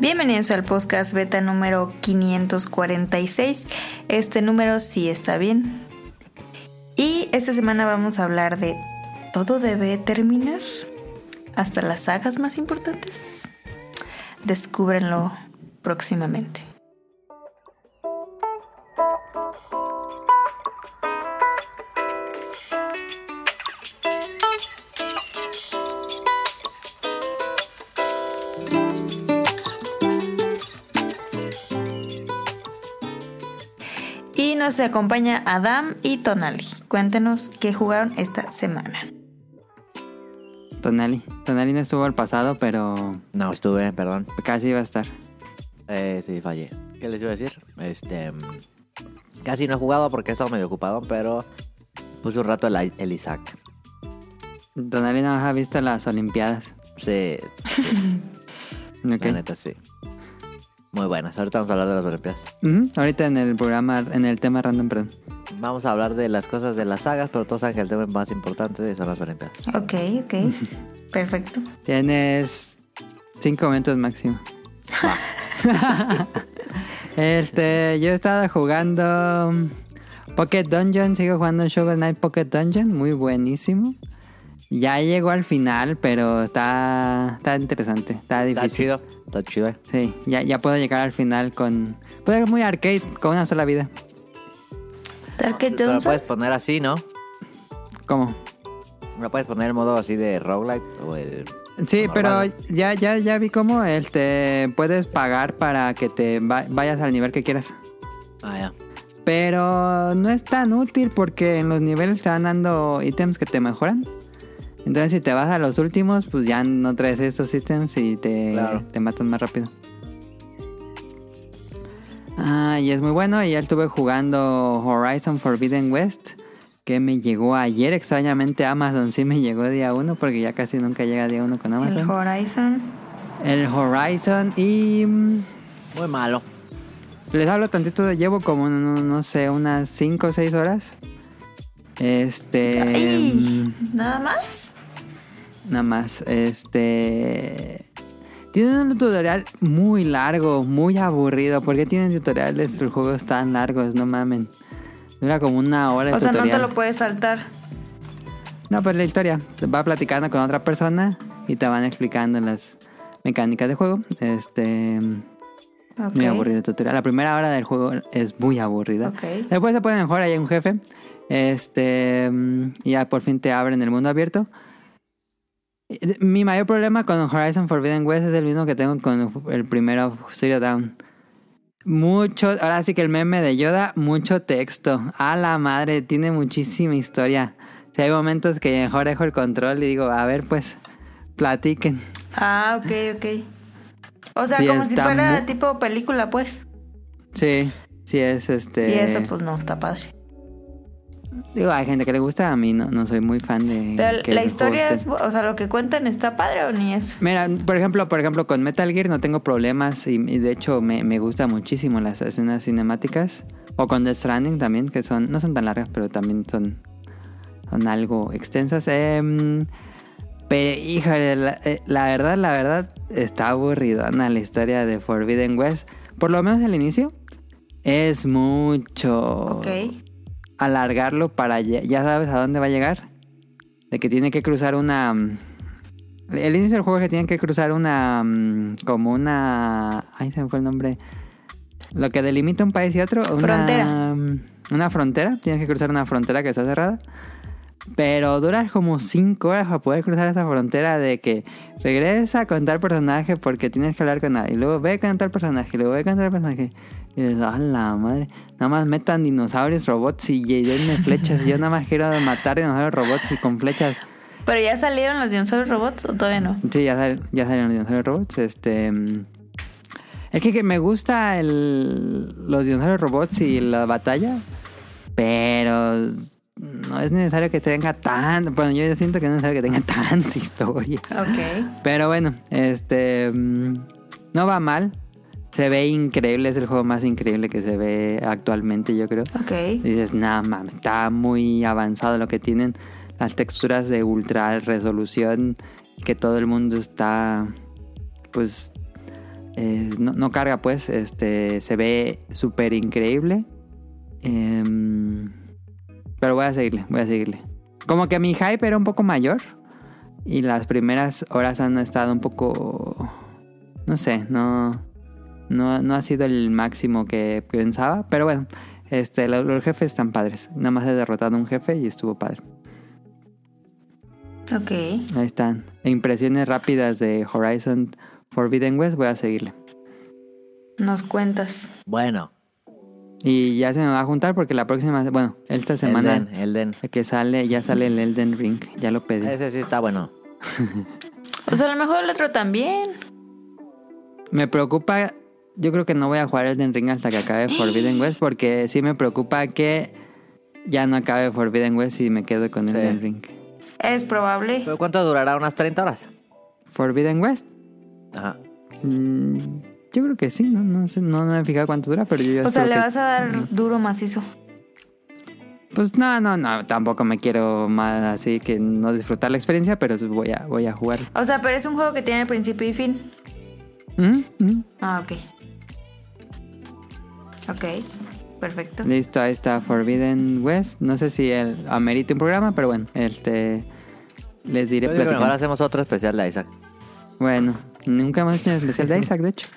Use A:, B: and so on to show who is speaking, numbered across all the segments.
A: Bienvenidos al podcast beta número 546. Este número sí está bien. Y esta semana vamos a hablar de todo debe terminar, hasta las sagas más importantes. Descúbrenlo próximamente. Y nos acompaña Adam y Tonali. Cuéntenos qué jugaron esta semana.
B: Tonali. Tonali no estuvo al pasado, pero
C: No, estuve, perdón.
B: casi iba a estar.
C: Eh, sí, fallé. ¿Qué les iba a decir? Este. mm, Casi no he jugado porque he estado medio ocupado, pero puse un rato el, I- el Isaac.
B: Tonali nada más ha visto las Olimpiadas.
C: Sí,
B: ¿ok?
C: la neta, sí. Muy buenas. Ahorita vamos a hablar de las Olimpiadas.
B: Ujú, Ahorita en el programa, en el tema random, perdón.
C: Vamos a hablar de las cosas de las sagas, pero todos saben que el tema más importante son las Olimpiadas.
A: Ok, ok. Perfecto.
B: Tienes cinco minutos máximo. este, yo he estado jugando Pocket Dungeon, sigo jugando Shovel Knight Pocket Dungeon, muy buenísimo. Ya llegó al final, pero está, está interesante, está
C: Está
B: difícil.
C: chido. Está chido, eh.
B: Sí, ya, ya puedo llegar al final con... Puedo ir muy arcade, con una sola vida.
A: Target
C: Pero Lo
A: Johnson.
C: puedes poner así, ¿no?
B: ¿Cómo?
C: Lo puedes poner en modo así de roguelite o el.
B: Sí,
C: o
B: pero
C: normal.
B: ya, ya, ya vi cómo este, puedes pagar para que te va- vayas al nivel que quieras.
C: Ah, ya.
B: Pero no es tan útil porque en los niveles te van dando ítems que te mejoran. Entonces si te vas a los últimos, pues ya no traes estos ítems y te,
C: Claro.
B: te matan más rápido. Ah, y es muy bueno. Y ya estuve jugando Horizon Forbidden West, que me llegó ayer. Extrañamente Amazon sí me llegó día uno porque ya casi nunca llega día uno con
A: El
B: Amazon.
A: Horizon.
B: El Horizon y... mm,
C: Muy malo.
B: les hablo tantito, llevo como, no, no sé, unas 5 o 6 horas. Este.
A: Ay,
B: mm,
A: Nada más.
B: Nada más. Este. Tienen un tutorial muy largo, muy aburrido. ¿Por qué tienen tutoriales los juegos tan largos? No mamen. Dura como una hora el
A: O sea, no te
B: tutorial.
A: lo puedes saltar.
B: No, pues la historia. Va platicando con otra persona y te van explicando las mecánicas de juego. Este.
A: Ok.
B: Muy aburrido el tutorial. La primera hora del juego es muy aburrida.
A: Ok.
B: Después se puede mejorar, hay un jefe. Este. mm, y Ya por fin te abren el mundo abierto. Eh, Mi mayor problema con Horizon Forbidden West es el mismo que tengo con el primero Zero Down. Mucho, ahora sí que el meme de Yoda, mucho texto. A la madre, tiene muchísima historia. Si hay momentos que mejor dejo el control y digo, a ver, pues, platiquen.
A: Ah, ok, ok. O sea,
B: Sí,
A: como si
B: está
A: fuera
B: mu-
A: tipo película, pues.
B: Sí, sí es este.
A: Y eso, pues no, está padre.
B: Digo, hay gente que le gusta, a mí no, no soy muy fan de...
A: Pero
B: que
A: la
B: el
A: historia
B: juego
A: es,
B: esté-
A: bu- o sea, lo que cuentan está padre o ni eso.
B: Mira, por ejemplo, por ejemplo, con Metal Gear no tengo problemas y, y de hecho me, me gustan muchísimo las escenas cinemáticas. O con Death Stranding también, que son no son tan largas, pero también son, son algo extensas. Em, pero, híjole, la, eh, la verdad, la verdad, está aburridona la historia de Forbidden West. Por lo menos al inicio, es mucho
A: Ok.
B: alargarlo para ya, ya sabes a dónde va a llegar. De que tiene que cruzar una. mm, El inicio del juego es que tienen que cruzar una. mm, Como una. Ay, se me fue el nombre. Lo que delimita un país y otro. Una,
A: Frontera.
B: mm, Una frontera. Tienes que cruzar una frontera que está cerrada. Pero dura como 5 horas para poder cruzar esa frontera de que regresa con tal personaje porque tienes que hablar con nadie. Y luego ve con tal personaje, y luego ve con tal personaje. Y dices, ¡ah, la madre! Nada más metan dinosaurios, robots y y denme flechas. Yo nada más quiero matar dinosaurios, robots y con flechas.
A: Pero ya salieron los dinosaurios robots o todavía no.
B: Sí, ya, sal- ya salieron los dinosaurios robots. Este. mm, Es que, que me gusta el, los dinosaurios robots y la batalla, pero no es necesario que tenga tan. Bueno, yo ya siento que no es necesario que tenga tanta historia.
A: Ok.
B: Pero bueno, este. mm, No va mal. Se ve increíble, es el juego más increíble que se ve actualmente, yo creo.
A: Ok.
B: Dices, nada mames, está muy avanzado lo que tienen. Las texturas de ultra resolución que todo el mundo está, pues, eh, no, no carga pues, este, se ve súper increíble. Em, pero voy a seguirle, voy a seguirle. Como que mi hype era un poco mayor y las primeras horas han estado un poco, no sé, no, no, no ha sido el máximo que pensaba, pero bueno, este, lo- los, jefes están padres. Nada más he derrotado a un jefe y estuvo padre.
A: Ok.
B: Ahí están. Impresiones rápidas de Horizon Forbidden West, voy a seguirle.
A: Nos cuentas.
C: Bueno,
B: Y ya se me va a juntar porque la próxima, bueno, esta semana
C: Elden, Elden.
B: que sale, ya sale el Elden Ring, ya lo pedí.
C: Ese sí está bueno.
A: Pues a lo mejor el otro también.
B: Me preocupa, yo creo que no voy a jugar Elden Ring hasta que acabe Forbidden West porque sí me preocupa que ya no acabe Forbidden West y me quedo con
C: Sí.
B: Elden Ring.
A: Es probable.
C: ¿Pero cuánto durará? ¿Unas 30 horas?
B: Forbidden West,
C: Ajá.
B: mm, yo creo que sí, no, no sé, no, no me he fijado cuánto dura, pero yo ya
A: O sea,
B: creo
A: le
B: que-
A: vas a dar duro macizo.
B: Pues no, no, no, tampoco me quiero más así que no disfrutar la experiencia, pero voy a, voy a jugar.
A: O sea, pero es un juego que tiene principio y fin.
B: Mm, mm.
A: Ah, ok. Ok, perfecto.
B: Listo, ahí está Forbidden West. No sé si el, amerite un programa, pero bueno, este les diré
C: Yo digo que
B: platicando.
C: mejor hacemos otro especial de Isaac.
B: Bueno, nunca hemos tenido especial de Isaac, de hecho.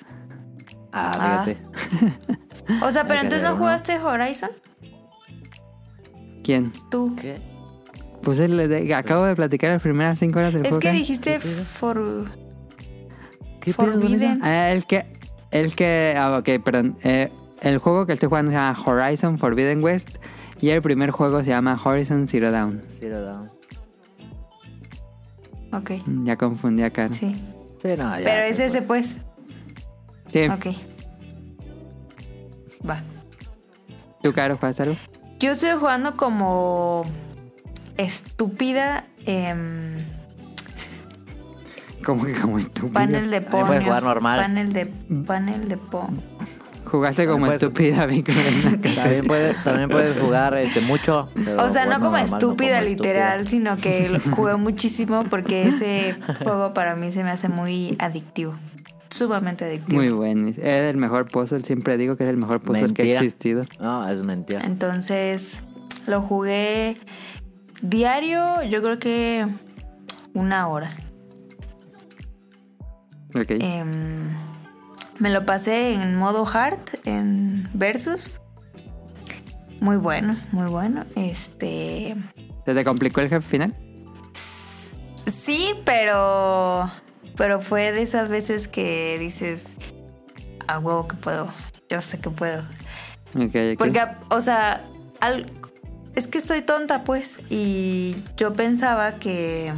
C: Ah,
A: Ah.
C: fíjate.
A: O sea, pero
C: Hay que
A: entonces
C: hacer
A: no
C: uno.
A: jugaste Horizon?
B: ¿Quién?
A: Tú.
C: ¿Qué?
B: Pues el de- acabo de platicar las primeras cinco horas del
A: Es que
B: podcast.
A: dijiste
C: ¿Qué pedo?
A: for...
B: ¿Qué pedo con eso?
A: Forbidden.
B: Ah, el que. El que. Ah, ok, perdón. Eh, el juego que estoy jugando se llama Horizon Forbidden West. Y el primer juego se llama Horizon Zero Dawn.
C: Zero Dawn.
A: Ok,
B: Mm, Ya confundí acá. Sí.
A: sí.
C: Sí, no, ya. Eh.
A: pero
C: sí,
A: es ese,
C: pues.
A: pues. Ok. Va.
B: ¿Tú, Caro, jugaste algo?
A: Yo estoy jugando como estúpida em,
B: Como que como estúpida.
A: panel de
C: puedes
A: ponio.
C: jugar normal. Mm.
A: Panel de panel de ponio.
B: Jugaste como
C: Pues-
B: estúpida, Vico.
C: También puedes, también puedes jugar este, mucho. pero
A: O sea,
C: bueno,
A: no como
C: normal, no
A: estúpida
C: como
A: literal, sino
C: estúpida.
A: que lo jugué muchísimo porque ese juego para mí se me hace muy adictivo. Sumamente adictivo.
B: Muy bueno. Es el mejor puzzle. Siempre digo que es el mejor puzzle que ha
C: Mentira.
B: existido.
C: No, es mentira.
A: Entonces, lo jugué diario, yo creo que una hora.
B: Ok.
A: Em, me lo pasé en modo hard, en versus. Muy bueno, muy bueno. Este.
B: ¿Se te complicó el jefe final?
A: Sí, pero. Pero fue de esas veces que dices. A huevo que puedo. Yo sé que puedo.
B: Ok, ok.
A: Porque, o sea, al- es que estoy tonta, pues. Y yo pensaba que.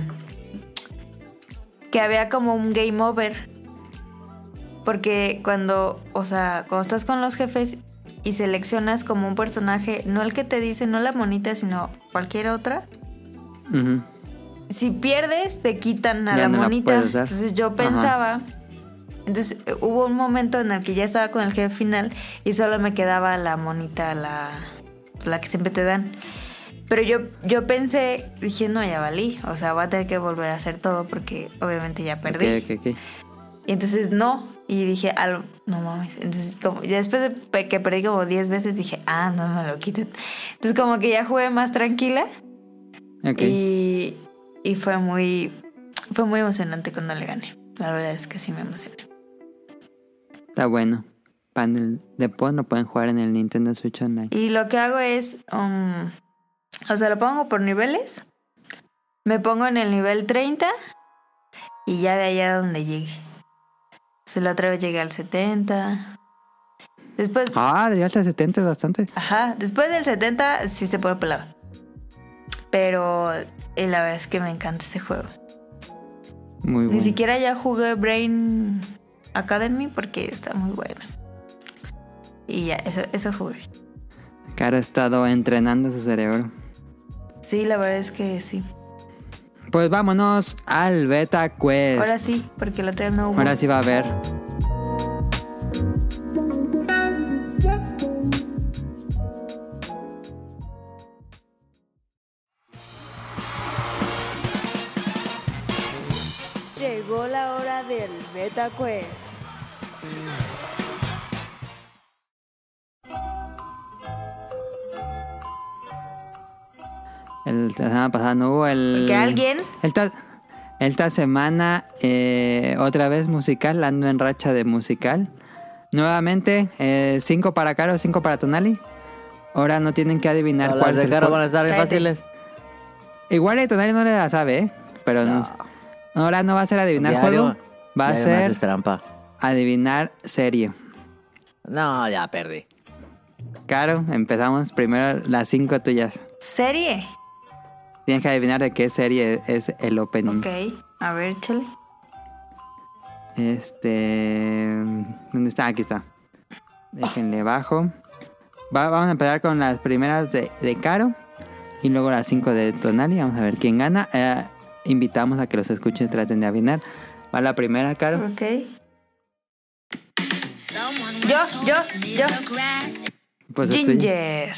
A: que había como un game over. Porque cuando, o sea, cuando estás con los jefes y seleccionas como un personaje, no el que te dice, no la monita, sino cualquier otra.
B: Ujú.
A: Si pierdes, te quitan a
B: Ya
A: la
B: no la
A: monita.
B: puedes usar.
A: entonces yo
B: Ajá.
A: pensaba. Entonces eh, hubo un momento en el que ya estaba con el jefe final y solo me quedaba la monita, la, la que siempre te dan. Pero yo, yo pensé, dije, no, ya valí. O sea, voy a tener que volver a hacer todo porque obviamente ya perdí.
B: Ok, ok, ok.
A: Y entonces no. Y dije, "Al- no mames. Entonces, como, ya después de pe- que perdí como 10 veces, dije, ah, no me lo quiten. Entonces, como que ya jugué más tranquila.
B: Ok.
A: Y, y fue muy fue muy emocionante cuando le gané. La verdad es que sí me emocioné.
B: Está bueno. Panel de Pon lo pueden jugar en el Nintendo Switch Online.
A: Y lo que hago es, um, o sea, lo pongo por niveles. Me pongo en el nivel 30 y ya de allá donde llegue. O sea, la otra vez llegué al 70. Después,
B: Ah, de hasta 70 es bastante.
A: ajá, después del 70 sí se puede pelado. Pero eh, la verdad es que me encanta ese juego.
B: Muy
A: Ni
B: bueno.
A: siquiera ya jugué Brain Academy porque está muy buena. Y ya, eso, eso jugué.
B: Caro ha estado entrenando su cerebro.
A: Sí, la verdad es que sí.
B: Pues vámonos al Beta Quest.
A: Ahora sí, porque la otra vez no hubo.
B: Ahora sí va a haber.
A: Llegó la hora del Beta Quest.
B: El, la semana pasada no hubo el...
A: Porque alguien-
B: Esta, esta semana, eh, otra vez musical, ando en racha de musical. Nuevamente, 5 para Caro, 5 para Tonali. Ahora no tienen que adivinar
C: No,
B: cuál es
C: las de
B: el
C: Caro
B: juego.
C: van a estar bien
A: Cállate.
C: fáciles.
B: Igual y Tonali no le la sabe, ¿eh? Pero no. ahora no va a ser adivinar
C: Diario.
B: juego, va a
C: Ya,
B: ser
C: además es trampa.
B: adivinar serie.
C: No, ya perdí.
B: Caro, empezamos primero las 5 tuyas.
A: Serie.
B: Tienes que adivinar de qué serie es el opening.
A: Ok. A ver, chale.
B: Este. ¿Dónde está? Aquí está. Déjenle bajo. Va- vamos a empezar con las primeras de, de Caro. Y luego las cinco de Tonali. Vamos a ver quién gana. Eh, invitamos a que los escuchen y traten de avinar. Va la primera, Caro.
A: Ok. Yo, yo, yo.
B: Pues estoy-
A: Ginger.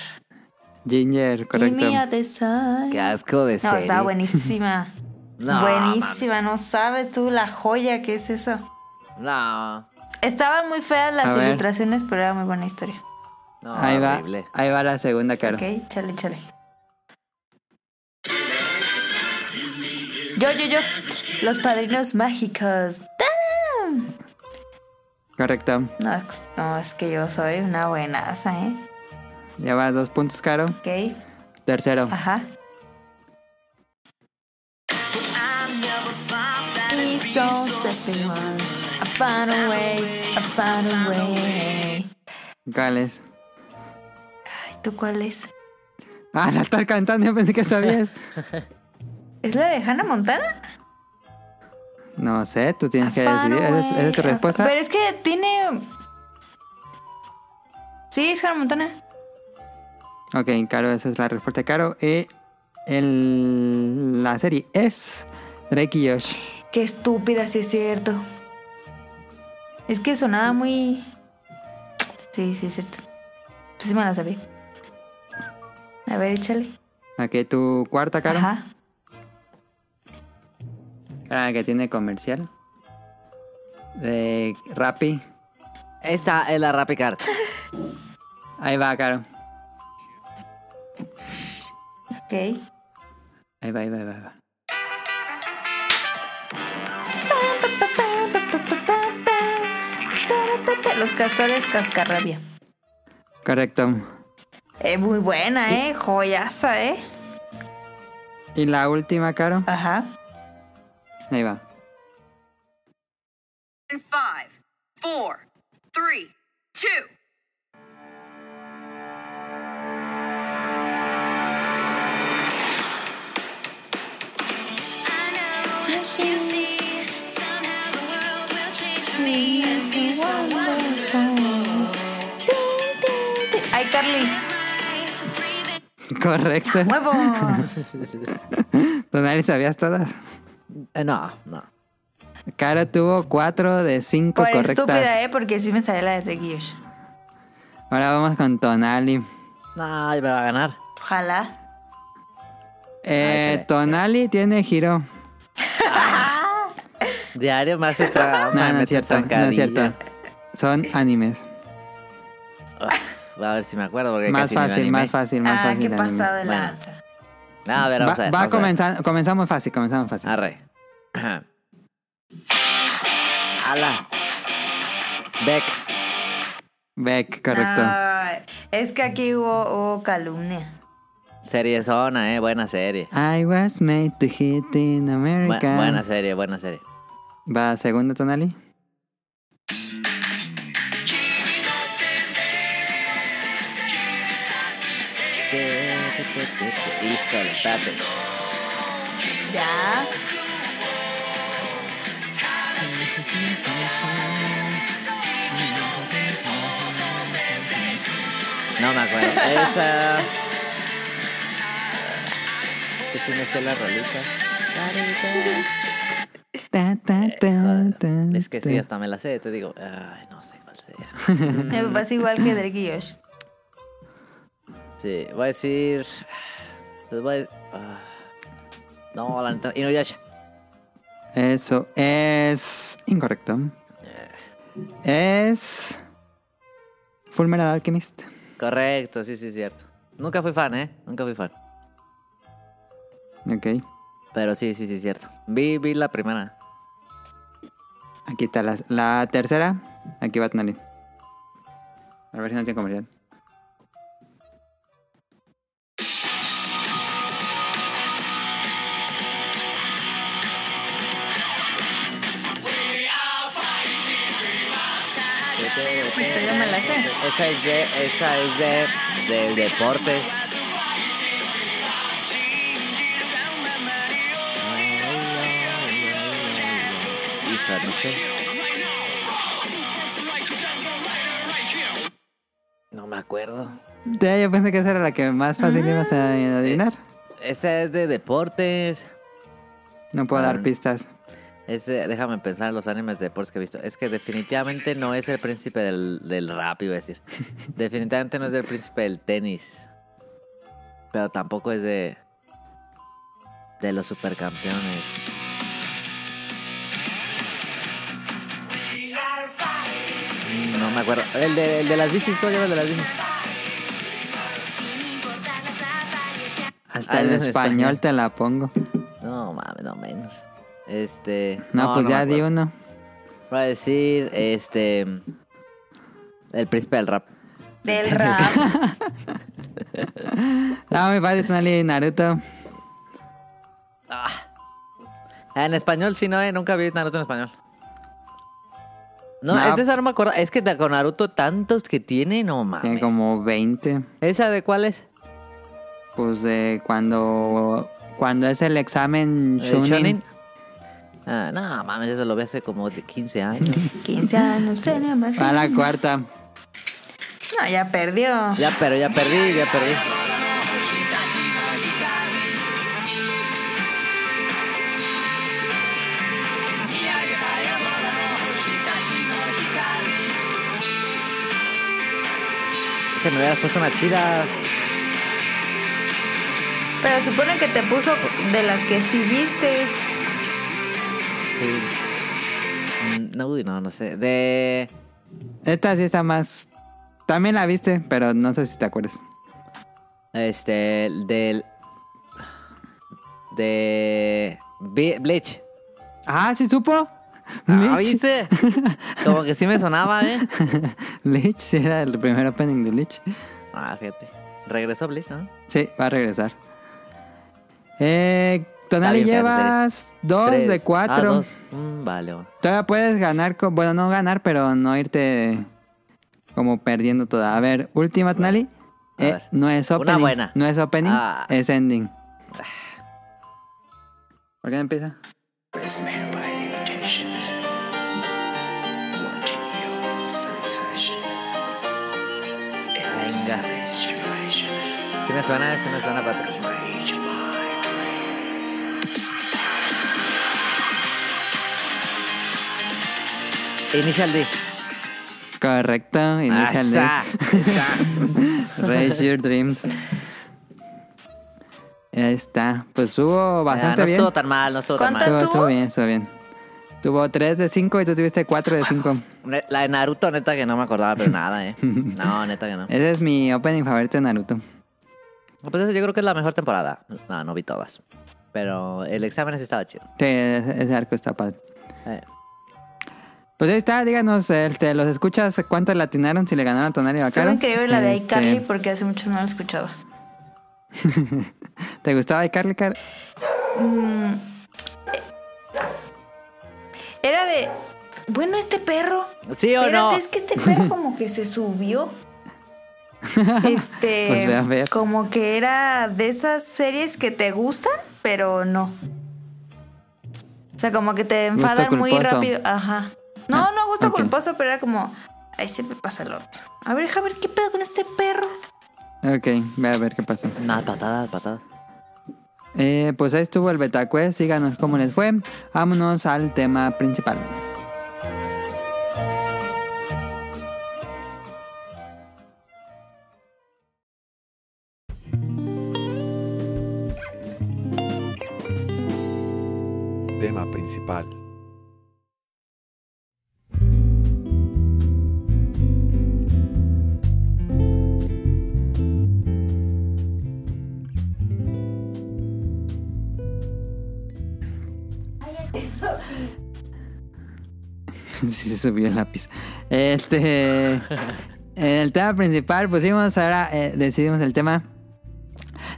B: Ginger, correcto.
A: Give me a design.
C: Qué asco de
A: No,
C: serie.
A: estaba buenísima.
C: No,
A: buenísima. No sabes tú la joya que es eso.
C: mami. No.
A: Estaban muy feas las
B: A ver.
A: ilustraciones, pero era muy buena historia.
C: No,
B: Ahí va,
C: horrible.
B: ahí va la segunda, Caro.
A: Ok, chale, chale. Yo, yo, yo. Los padrinos mágicos. ¡Tarán!
B: Correcto.
A: No, es- no, es que yo soy una buenaza, ¿eh?
B: Llevas dos puntos, Caro.
A: Ok,
B: Tercero.
A: ajá. Please don't step in line. I found a way, I found a way.
B: ¿Cuál es?
A: Ay, ¿Tú cuál es?
B: Ah, la estar cantando. Yo pensé que sabías.
A: ¿Es la de Hannah Montana?
B: No sé, tú tienes que
A: Found
B: decidir.
A: a
B: Ah, Esa es- esa es tu
A: way, I-
B: respuesta.
A: Pero es que tiene... Sí, es Hannah Montana.
B: Ok, Caro, esa es la respuesta de Caro. Y el- la serie es Drake y Josh.
A: Qué estúpida, sí es cierto. Es que sonaba muy... Sí, sí es cierto. Pues sí me la sabía. A ver, échale.
B: Aquí tu cuarta, Caro.
A: Ajá.
B: Ah, que tiene comercial. De Rappi.
C: Esta es la Rapicar.
B: Ahí va, Caro.
A: Ok.
B: Ahí va, ahí va, ahí va. ahí va.
A: Los castores cascarrabia.
B: Correcto.
A: Eh, muy buena, ¿eh? Joyaza, ¿eh?
B: Y la última, Caro.
A: Ajá.
B: Ahí va.
D: In five, four, three, two.
A: Ay, Carly.
B: Correcto.
A: ¡Huevo!
B: Donali, ¿sabías todas?
C: Eh, no, no.
B: Caro tuvo cuatro de cinco
A: Por
B: correctas.
A: estúpida, ¿eh? Porque sí me salió la de Drake y Josh.
B: Ahora vamos con Tonali.
A: Ah,
C: No, me va a ganar.
A: Ojalá.
B: Eh,
C: Ay, qué-
B: Tonali tiene giro.
C: Diario más hace trampa.
B: No, no
C: me
B: es cierto.
C: hace
B: No es cierto.
C: zancadilla.
B: Son animes.
C: Uf, Ah, a ver si me acuerdo porque
B: Más
C: casi ni me
B: fácil,
C: animé.
B: más fácil, más
A: Ah,
B: fácil.
A: qué
B: de animar.
A: pasado de
C: Bueno.
A: lanza.
C: No, a ver, vamos
B: Va, va
C: a ver. vamos a ver.
B: comenzando, comenzamos fácil, comenzamos fácil.
C: Arre. Ajá. Ala. Beck.
B: Beck, correcto.
A: Ay, es que aquí hubo, hubo calumnia.
C: Serie zona, eh. Buena serie.
B: I was made to hit in
C: Bu-
B: America.
C: buena serie, buena serie.
B: Va, segunda tonali.
C: Híjole, espérate.
A: Ya.
C: No me acuerdo. Esa. Que si no sé la rolita.
B: Ta, ta, ta, ta,
C: Eh, Joder, Es que sí,
B: ta.
C: hasta me la sé. Te digo, ay, no sé cuál sería.
A: Me pasa igual que Drake y Josh.
C: Sí, voy a decir. Pues voy a. ah. No, la neta. Inuyasha.
B: Eso es incorrecto.
C: Eh.
B: Es. Full Metal Alchemist.
C: Correcto, sí, sí, es cierto. Nunca fui fan, ¿eh? Nunca fui fan.
B: Ok.
C: Pero sí, sí, sí, es cierto. Vi, vi la primera.
B: Aquí está la, la tercera. Aquí va Tonali. La versión tiene comercial.
A: Esta Pues yo me la sé.
C: Esa es de, esa es de, de deportes. Hija, no sé. No me acuerdo.
B: Ya, yo pensé que esa era la que más fácil ibas a adivinar.
C: Esa es de deportes.
B: No puedo
C: Ah.
B: dar pistas.
C: Es de- déjame pensar en los animes de deportes que he visto. Es que definitivamente no es el príncipe del, del rap, iba a decir. definitivamente no es el príncipe del tenis. Pero tampoco es de. De los supercampeones. Mm, No me acuerdo. El de, el de las bicis, ¿cómo se llama el de las bicis?
B: Hasta en
C: Ah, en
B: español
C: español.
B: te la pongo.
C: No mames, no menos. Este.
B: No, pues
C: me
B: ya di
C: acuerdo.
B: uno.
C: Voy a decir, este. El príncipe del rap.
A: Del rap.
B: No, mi padre Tonali Naruto.
C: Ah, En español sí, no, eh. Nunca vi Naruto en español. No,
B: No.
C: es de esa no me acuerdo. Es que de- con Naruto tantos que tiene, no mames.
B: Tiene como 20.
C: ¿Esa de cuál es?
B: Pues de cuando. Cuando es el examen
C: ¿El
B: Shunin.
C: Shonen? Ah, no mames, eso lo vi hace como de 15 años.
A: 15 años tenía más.
B: Va la cuarta.
A: No, ya perdió.
C: ya, pero ya perdí, ya perdí. Es que me hubieras puesto una chida.
A: Pero supone que te puso de las que sí viste.
C: Sí. Mm, No, uy, no, no sé. De.
B: Esta sí está más. También la viste, pero no sé si te acuerdas.
C: Este. Del. De. Be- Bleach.
B: Ah, sí supo.
C: Ah,
B: Bleach.
C: ¿viste? Como que sí me sonaba, ¿eh?
B: Bleach, sí, era el primer opening de Bleach.
C: Ah, fíjate. Regresó Bleach, ¿no?
B: Sí, va a regresar. Eh, Tonali,
C: Está bien, fea esa
B: llevas dos
C: Tres.
B: de
C: Ah,
B: cuatro.
C: dos. Mm, vale, va.
B: Todavía puedes ganar, con- bueno, no ganar, pero no irte como perdiendo toda. A ver, última, Tonali.
C: A
B: Eh,
C: ver.
B: no es
C: Una
B: opening.
C: buena.
B: No es opening,
C: Ah.
B: es ending. ¿Por qué no empieza?
E: This man by invitation, wanting your sensation. In this
C: Venga.
E: situation,
C: Sí me suena, sí me suena, Patrick.
E: rage my brain.
C: Initial D.
B: Correcto, inicial D.
C: Asa, esa.
B: Raise Your Dreams. Ahí está. Pues hubo
C: Ah,
B: bastante
C: no
B: bien.
C: estuvo tan mal, no estuvo tan
A: ¿Cuántas
C: mal.
B: Estuvo-
A: tuvo?
B: estuvo bien, estuvo bien. Tuvo 3 de 5 y tú tuviste 4 de 5.
C: Ne- La de Naruto, neta que no me acordaba, pero nada, ¿eh? No, neta que no.
B: Ese es mi opening favorito de Naruto.
C: Pues eso yo creo que es la mejor temporada. No, no vi todas. Pero el examen sí estaba chido.
B: Sí, ese, ese arco está padre.
C: Eh,
B: Pues ahí está, díganos, este, los escuchas, cuánto latinaron si le ganaron a Tonali
A: Estuvo
B: Bacaro.
A: increíble la de
B: Este,
A: iCarly porque hace mucho no la escuchaba.
B: ¿Te gustaba iCarly? Car?
A: Mm. Era de. Bueno, este perro.
C: ¿Sí o
A: Espérate,
C: no?
A: Es que este perro como que se subió. Este.
B: Pues ve a ver.
A: Como que era de esas series que te gustan, pero no. O sea, como que te
B: Gusto
A: enfadan muy
B: culposo. Ah,
A: rápido. Ajá. No, no gusto
B: ok.
A: culposo, pero era como. Ahí siempre pasa lo mismo. A ver, Javier, ¿qué pedo con este perro?
B: Ok, ve a ver qué pasó.
C: Nada, patadas, patadas.
B: Eh, pues ahí estuvo el Betacuest, díganos cómo les fue. Vámonos al tema principal.
F: Tema principal.
B: sí se subió el lápiz. Este. el tema principal, pusimos ahora, eh, decidimos el tema.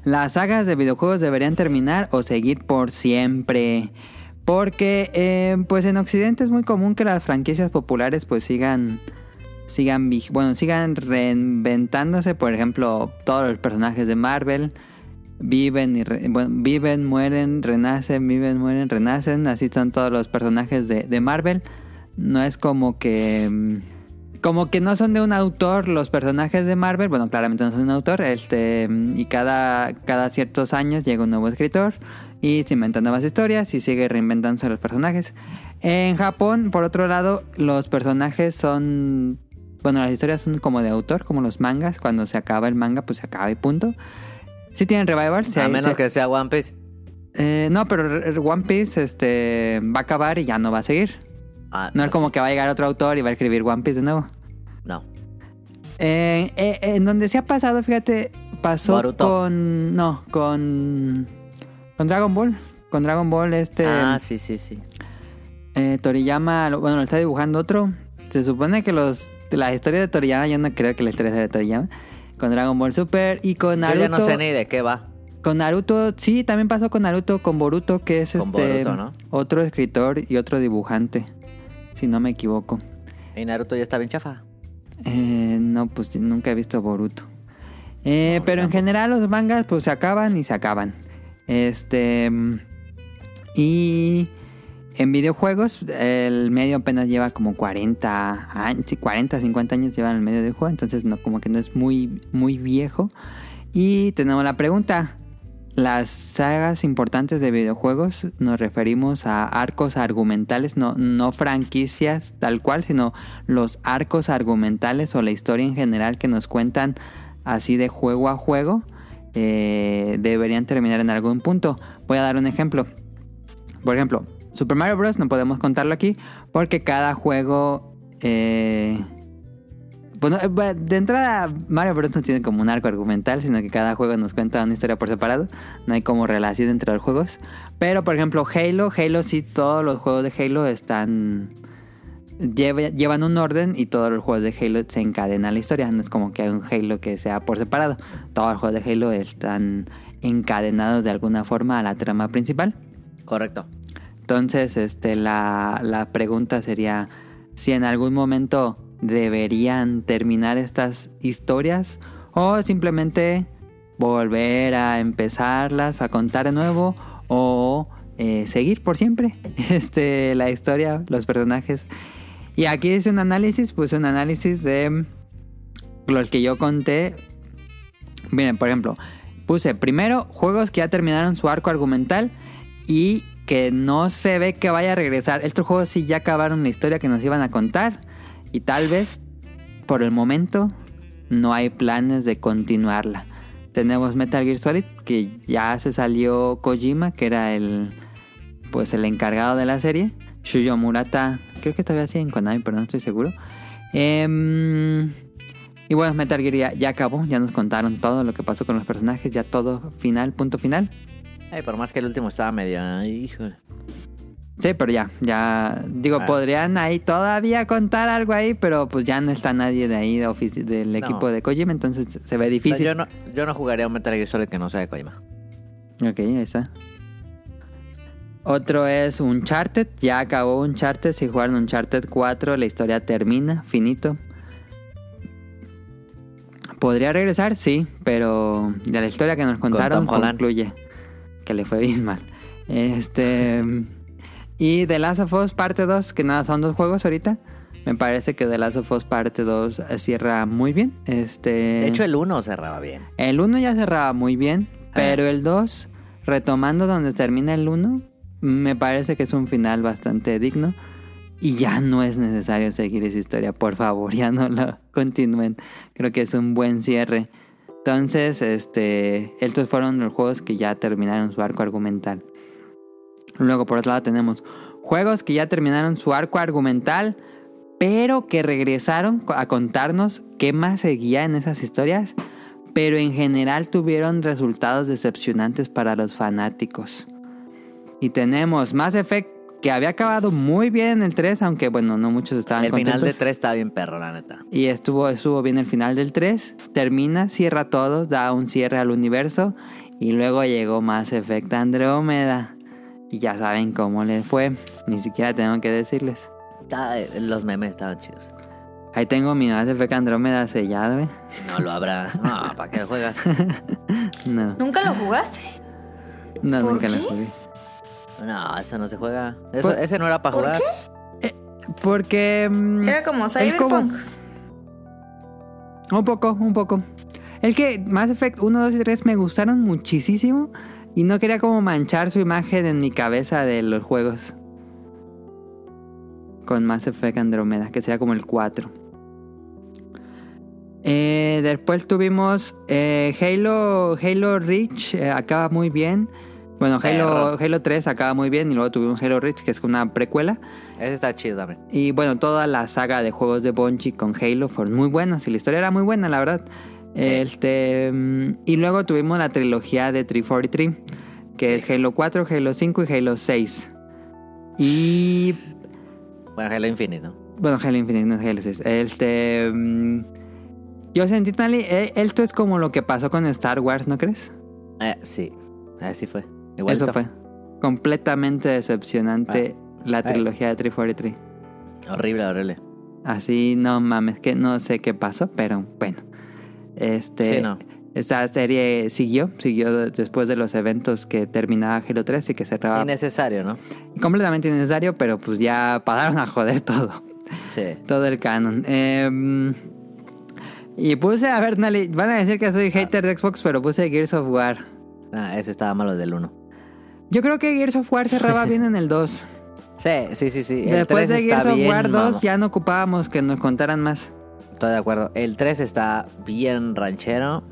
B: Las sagas de videojuegos deberían terminar o seguir por siempre. Porque, eh, pues en Occidente es muy común que las franquicias populares pues sigan. Sigan, vi- bueno, sigan reinventándose. Por ejemplo, todos los personajes de Marvel viven y re- bueno, viven, mueren, renacen, viven, mueren, renacen. Así son todos los personajes de, de Marvel. No es como que. mm, Como que no son de un autor los personajes de Marvel. Bueno, claramente no son de un autor. Este, mm, y cada, cada ciertos años llega un nuevo escritor. Y se inventan nuevas historias y sigue reinventándose los personajes. En Japón, por otro lado, los personajes son. Bueno, las historias son como de autor, como los mangas. Cuando se acaba el manga, pues se acaba y punto. Sí tienen revival. sí
C: a
B: hay-
C: menos
B: sí-
C: que sea One Piece.
B: eh, no, pero R- R- One Piece este, va a acabar y ya no va a seguir.
C: Ah,
B: No es como que va a llegar otro autor y va a escribir One Piece de nuevo.
C: No.
B: Eh, eh, en donde se ha pasado, fíjate, pasó
C: Boruto.
B: con. No, con. Con Dragon Ball. Con Dragon Ball, este.
C: Ah, sí, sí, sí.
B: eh, Toriyama, lo- bueno, lo está dibujando otro. Se supone que los. La historia de Toriyama, yo no creo que la historia sea de Toriyama. Con Dragon Ball Super y con
C: Yo
B: Naruto.
C: ya no sé ni de qué va.
B: Con Naruto, sí, también pasó con Naruto, con Boruto, que es
C: Con
B: este
C: Boruto, ¿no?
B: otro escritor y otro dibujante, si no me equivoco.
C: Y Naruto ya está bien chafa.
B: Eh, no, pues nunca he visto Boruto. Eh,
C: No,
B: pero en
C: tampoco.
B: general los mangas pues se acaban y se acaban. Este mm, y en videojuegos el medio apenas lleva como 40 años, sí, 40, 50 años llevan el medio de juego, entonces no como que no es muy muy viejo. Y tenemos la pregunta. Las sagas importantes de videojuegos nos referimos a arcos argumentales, no, no franquicias tal cual, sino los arcos argumentales o la historia en general que nos cuentan así de juego a juego, eh, deberían terminar en algún punto. Voy a dar un ejemplo. Por ejemplo, Super Mario Bros. no podemos contarlo aquí porque cada juego... eh, bueno, eh, bueno, de entrada Mario Bros. no tiene como un arco argumental, sino que cada juego nos cuenta una historia por separado. No hay como relación entre los juegos. Pero por ejemplo Halo, Halo sí, todos los juegos de Halo están... lleva- llevan un orden y todos los juegos de Halo se encadenan la historia. No es como que hay un Halo que sea por separado. Todos los juegos de Halo están encadenados de alguna forma a la trama principal.
C: Correcto.
B: Entonces, este, la, la pregunta sería si en algún momento deberían terminar estas historias o simplemente volver a empezarlas, a contar de nuevo o eh, seguir por siempre este, la historia, los personajes. Y aquí hice un análisis, pues un análisis de los que yo conté. Miren, por ejemplo, puse primero juegos que ya terminaron su arco argumental y que no se ve que vaya a regresar. Estos juegos sí ya acabaron la historia que nos iban a contar y tal vez por el momento no hay planes de continuarla. Tenemos Metal Gear Solid que ya se salió Kojima, que era el pues el encargado de la serie, Shuyo Murata, creo que todavía sigue en Konami, pero no estoy seguro. Em, y bueno, Metal Gear ya, ya acabó, ya nos contaron todo lo que pasó con los personajes, ya todo final, punto final.
C: Ay, por más que el último estaba medio. ay, hijo.
B: Sí, pero ya, ya, digo,
C: Ah.
B: podrían ahí todavía contar algo ahí, pero pues ya no está nadie de ahí de ofici- del
C: No.
B: equipo de Kojima, entonces se- se ve
C: No,
B: difícil.
C: yo, no, yo no jugaría a un Metal Gear Solid que no sea de Kojima.
B: Ok, ahí está. Otro es Uncharted. Ya acabó Uncharted. Si jugaron Uncharted 4, la historia termina, finito. ¿Podría regresar? Sí, pero de la historia que nos contaron
C: Tom Holland.
B: concluye que le fue bien mal. Este. y The Last of Us Parte 2, que nada, son dos juegos ahorita. Me parece que The Last of Us Parte 2 cierra muy bien. Este.
C: De hecho, el 1 cerraba bien.
B: El 1 ya cerraba muy bien, pero el 2, retomando donde termina el 1, me parece que es un final bastante digno. Y ya no es necesario seguir esa historia, por favor, ya no la continúen. Creo que es un buen cierre. Entonces, este, estos fueron los juegos que ya terminaron su arco argumental. Luego, por otro lado, tenemos juegos que ya terminaron su arco argumental, pero que regresaron co- a contarnos qué más seguía en esas historias, pero en general tuvieron resultados decepcionantes para los fanáticos. Y tenemos Mass Effect que había acabado muy bien el 3, aunque bueno, no muchos estaban
C: El
B: contentos.
C: final de 3 está bien perro, la neta.
B: Y estuvo, estuvo bien el final del 3. Termina, cierra todo, da un cierre al universo. Y luego llegó Mass Effect Andrómeda. Y ya saben cómo les fue. Ni siquiera tengo que decirles.
C: Está- eh, los memes estaban chidos.
B: Ahí tengo mi Mass Effect Andrómeda sellado, ¿eh?
C: No lo habrás. No, ¿para qué lo juegas?
B: No,
A: ¿Nunca lo jugaste?
B: no
A: ¿Por
B: nunca lo
A: qué?
B: jugué.
C: No, eso no se juega. Eso-
B: Pues-
C: ese no era para
A: ¿Por
C: jugar.
B: Porque... mm,
A: Era como
B: es
A: Cyberpunk.
B: Un poco, un poco. El que Mass Effect 1, 2 y 3 me gustaron muchísimo. Y no quería como manchar su imagen en mi cabeza de los juegos. Con Mass Effect Andromeda, que sería como el 4. Eh, después tuvimos eh, Halo, Halo Reach, eh, acaba muy bien. Bueno, Halo, Halo 3 acaba muy bien. Y luego tuvimos Halo Reach, que es una precuela.
C: Ese está chido también.
B: Y bueno, toda la saga de juegos de Bungie con Halo fueron muy buenos y la historia era muy buena, la verdad. Este, mm, y luego tuvimos la trilogía de 343, que es Halo 4, Halo 5 y Halo 6. Y
C: Bueno, Halo Infinite, ¿no?
B: bueno, Halo Infinite, no es Halo 6. Este, mm, yo sentí, Tali, eh, esto es como lo que pasó con Star Wars, ¿no crees?
C: Eh, sí. Así fue.
B: Eso
C: Igualito.
B: fue completamente decepcionante la
C: Ay.
B: trilogía de 343.
C: Horrible, horrible.
B: Así, no mames, que no sé qué pasó, pero bueno. Este,
C: Sí, no.
B: Esta serie siguió, siguió de- después de los eventos que terminaba Halo 3 y que cerraba.
C: Innecesario, ¿no?
B: completamente innecesario, pero pues ya pararon a joder todo,
C: Sí.
B: todo el canon. Em, y puse, a ver, Nali, van a decir que soy hater de Xbox, pero puse Gears of War.
C: Ah, ese estaba malo del 1.
B: Yo creo que Gears of War cerraba bien en el 2.
C: Sí, sí, sí, sí. El
B: Después
C: 3
B: de
C: está
B: Gears of
C: bien
B: War 2
C: mamón.
B: ya no ocupábamos que nos contaran más.
C: Estoy de acuerdo. El 3 está bien ranchero.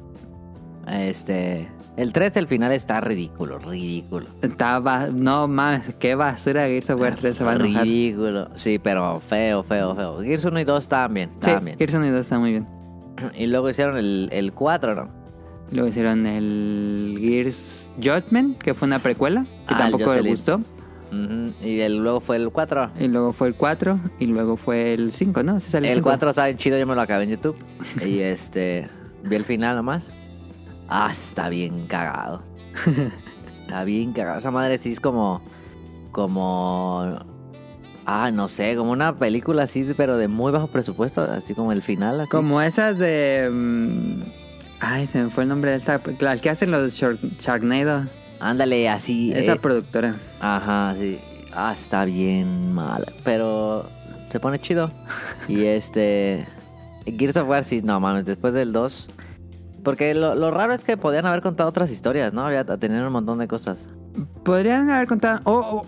C: Este. El 3, el final está ridículo, ridículo.
B: Estaba, no mames, qué basura Gears of War 3 se va a enojar.
C: Ridículo. Sí, pero feo, feo, feo. Gears 1 y 2 estaban bien,
B: Sí,
C: estaban bien.
B: Gears 1 y 2 está muy bien.
C: Y luego hicieron el, el 4, ¿no?
B: Luego hicieron el Gears Judgment, que fue una precuela, que
C: Ah, el
B: tampoco le
C: Jocelyn.
B: gustó.
C: Ujú. Y el- luego fue el 4.
B: Y luego fue el 4, y luego fue el 5, ¿no? Sí salió
C: El
B: cinco.
C: 4 está bien chido, yo me lo acabé en YouTube. Y este. Vi el final nomás. Ah, está bien cagado. Está bien cagado. Esa madre sí es como. Como. Ah, no sé, como una película así, pero de muy bajo presupuesto. Así como el final. Así.
B: Como esas de... mm, Ay, se me fue el nombre de esta... La que hacen los Shark- Sharknado.
C: Ándale, así.
B: Esa
C: eh.
B: productora.
C: Ajá, sí. Ah, está bien mal. Pero se pone chido. Y este. Gears of War, sí, no mames, después del 2. Porque lo, lo raro es que podían haber contado otras historias, ¿no? Había tener un montón de cosas.
B: Podrían haber contado... O,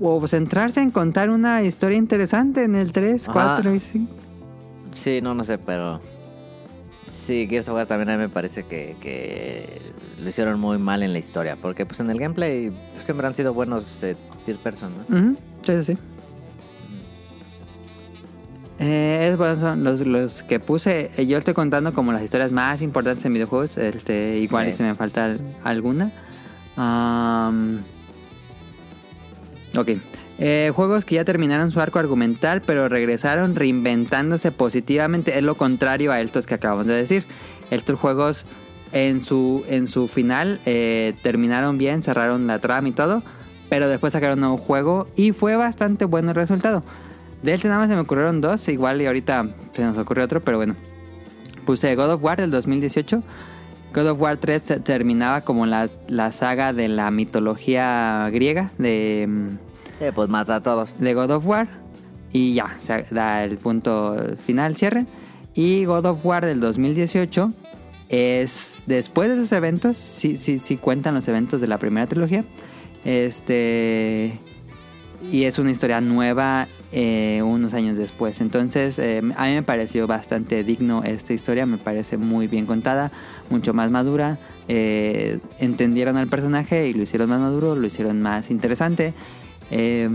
B: o, o centrarse en contar una historia interesante en el 3,
C: Ajá.
B: 4 y 5.
C: Sí, no, no sé, pero. Sí, Gears of War también a mí me parece que, que lo hicieron muy mal en la historia. Porque pues en el gameplay siempre han sido buenos eh, third person, ¿no?
B: Ujú, Sí, sí, sí. Eh, es bueno, son los, los que puse. eh, Yo estoy contando como las historias más importantes en videojuegos. Este, igual
C: Sí.
B: si me falta al- alguna. Am, ok. Eh, juegos que ya terminaron su arco argumental, pero regresaron reinventándose positivamente. Es lo contrario a estos que acabamos de decir. Estos juegos en su, en su final eh, terminaron bien, cerraron la trama y todo. Pero después sacaron un nuevo juego y fue bastante bueno el resultado. De este nada más se me ocurrieron dos, igual y ahorita se nos ocurrió otro, pero bueno. Puse God of War del 2018. God of War 3 te- terminaba como la, la saga de la mitología griega de, mm,
C: Eh, pues mata a todos.
B: de God of War. Y ya, se da el punto final, cierre. Y God of War del 2018 es después de esos eventos, sí, sí, sí cuentan los eventos de la primera trilogía. Este. Y es una historia nueva eh, unos años después. Entonces, eh, a mí me pareció bastante digno esta historia. Me parece muy bien contada, mucho más madura. Eh, entendieron al personaje y lo hicieron más maduro, lo hicieron más interesante. Eh,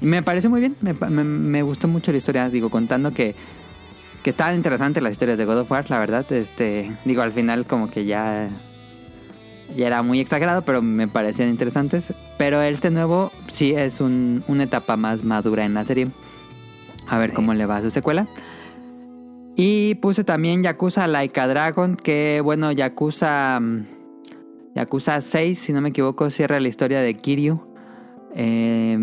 B: me pareció muy bien, me, pa- me- me gustó mucho la historia. Digo, contando que, que estaban interesantes las historias de God of War, la verdad. Este, digo, al final, como que ya ya era muy exagerado, pero me parecían interesantes. Pero este nuevo sí es un- una etapa más madura en la serie. A ver cómo le va a su secuela. Y puse también Yakuza Laika Dragon, que bueno, Yakuza... mm, Yakuza 6, si no me equivoco, cierra la historia de Kiryu, eh,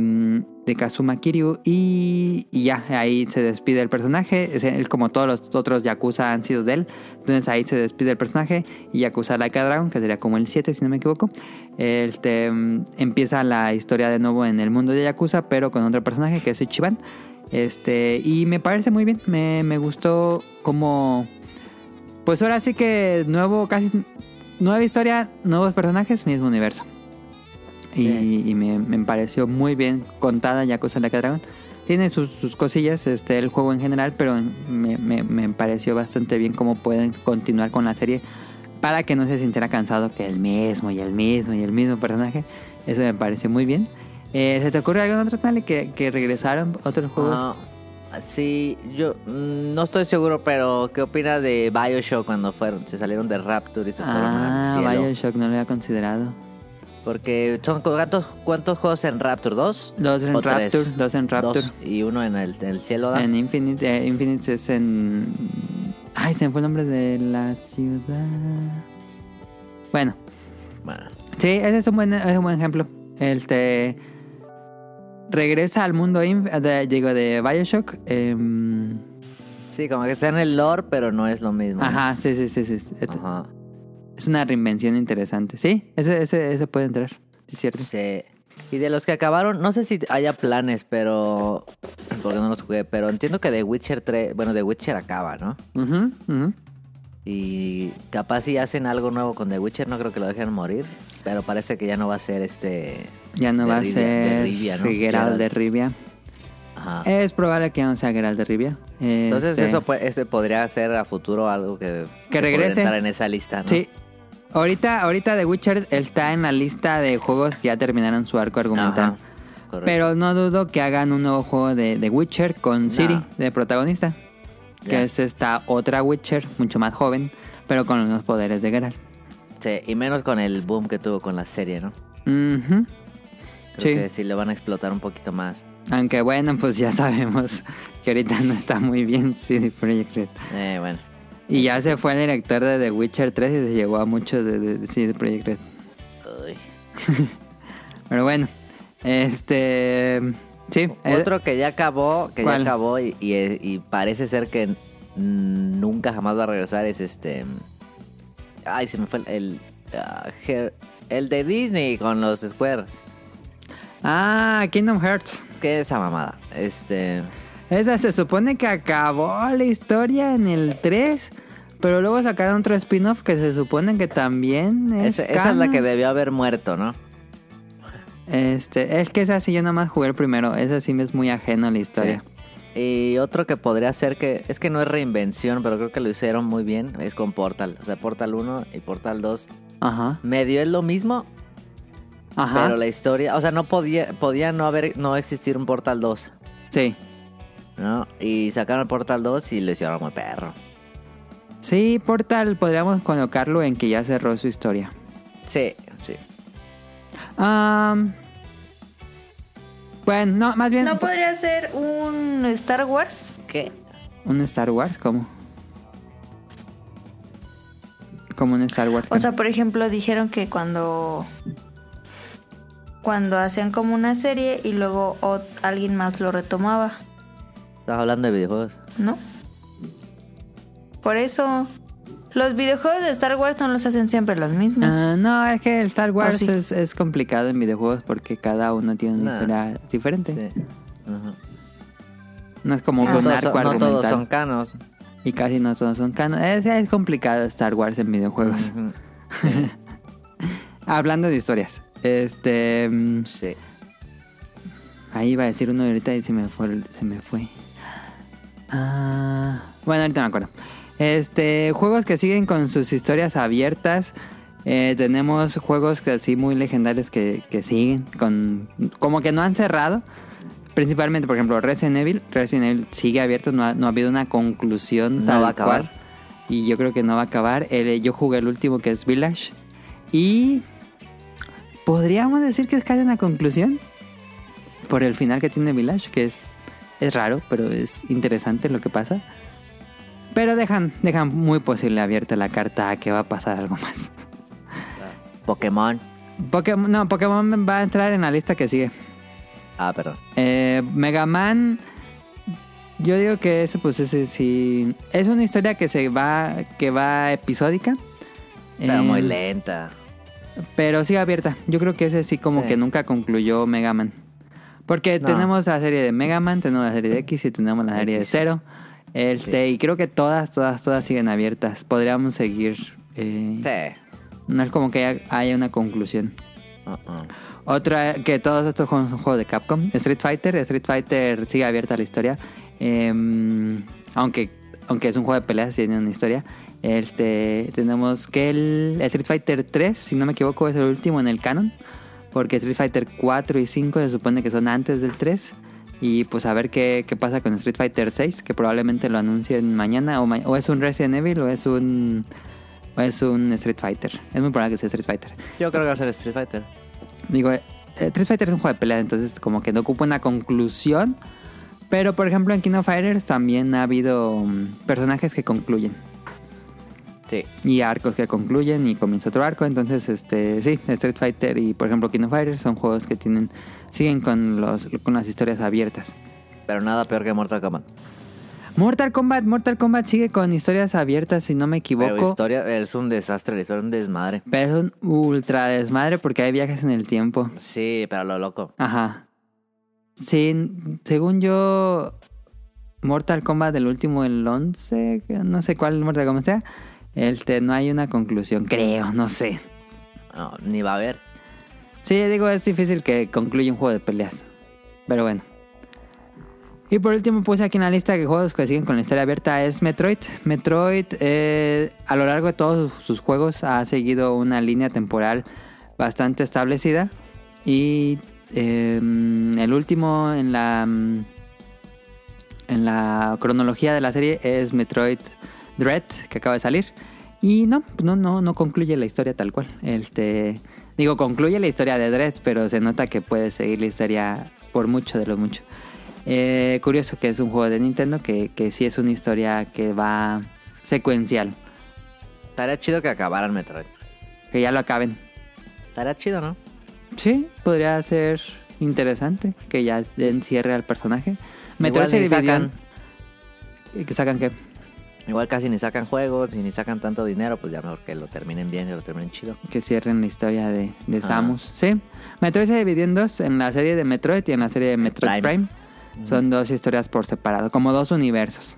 B: de Kazuma Kiryu, y, y ya, ahí se despide el personaje. Es él, como todos los otros Yakuza han sido de él, entonces ahí se despide el personaje. Y Yakuza Laika Dragon, que sería como el 7, si no me equivoco, este, mm, empieza la historia de nuevo en el mundo de Yakuza, pero con otro personaje que es Ichiban. Este, y me parece muy bien, me, me gustó como. Pues ahora sí que nuevo, casi nueva historia, nuevos personajes, mismo universo. Y,
C: Sí.
B: y me, me pareció muy bien contada Yakuza Like a Dragon. Tiene sus, sus cosillas, este, el juego en general, pero me, me- me pareció bastante bien cómo pueden continuar con la serie para que no se sintiera cansado que el mismo y el mismo y el mismo personaje. Eso me pareció muy bien. Eh, ¿Se te ocurre algún otro tal que, que regresaron otros juegos?
C: Ah, sí, yo mm, no estoy seguro, pero ¿qué opinas de Bioshock cuando fueron? Se salieron de Rapture y se fueron
B: Ah,
C: al cielo.
B: Bioshock no lo había considerado.
C: Porque son cuántos, cuántos juegos en Rapture, dos.
B: Dos en
C: ¿O
B: Rapture,
C: tres?
B: dos en Rapture.
C: Dos, y uno en el, en el cielo. ¿da?
B: En Infinite, eh, Infinite es en... Ay, se me fue el nombre de la ciudad. Bueno,
C: Bueno,
B: sí, ese es un buen, es un buen ejemplo. El te... Regresa al mundo, inf- de, digo, de Bioshock. em,
C: sí, como que está en el lore, pero no es lo mismo.
B: ajá, sí, sí, sí, sí. Et-
C: Ajá.
B: Es una reinvención interesante. Sí, ese, ese, ese puede entrar. Sí, es cierto.
C: Sí. Y de los que acabaron, no sé si haya planes, pero. Porque no los jugué, pero entiendo que The Witcher 3. Bueno, The Witcher acaba, ¿no?
B: Ujú, ujú.
C: Y capaz si hacen algo nuevo con The Witcher, no creo que lo dejen morir. Pero parece que ya no va a ser este.
B: Ya no
C: de
B: va
C: Rivia-
B: a ser
C: de Rivia, ¿no?
B: Geralt de Rivia.
C: Ajá.
B: Es probable que ya no sea Geralt de Rivia.
C: Entonces,
B: Este,
C: eso pues, ese podría ser a futuro algo que. podría
B: regrese.
C: Estar en esa lista, ¿no?
B: Sí. Ahorita, ahorita The Witcher está en la lista de juegos que ya terminaron su arco argumental.
C: Ajá, correcto.
B: Pero no dudo que hagan un nuevo juego de The Witcher con Siri de protagonista. Que
C: Ya.
B: es esta otra Witcher, mucho más joven, pero con los mismos poderes de Geralt.
C: Sí, y menos con el boom que tuvo con la serie, ¿no?
B: Ujú.
C: Creo
B: Sí.
C: que sí le van a explotar un poquito más.
B: Aunque bueno, pues ya sabemos que ahorita no está muy bien CD Projekt Red.
C: Eh, bueno.
B: Y ya se fue el director de The Witcher 3 y se llegó a mucho de, de- de CD Projekt Red.
C: Uy.
B: Pero bueno, este... Sí, eh,
C: Otro que ya acabó, que
B: ¿Cuál?
C: ya acabó y, y- eh, y parece ser que n- nunca jamás va a regresar es este... Ay, se me fue el... El, ah, Her- el de Disney con los Square.
B: Ah, Kingdom Hearts.
C: ¿Qué es esa mamada? Este...
B: Esa se supone que acabó la historia en el 3, pero luego sacaron otro spin-off que se supone que también es
C: ese- esa es la
B: canon.
C: que debió haber muerto, ¿no?
B: Este, es que esa sí yo nomás jugué el primero, esa sí me es muy ajeno a la historia.
C: Y otro que podría ser que... Es que no es reinvención, pero creo que lo hicieron muy bien. Es con Portal. O sea, Portal 1 y Portal 2.
B: Ajá.
C: Medio es lo mismo,
B: Ajá.
C: pero la historia... O sea, no podía, podía no, haber, no existir un Portal 2.
B: Sí.
C: ¿no? Y sacaron el Portal 2 y lo hicieron muy perro.
B: Sí, Portal podríamos colocarlo en que ya cerró su historia.
C: Sí, sí.
B: Am, bueno, no, más bien
A: ¿No podría ser un Star Wars?
C: ¿Qué?
B: un Star Wars, ¿cómo? Como un Star Wars.
A: O sea, por ejemplo, dijeron que cuando. Cuando hacían como una serie y luego ot- alguien más lo retomaba,
C: Estás hablando de videojuegos.
A: ¿no? Por eso. Los videojuegos de Star Wars no los hacen siempre los mismos.
B: Ah, no, es que el Star Wars
A: Oh, sí.
B: es, es complicado en videojuegos porque cada uno tiene una
C: Nah.
B: historia diferente.
C: Sí. Ajá.
B: No es como
C: No,
B: un
C: todos
B: Ah. arco
C: son, no todos
B: argumental.
C: son canos.
B: Y casi no todos son canon. Es, es complicado Star Wars en videojuegos.
C: Ujú.
B: Hablando de historias. Este. mm,
C: Sí.
B: Ahí iba a decir uno ahorita y se me fue. el- Se me fue. Ah, bueno, ahorita me acuerdo. Este, juegos que siguen con sus historias abiertas. Eh, tenemos juegos que así muy legendarios que, que siguen con... Como que no han cerrado. Principalmente, por ejemplo, Resident Evil. Resident Evil sigue abierto, no ha, no ha habido una conclusión
C: No
B: tal
C: va a acabar.
B: eh, cual. Y yo creo que no va a acabar. El- yo jugué el último que es Village. Y podríamos decir que es casi una conclusión por el final que tiene Village, que es, es raro, pero es interesante lo que pasa. Pero dejan, dejan muy posible abierta la carta a que va a pasar algo más.
C: Pokémon.
B: Pokémon, no, Pokémon va a entrar en la lista que sigue.
C: Ah, perdón.
B: Eh, Mega Man, yo digo que eso pues es, es, sí- es una historia que se va, que va episódica.
C: Pero
B: Eh,
C: muy lenta.
B: Pero sigue abierta. Yo creo que ese sí como
C: Sí.
B: que nunca concluyó Mega Man. Porque
C: No.
B: tenemos la serie de Mega Man, tenemos la serie de X y tenemos la serie de
C: X.
B: Zero. Este, Y creo que todas, todas, todas siguen abiertas. Podríamos seguir. eh,
C: Sí.
B: No es como que haya, haya una conclusión.
C: Uh-uh.
B: Otra, que todos estos juegos son juegos de Capcom. Street Fighter, Street Fighter sigue abierta la historia. Em, aunque, aunque es un juego de peleas, tiene una historia. Este, tenemos que el Street Fighter 3, si no me equivoco, es el último en el canon. Porque Street Fighter 4 y 5 se supone que son antes del 3. Y pues a ver qué, qué pasa con Street Fighter 6, que probablemente lo anuncien mañana. O, ma- o es un Resident Evil o es un, o es un Street Fighter. Es muy probable que sea Street Fighter.
C: Yo creo que va a ser Street Fighter.
B: Digo, eh, Street Fighter es un juego de pelea, entonces como que no ocupa una conclusión. Pero por ejemplo en King of Fighters también ha habido mm, personajes que concluyen.
C: Sí.
B: Y arcos que concluyen y comienza otro arco. Entonces, este, sí, Street Fighter y por ejemplo King of Fighters son juegos que tienen. siguen con los con las historias abiertas.
C: Pero nada peor que Mortal Kombat.
B: Mortal Kombat, Mortal Kombat sigue con historias abiertas, si no me
C: Pero
B: equivoco.
C: historia es un desastre, la historia es un desmadre.
B: Pero es un ultra desmadre porque hay viajes en el tiempo.
C: Sí, pero lo loco.
B: Ajá. Sí, según yo, Mortal Kombat, el último, el 11, no sé cuál Mortal Kombat sea, este, no hay una conclusión, creo, no sé.
C: No, ni va a haber.
B: Sí, digo, es difícil que concluya un juego de peleas. Pero bueno. Y por último puse aquí en la lista que juegos que siguen con la historia abierta es Metroid. Metroid eh, a lo largo de todos sus juegos ha seguido una línea temporal bastante establecida. Y eh, el último en la, em, en la cronología de la serie es Metroid Dread, que acaba de salir. Y no, pues no, no, no concluye la historia tal cual. Este, digo, concluye la historia de Dread, pero se nota que puede seguir la historia por mucho de lo mucho. Eh, curioso que es un juego de Nintendo que, que sí es una historia que va secuencial.
C: Estaría chido que acabaran Metroid.
B: Que ya lo acaben.
C: Estaría chido, ¿no?
B: Sí, podría ser interesante que ya den cierre al personaje. Metroid
C: Igual
B: se
C: y
B: dividió en-
C: sacan-
B: ¿Y que sacan qué?
C: Igual casi ni sacan juegos y ni sacan tanto dinero, pues ya mejor que lo terminen bien y lo terminen chido.
B: que cierren la historia de, de
C: Ah.
B: Samus. Sí, Metroid se dividió en dos, en la serie de Metroid y en la serie de Metroid Prime.
C: Prime.
B: Son dos historias por separado, como dos universos.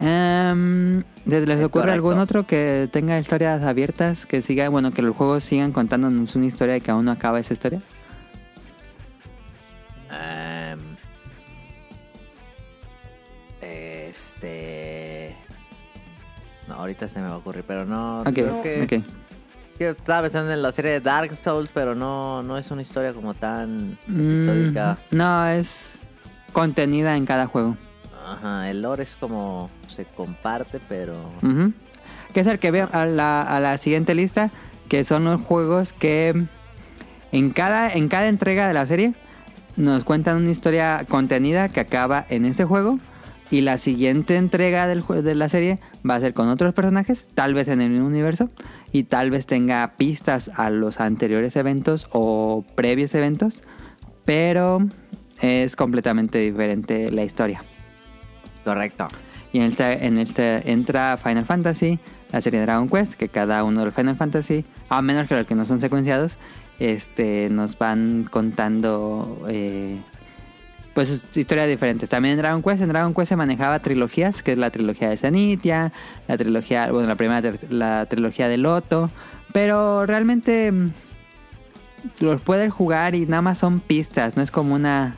B: Em, ¿Les les
C: Es
B: ocurre algún
C: correcto.
B: otro que tenga historias abiertas, que siga, bueno, que los juegos sigan contándonos una historia y que aún no acaba esa historia?
C: Em, este. No, ahorita se me va a ocurrir, pero no.
B: Ok,
C: creo que,
B: ok.
C: que estaba pensando en la serie de Dark Souls, pero no, no es una historia como tan
B: Mm,
C: histórica.
B: no, es contenida en cada juego.
C: Ajá, el lore es como se comparte, pero.
B: Ujú. Que es el que veo a la, a la siguiente lista, que son los juegos que en cada, en cada entrega de la serie nos cuentan una historia contenida que acaba en ese juego. Y la siguiente entrega del, jue- de la serie va a ser con otros personajes, tal vez en el mismo universo, y tal vez tenga pistas a los anteriores eventos o previos eventos, pero es completamente diferente la historia.
C: Correcto.
B: Y en este, en este entra Final Fantasy, la serie Dragon Quest, que cada uno de los Final Fantasy, a menos que los que no son secuenciados, este, nos van contando eh, pues historias diferentes. También en Dragon Quest, en Dragon Quest se manejaba trilogías, que es la trilogía de Zanitia, la trilogía, bueno, la primera, ter- la trilogía de Loto, pero realmente mm, los puedes jugar y nada más son pistas, no es como una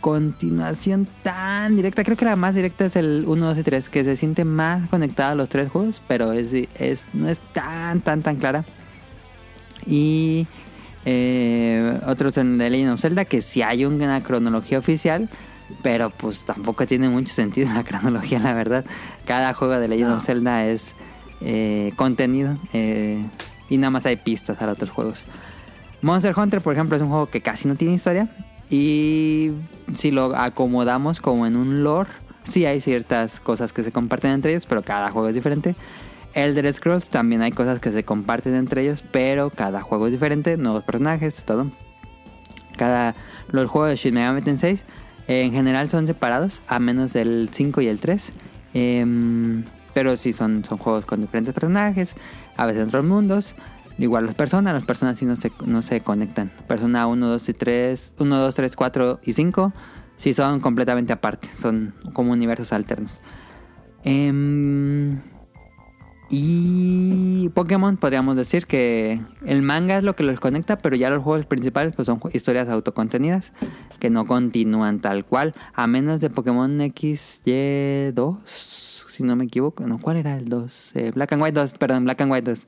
B: continuación tan directa. Creo que la más directa es el 1, 2 y 3, que se siente más conectada a los tres juegos, pero es, es, no es tan, tan, tan clara. Y eh, otro son The Legend of Zelda, que sí hay una cronología oficial, pero pues tampoco tiene mucho sentido la cronología, la verdad. Cada juego de Legend of Zelda es eh, contenido eh, y nada más hay pistas para otros juegos. Monster Hunter, por ejemplo, es un juego que casi no tiene historia y si lo acomodamos como en un lore, sí hay ciertas cosas que se comparten entre ellos, pero cada juego es diferente. Elder Scrolls también hay cosas que se comparten entre ellos, pero cada juego es diferente, nuevos personajes, todo cada los juegos de Shin Megami Tensei eh, en general son separados a menos del 5 y el 3 Em, pero sí son, son juegos con diferentes personajes a veces otros mundos igual las personas las personas sí no se, no se conectan persona 1, 2 y 3 1, 2, 3, 4 y 5 sí son completamente aparte son como universos alternos Em, y Pokémon podríamos decir que el manga es lo que los conecta, pero ya los juegos principales pues son ju- historias autocontenidas que no continúan tal cual, a menos de Pokémon XY2, si no me equivoco, no, ¿cuál era el 2? Eh, Black and White 2, perdón, Black and White 2.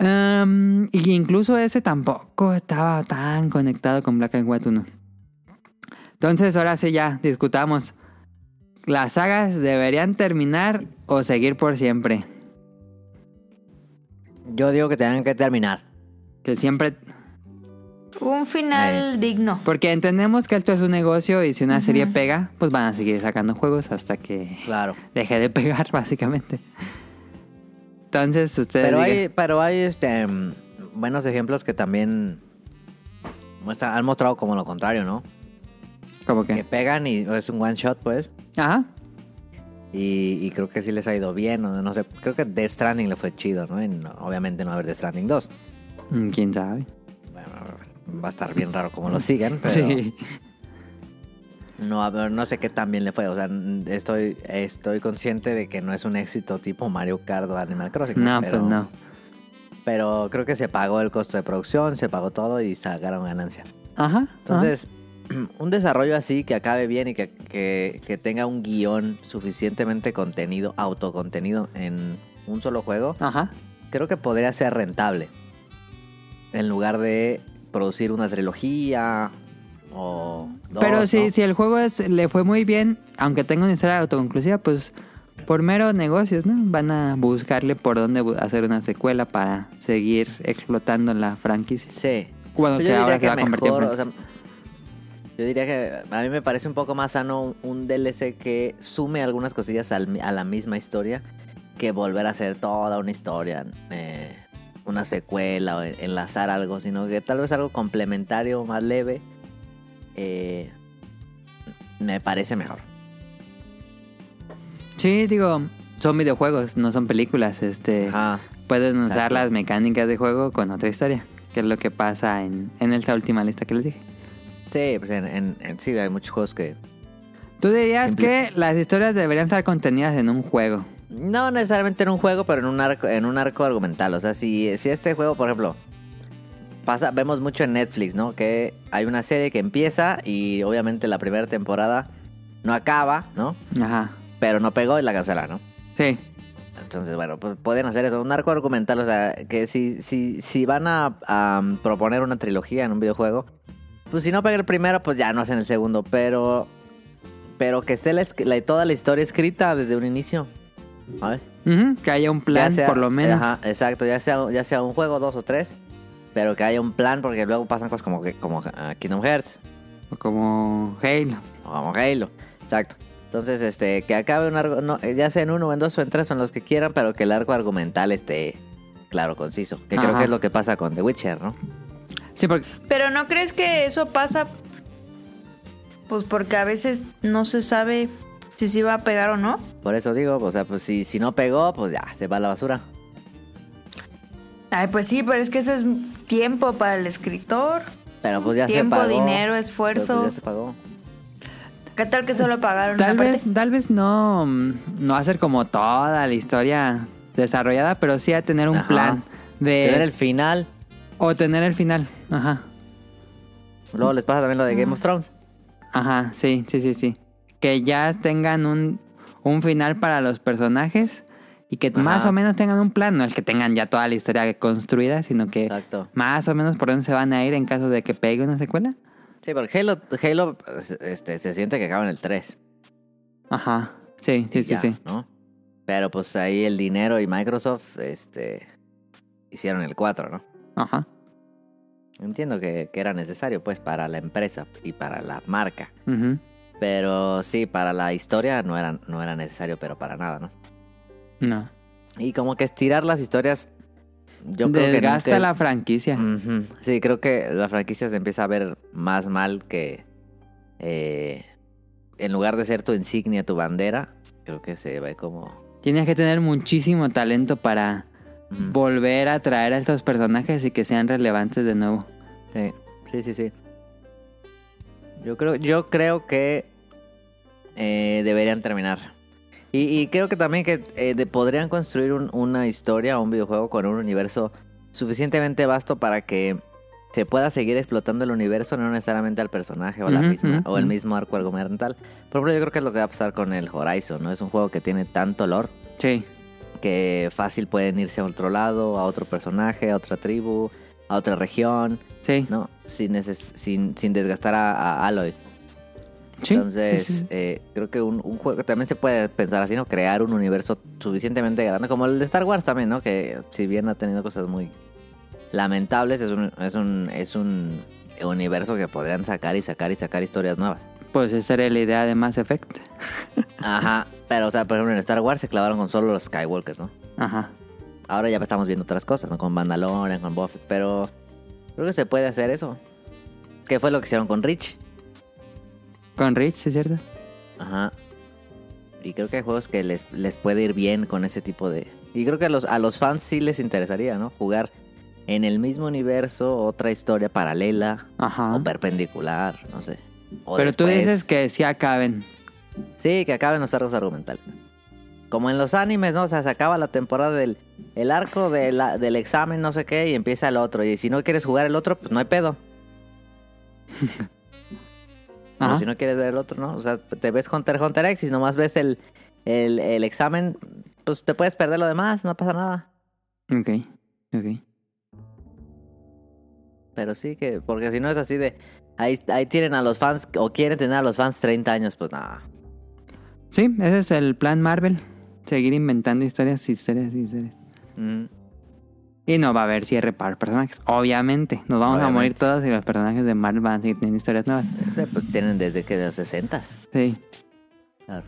B: Em, y incluso ese tampoco estaba tan conectado con Black and White 1. Entonces ahora sí ya discutamos las sagas deberían terminar o seguir por siempre.
C: Yo digo que tengan que terminar.
B: Que siempre.
A: Un final digno.
B: Porque entendemos que esto es un negocio y si una serie pega, pues van a seguir sacando juegos hasta que
C: Claro.
B: deje de pegar, básicamente. Entonces, ustedes.
C: Pero
B: digan-
C: hay, pero hay este mm, buenos ejemplos que también muestra- han mostrado como lo contrario, ¿no?
B: ¿Cómo
C: Que
B: que?
C: pegan y es un one shot, pues.
B: Ajá.
C: Y, y creo que sí les ha ido bien, o no sé. Creo que Death Stranding le fue chido, ¿no? Y no- obviamente no va a haber Death Stranding 2.
B: Mm, Quién sabe.
C: Va a estar bien raro como lo sigan, pero
B: Sí.
C: no, va a haber- no sé qué tan bien le fue. O sea, mm, estoy, estoy consciente de que no es un éxito tipo Mario Kart o Animal Crossing.
B: No,
C: pero,
B: pues no.
C: Pero creo que se pagó el costo de producción, se pagó todo y sacaron ganancia.
B: Ajá. ajá.
C: Entonces, un desarrollo así que acabe bien y que, que- que tenga un guión suficientemente contenido, autocontenido en un solo juego,
B: Ajá.
C: creo que podría ser rentable. En lugar de producir una trilogía o... dos,
B: Pero si,
C: ¿no?
B: si el juego es- le fue muy bien, aunque tenga una historia autoconclusiva, pues por mero negocios, ¿no? Van a buscarle por dónde bu- hacer una secuela para seguir explotando la franquicia.
C: Sí.
B: Bueno,
C: Pero
B: que
C: Pues yo
B: ahora
C: diría
B: se
C: que
B: va a convertir en
C: mejor, o sea, yo diría que a mí me parece un poco más sano un- un DLC que sume algunas cosillas al mi- a la misma historia que volver a hacer toda una historia, eh, una secuela o en- enlazar algo, sino que tal vez algo complementario, más leve, eh, me parece mejor.
B: Sí, digo, son videojuegos, no son películas. Este,
C: Ajá.
B: pueden usar
C: exacto.
B: las mecánicas de juego con otra historia, que es lo que pasa en, en esta última lista que les dije.
C: Sí, pues en, en- en- sí, hay muchos juegos que...
B: ¿Tú dirías
C: Simple.
B: que las historias deberían estar contenidas en un juego?
C: No necesariamente en un juego, pero en un arco, en un arco argumental. O sea, si, si este juego, por ejemplo, pasa, vemos mucho en Netflix, ¿no? Que hay una serie que empieza y obviamente la primera temporada no acaba, ¿no?
B: Ajá.
C: Pero no pegó y la cancela, ¿no?
B: Sí.
C: Entonces, bueno, pues pueden hacer eso, un arco argumental, o sea, que si, si, si van a, a, um, proponer una trilogía en un videojuego, pues si no pega el primero, pues ya no hacen el segundo, pero pero que esté la, esc- la- toda la historia escrita desde un inicio. A ver.
B: Ujú, que haya un
C: Ya
B: plan,
C: sea-
B: por lo menos.
C: Ajá, exacto, ya sea, ya sea un juego, dos o tres, pero que haya un plan, porque luego pasan cosas como, que- como ah, Kingdom Hearts
B: O Como Halo.
C: o como Halo. Exacto. Entonces, este, que acabe un arco, no, ya sea en uno, o en dos o en tres, o en los que quieran, pero que el arco argumental esté claro, conciso. Que creo
B: Ajá.
C: que es lo que pasa con The Witcher, ¿no?
B: Sí, porque
A: Pero ¿no crees que eso pasa? Pues porque a veces no se sabe si se va a pegar o no.
C: Por eso digo, o sea, pues si, si no pegó, pues ya, se va a la basura.
A: Ay, pues sí, pero es que eso es tiempo para el escritor.
C: Pero pues ya
A: Tiempo,
C: se pagó.
A: dinero, esfuerzo.
C: Pero, pues, ya se pagó.
A: ¿Qué tal que solo pagaron
B: Tal
A: una
B: vez,
A: parte?
B: tal vez no, mm, no hacer como toda la historia desarrollada, pero sí a tener un
C: Ajá.
B: plan de
C: Tener el final.
B: o tener el final. Ajá.
C: Luego les pasa también lo de
A: Ah.
C: Game of Thrones.
B: Ajá, sí, sí, sí, sí. Que ya tengan un, un final para los personajes y que
C: Ajá.
B: más o menos tengan un plan, no el que tengan ya toda la historia construida, sino que
C: Exacto.
B: más o menos por dónde se van a ir en caso de que pegue una secuela.
C: Sí, porque Halo, Halo este, se siente que acaba en el 3.
B: Ajá. Sí,
C: y
B: sí, sí,
C: ya,
B: sí.
C: ¿no? Pero pues ahí el dinero y Microsoft este, hicieron el 4, ¿no?
B: Ajá.
C: Entiendo que, que era necesario pues para la empresa y para la marca.
B: ujú.
C: Pero sí, para la historia no era, no era necesario, pero para nada, ¿no?
B: No.
C: Y como que estirar las historias, yo creo que...
B: Desgasta
C: nunca- Mm.
B: la franquicia.
C: Ujú. Sí, creo que la franquicia se empieza a ver más mal que... eh, en lugar de ser tu insignia, tu bandera, creo que se ve como...
B: Tienes que tener muchísimo talento para
C: Ujú.
B: volver a traer a estos personajes y que sean relevantes de nuevo.
C: Sí, sí, sí, sí. Yo creo, yo creo que eh, deberían terminar. Y, y creo que también que eh, de- podrían construir un- una historia o un videojuego con un universo suficientemente vasto para que se pueda seguir explotando el universo, no necesariamente al personaje o, la
B: Ujú,
C: misma,
B: ujú,
C: o el
B: ujú.
C: mismo arco argumental. Por ejemplo, yo creo que es lo que va a pasar con el Horizon, ¿no? Es un juego que tiene tanto lore
B: Sí.
C: que fácil pueden irse a otro lado, a otro personaje, a otra tribu, a otra región.
B: Sí.
C: ¿no? Sin, neces- sin, sin desgastar a, a Aloy.
B: Sí,
C: Entonces,
B: sí, sí.
C: eh, creo que un, un juego también se puede pensar así, ¿no? Crear un universo suficientemente grande, como el de Star Wars también, ¿no? Que si bien ha tenido cosas muy lamentables, es un, es un, es un universo que podrían sacar y sacar y sacar historias nuevas.
B: Pues esa era la idea de Mass Effect.
C: Ajá, pero, o sea, por ejemplo, en Star Wars se clavaron con solo los Skywalkers, ¿no?
B: Ajá.
C: Ahora ya estamos viendo otras cosas, ¿no? Con Mandalorian, con Buffy, pero creo que se puede hacer eso. ¿Qué fue lo que hicieron con Rich?
B: Con Rich, ¿sí ¿es cierto?
C: Ajá. Y creo que hay juegos que les, les puede ir bien con ese tipo de... Y creo que a los, a los fans sí les interesaría, ¿no? Jugar en el mismo universo otra historia paralela
B: Ajá.
C: o perpendicular, no sé. O
B: Pero tú
C: después-
B: dices que sí acaben.
C: Sí, que acaben los arcos argumentales. Como en los animes, ¿no? O sea, se acaba la temporada del el arco de la- del examen, no sé qué, y empieza el otro. Y si no quieres jugar el otro, pues no hay pedo. No,
B: Ajá.
C: si no quieres ver el otro, ¿no? O sea, te ves Hunter x Hunter X y nomás ves el, el, el examen, pues te puedes perder lo demás, no pasa nada.
B: Ok. Ok.
C: Pero sí que, porque si no es así de, ahí, ahí tienen a los fans, o quieren tener a los fans 30 años, pues nada.
B: Sí, ese es el plan Marvel. Seguir inventando historias, historias, historias.
C: Mm,
B: Y no va a haber cierre para personajes. Obviamente. Nos vamos a
C: Obviamente.
B: morir todos y los personajes de Marvel van a seguir teniendo historias nuevas.
C: o sea, pues tienen desde que de los 60.
B: Sí.
C: Claro.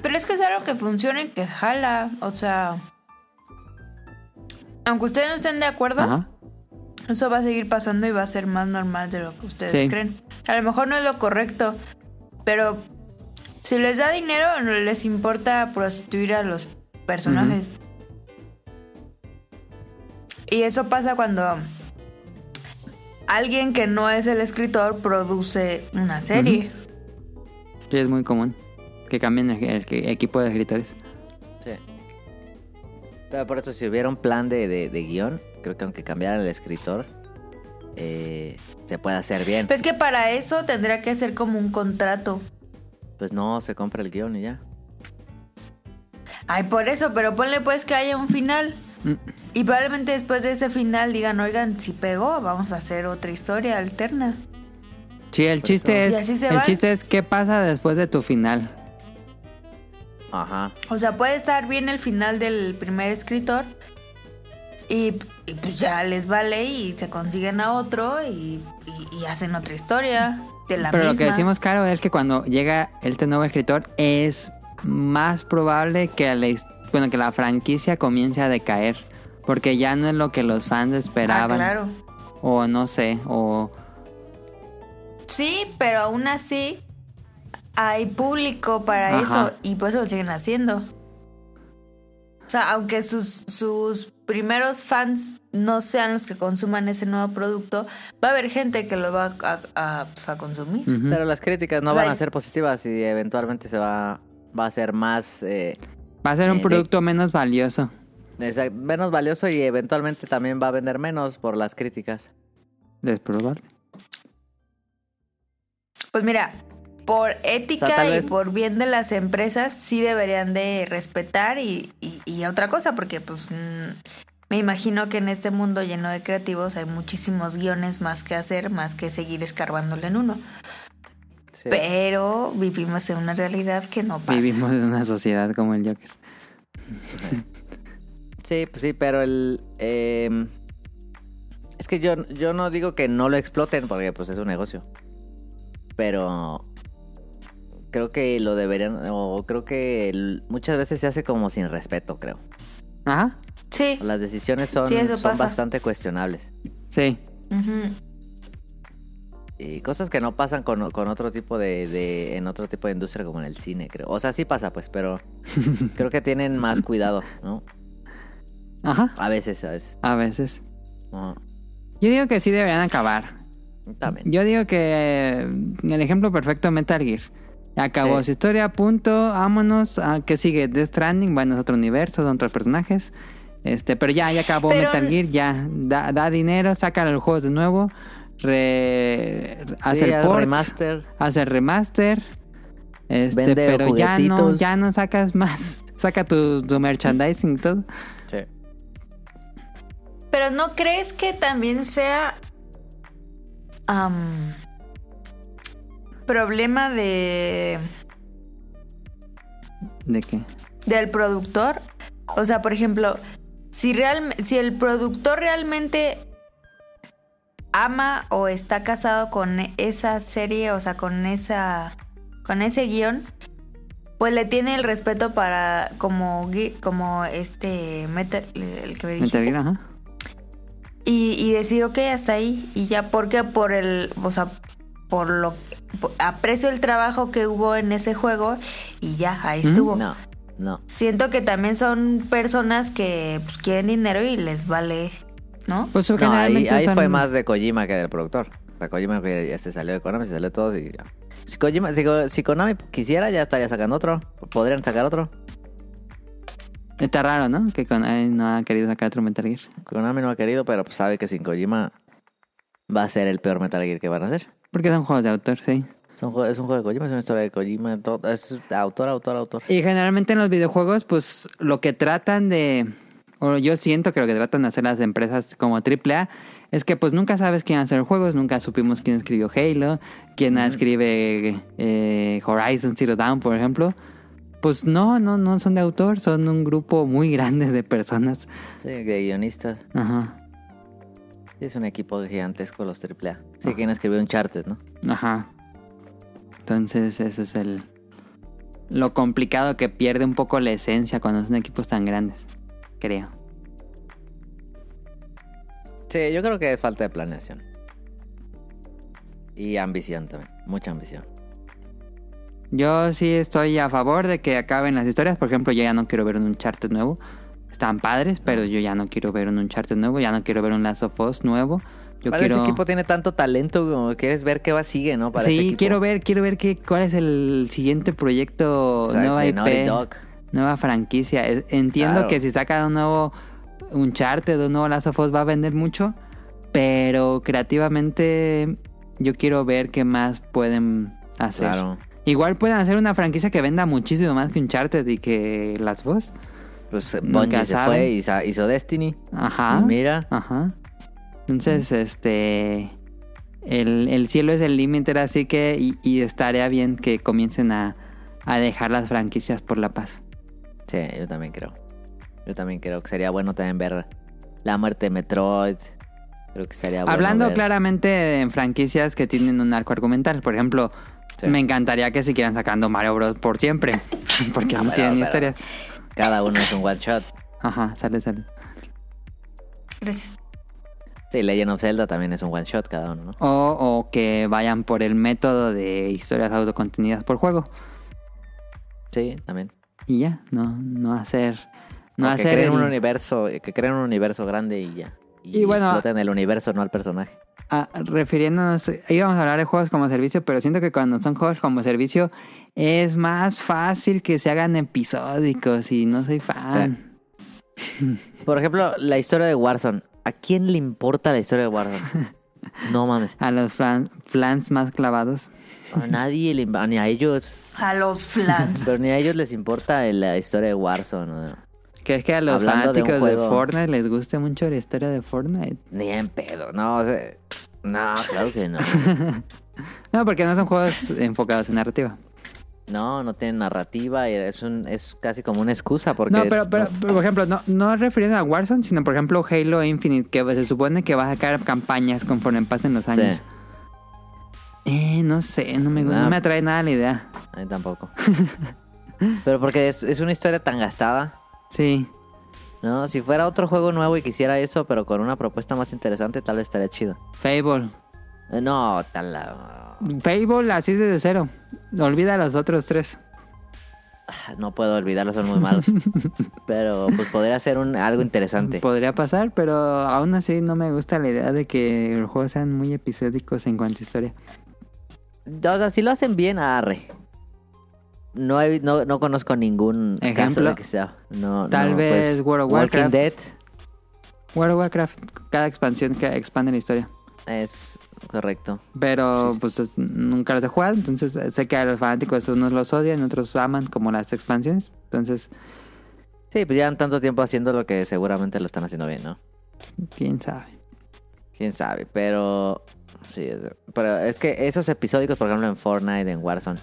A: Pero es que es algo que funciona y que jala. O sea. Aunque ustedes no estén de acuerdo,
B: Ajá.
A: eso va a seguir pasando y va a ser más normal de lo que ustedes
B: Sí.
A: creen. A lo mejor no es lo correcto, pero si les da dinero, no les importa prostituir a los personajes. Y eso pasa cuando alguien que no es el escritor produce una serie.
B: Sí, es muy común que cambien el, el- el equipo de escritores.
C: Sí. Pero por eso, si hubiera un plan de, de, de guión, creo que aunque cambiaran el escritor, eh, se puede hacer bien.
A: Pues que para eso tendría que ser como un contrato.
C: Pues no, se compra el guión y ya.
A: Ay, por eso, pero ponle pues que haya un final.
B: Mm.
A: Y probablemente después de ese final digan, oigan, si pegó, vamos a hacer otra historia alterna.
B: Sí, el chiste
A: eso.
B: es.
A: Y así se
B: el
A: van.
B: chiste es qué pasa después de tu final.
C: Ajá.
A: O sea, puede estar bien el final del primer escritor y, y, pues ya les vale y se consiguen a otro y, y- y hacen otra historia de la
B: Pero
A: misma.
B: lo que decimos, Caro, es que cuando llega este nuevo escritor es más probable que la, his- bueno, que la franquicia comience a decaer. Porque ya no es lo que los fans
A: Ah,
B: esperaban.
A: claro.
B: O no sé, o...
A: Sí, pero aún así hay público para
B: Ajá.
A: eso y por eso lo siguen haciendo. O sea, aunque sus, sus primeros fans no sean los que consuman ese nuevo producto, va a haber gente que lo va a, a- a, pues, a consumir.
B: Ujú.
C: Pero las críticas no
A: O sea,
C: van a
A: y-
C: ser positivas y eventualmente se va, va a ser más eh,
B: Va a ser un
C: Eh,
B: producto menos valioso.
C: desa- menos valioso y eventualmente también va a vender menos por las críticas.
B: Desprobable.
A: Pues mira, por ética
C: O sea, tal
A: y
C: vez-
A: por bien de las empresas sí deberían de respetar y, y- y otra cosa, porque pues mm, me imagino que en este mundo lleno de creativos hay muchísimos guiones más que hacer, más que seguir escarbándole en uno.
C: Sí.
A: Pero vivimos en una realidad que no pasa.
B: Vivimos en una sociedad como el Joker.
C: Sí, pues sí, pero el... eh, es que yo, yo no digo que no lo exploten porque pues es un negocio. Pero creo que lo deberían, o creo que el- muchas veces se hace como sin respeto, creo.
B: Ajá.
A: Sí.
C: Las decisiones son,
A: Sí, eso
C: son
A: pasa.
C: bastante cuestionables.
B: Sí.
A: Ujú.
C: Y cosas que no pasan con, con otro tipo de, de- en otro tipo de industria como en el cine, creo. O sea, sí pasa, pues, pero creo que tienen más cuidado, ¿no?
B: Ajá.
C: A veces, a veces.
B: A veces.
C: Ajá.
B: Yo digo que sí deberían acabar.
C: También.
B: Yo digo que eh, el ejemplo perfecto Metal Gear. Acabó
C: Sí.
B: su historia, punto, vámonos. ¿A ¿Qué sigue? Death Stranding, bueno, es otro universo, son otros personajes. Este, pero ya, ya acabó
A: Pero-
B: Metal Gear, ya. Da, da dinero, saca los juegos de nuevo, re, re- hace
C: Sí,
B: el
C: al
B: port,
C: remaster.
B: hace el remaster. Este,
C: Vende
B: pero ya no,
C: juguetitos.
B: ya no sacas más. Saca tu, tu merchandising y todo.
C: Sí.
A: Pero ¿no crees que también sea am, problema de
B: ¿De qué?
A: del productor? O sea, por ejemplo, si real, si el productor realmente ama o está casado con esa serie, o sea, con esa con ese guión, pues le tiene el respeto para como gui- como este metal, el que me dijiste.
B: Metal Gear, ajá.
A: y, y decir, ok, hasta ahí. Y ya, porque por el, o sea, por lo por- aprecio el trabajo que hubo en ese juego y ya, ahí
B: ¿Mm?
A: estuvo.
C: No, no.
A: Siento que también son personas que pues, quieren dinero y les vale, ¿no?
B: Pues
C: No, ahí,
B: generalmente
C: ahí
B: son-
C: fue más de Kojima que del productor. O sea, Kojima que ya se salió de Konami, se salió de todos y ya. Si, Kojima, si, Ko- si Konami quisiera, ya estaría sacando otro. Podrían sacar otro.
B: Está raro, ¿no? Que con, ay, no ha querido sacar otro Metal Gear.
C: Konami no ha querido, pero pues sabe que sin Kojima va a ser el peor Metal Gear que van a hacer.
B: Porque son juegos de autor, sí.
C: Es un, juego, es un juego de Kojima, es una historia de Kojima. todo- es autor, autor, autor.
B: Y generalmente en los videojuegos, pues lo que tratan de. O yo siento que lo que tratan de hacer las empresas como AAA es que pues nunca sabes quién hace los juegos, nunca supimos quién escribió Halo, quién escribe eh, Horizon Zero Dawn, por ejemplo. Pues no, no, no son de autor, son un grupo muy grande de personas.
C: Sí, de guionistas.
B: Ajá,
C: Sí, es un equipo gigantesco los AAA.
B: Ah.
C: Sí, quien escribió Uncharted, ¿no?
B: ajá. Entonces eso es el... Lo complicado que pierde un poco la esencia cuando son equipos tan grandes, creo.
C: Sí, yo creo que es falta de planeación. Y ambición también. Mucha ambición.
B: Yo sí estoy a favor de que acaben las historias. Por ejemplo, yo ya no quiero ver un Uncharted nuevo. Están padres, pero yo ya no quiero ver un Uncharted nuevo. Ya no quiero ver un Last of Us nuevo. Yo
C: Para
B: quiero...
C: ese equipo tiene tanto talento como quieres ver qué va sigue, ¿no? Para ese
B: sí,
C: equipo.
B: quiero ver, quiero ver que, cuál es el siguiente proyecto,
C: O sea,
B: nueva
C: de
B: IP,
C: Naughty Dog.
B: nueva franquicia. Es- Entiendo
C: Claro.
B: que si saca un nuevo Uncharted, un nuevo Last of Us va a vender mucho, pero creativamente yo quiero ver qué más pueden hacer.
C: Claro.
B: Igual pueden hacer una franquicia que venda muchísimo más que Uncharted y que Las Voz.
C: Pues eh,
B: Nunca
C: Bungie se
B: saben. Ah.
C: fue y sa- hizo Destiny.
B: Ajá.
C: Y Ah, mira.
B: Ajá. Entonces, este. El, el cielo es el límite, era así que. Y, y estaría bien que comiencen a, a dejar las franquicias por la paz.
C: Sí, yo también creo. Yo también creo que sería bueno también ver la muerte de Metroid. Creo que sería Ah, bueno.
B: Hablando
C: ver-
B: claramente de franquicias que tienen un arco argumental. Por ejemplo,
C: Sí.
B: me encantaría que siguieran sacando Mario Bros. por siempre. Porque no,
C: pero-
B: tienen
C: pero-
B: historias.
C: Cada uno es un one shot.
B: Ajá, sale, sale.
A: Gracias.
C: Sí, Legend of Zelda también es un one shot cada uno, ¿no?
B: O, o que vayan por el método de historias autocontenidas por juego.
C: Sí, también.
B: Y ya, no, no hacer. No
C: O que
B: hacer.
C: creen un
B: el-
C: universo, que creen un universo grande y ya.
B: Y bueno-
C: exploten el universo, no al personaje.
B: ah, refiriéndonos. Íbamos a hablar de juegos como servicio, pero siento que cuando son juegos como servicio es más fácil que se hagan episódicos y no soy fan.
C: Por ejemplo, la historia de Warzone. ¿A quién le importa la historia de Warzone? No mames.
B: A los flan- flans más clavados.
C: A nadie le imp- ni a ellos.
A: A los flans.
C: Pero ni a ellos les importa la historia de Warzone. ¿no?
B: ¿Crees que a los
C: Hablando de un
B: fanáticos de,
C: juego-
B: Fortnite les guste mucho la historia de Fortnite?
C: Ni en pedo. No, o sea, no, claro que no.
B: No, porque no son juegos enfocados en narrativa.
C: No, no tiene narrativa y es un es casi como una excusa porque
B: No, pero, pero, pero, por ejemplo, no, no refiriendo a Warzone, sino por ejemplo Halo Infinite, que se supone que va a sacar campañas conforme pasen los
C: Sí,
B: años. Eh, no sé, no me, no
C: Nah.
B: me atrae nada la idea.
C: a mí tampoco. pero porque es, es una historia tan gastada,
B: Sí.
C: ¿no? Si fuera otro juego nuevo y quisiera eso, pero con una propuesta más interesante, tal vez estaría chido.
B: Fable.
C: Eh, No, tal la-
B: Fable así desde cero. Olvida a los otros tres.
C: Ah, no puedo olvidarlo, son muy malos. pero pues podría ser un algo interesante.
B: Podría pasar, pero aún así no me gusta la idea de que los juegos sean muy episódicos en cuanto a historia.
C: O sea, si lo hacen bien, arre. No, he- no, no conozco ningún
B: Ejemplo.
C: caso de que sea. No,
B: Tal
C: no,
B: vez
C: pues,
B: World of
C: Walking
B: Warcraft.
C: Dead
B: World of Warcraft, cada expansión que expande la historia.
C: es correcto.
B: Pero pues es- nunca los he jugado, entonces eh, sé que a los fanáticos unos los odian, otros aman, como las expansiones. Entonces,
C: Sí, pues llevan tanto tiempo haciendo lo que seguramente lo están haciendo bien, ¿no?
B: quién sabe.
C: Quién sabe, pero. Sí, es- pero es que esos episódicos, por ejemplo, en Fortnite, en Warzone,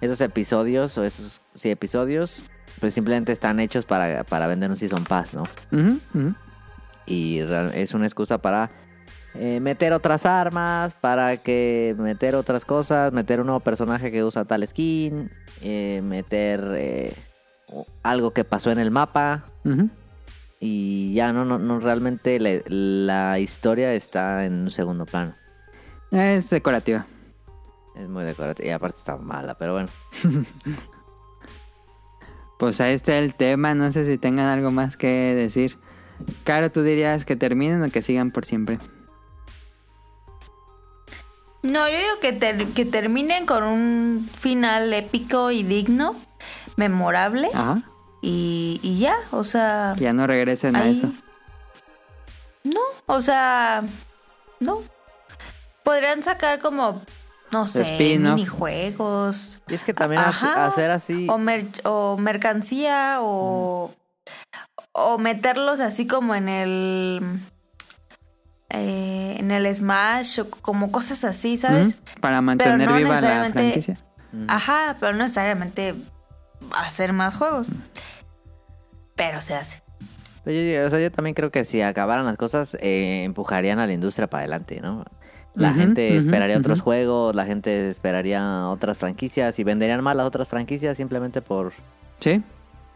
C: esos episodios, o esos, sí, episodios, pues simplemente están hechos para, para vender un Season Pass, ¿no?
B: Ujú, ujú.
C: Y real- es una excusa para eh, meter otras armas, para que meter otras cosas, meter un nuevo personaje que usa tal skin, eh, meter eh, o- algo que pasó en el mapa.
B: Ujú.
C: Y ya no, no, no realmente le- la historia está en un segundo plano.
B: Es decorativa.
C: Es muy decorativo. Y aparte está mala, pero bueno.
B: Pues ahí está el tema, no sé si tengan algo más que decir. Caro, ¿tú dirías que terminen o que sigan por siempre?
A: No, yo digo que, ter- que terminen con un final épico y digno, memorable,
B: Ajá.
A: y, y ya, o sea...
B: que Ah. Ya no regresen a
A: ahí-
B: eso.
A: No, o sea, no. Podrían sacar como, no sé,
B: Spin-off.
A: minijuegos.
C: Y es que también hace-
A: Ajá.
C: hacer así.
A: O, mer- o mercancía o, o meterlos así como en el... eh, en el Smash o como cosas así, ¿sabes?
B: Ujú. Para mantener
A: no
B: viva la
A: necesariamente-
B: franquicia.
A: Ajá, pero no necesariamente hacer más juegos. Pero se hace.
C: Pero Pues yo, digo, o sea, yo también creo que si acabaran las cosas, eh, empujarían a la industria para adelante, ¿no? La
B: Ujú,
C: gente
B: ujú,
C: esperaría otros
B: ujú.
C: juegos, la gente esperaría otras franquicias y venderían más las otras franquicias simplemente por
B: Sí.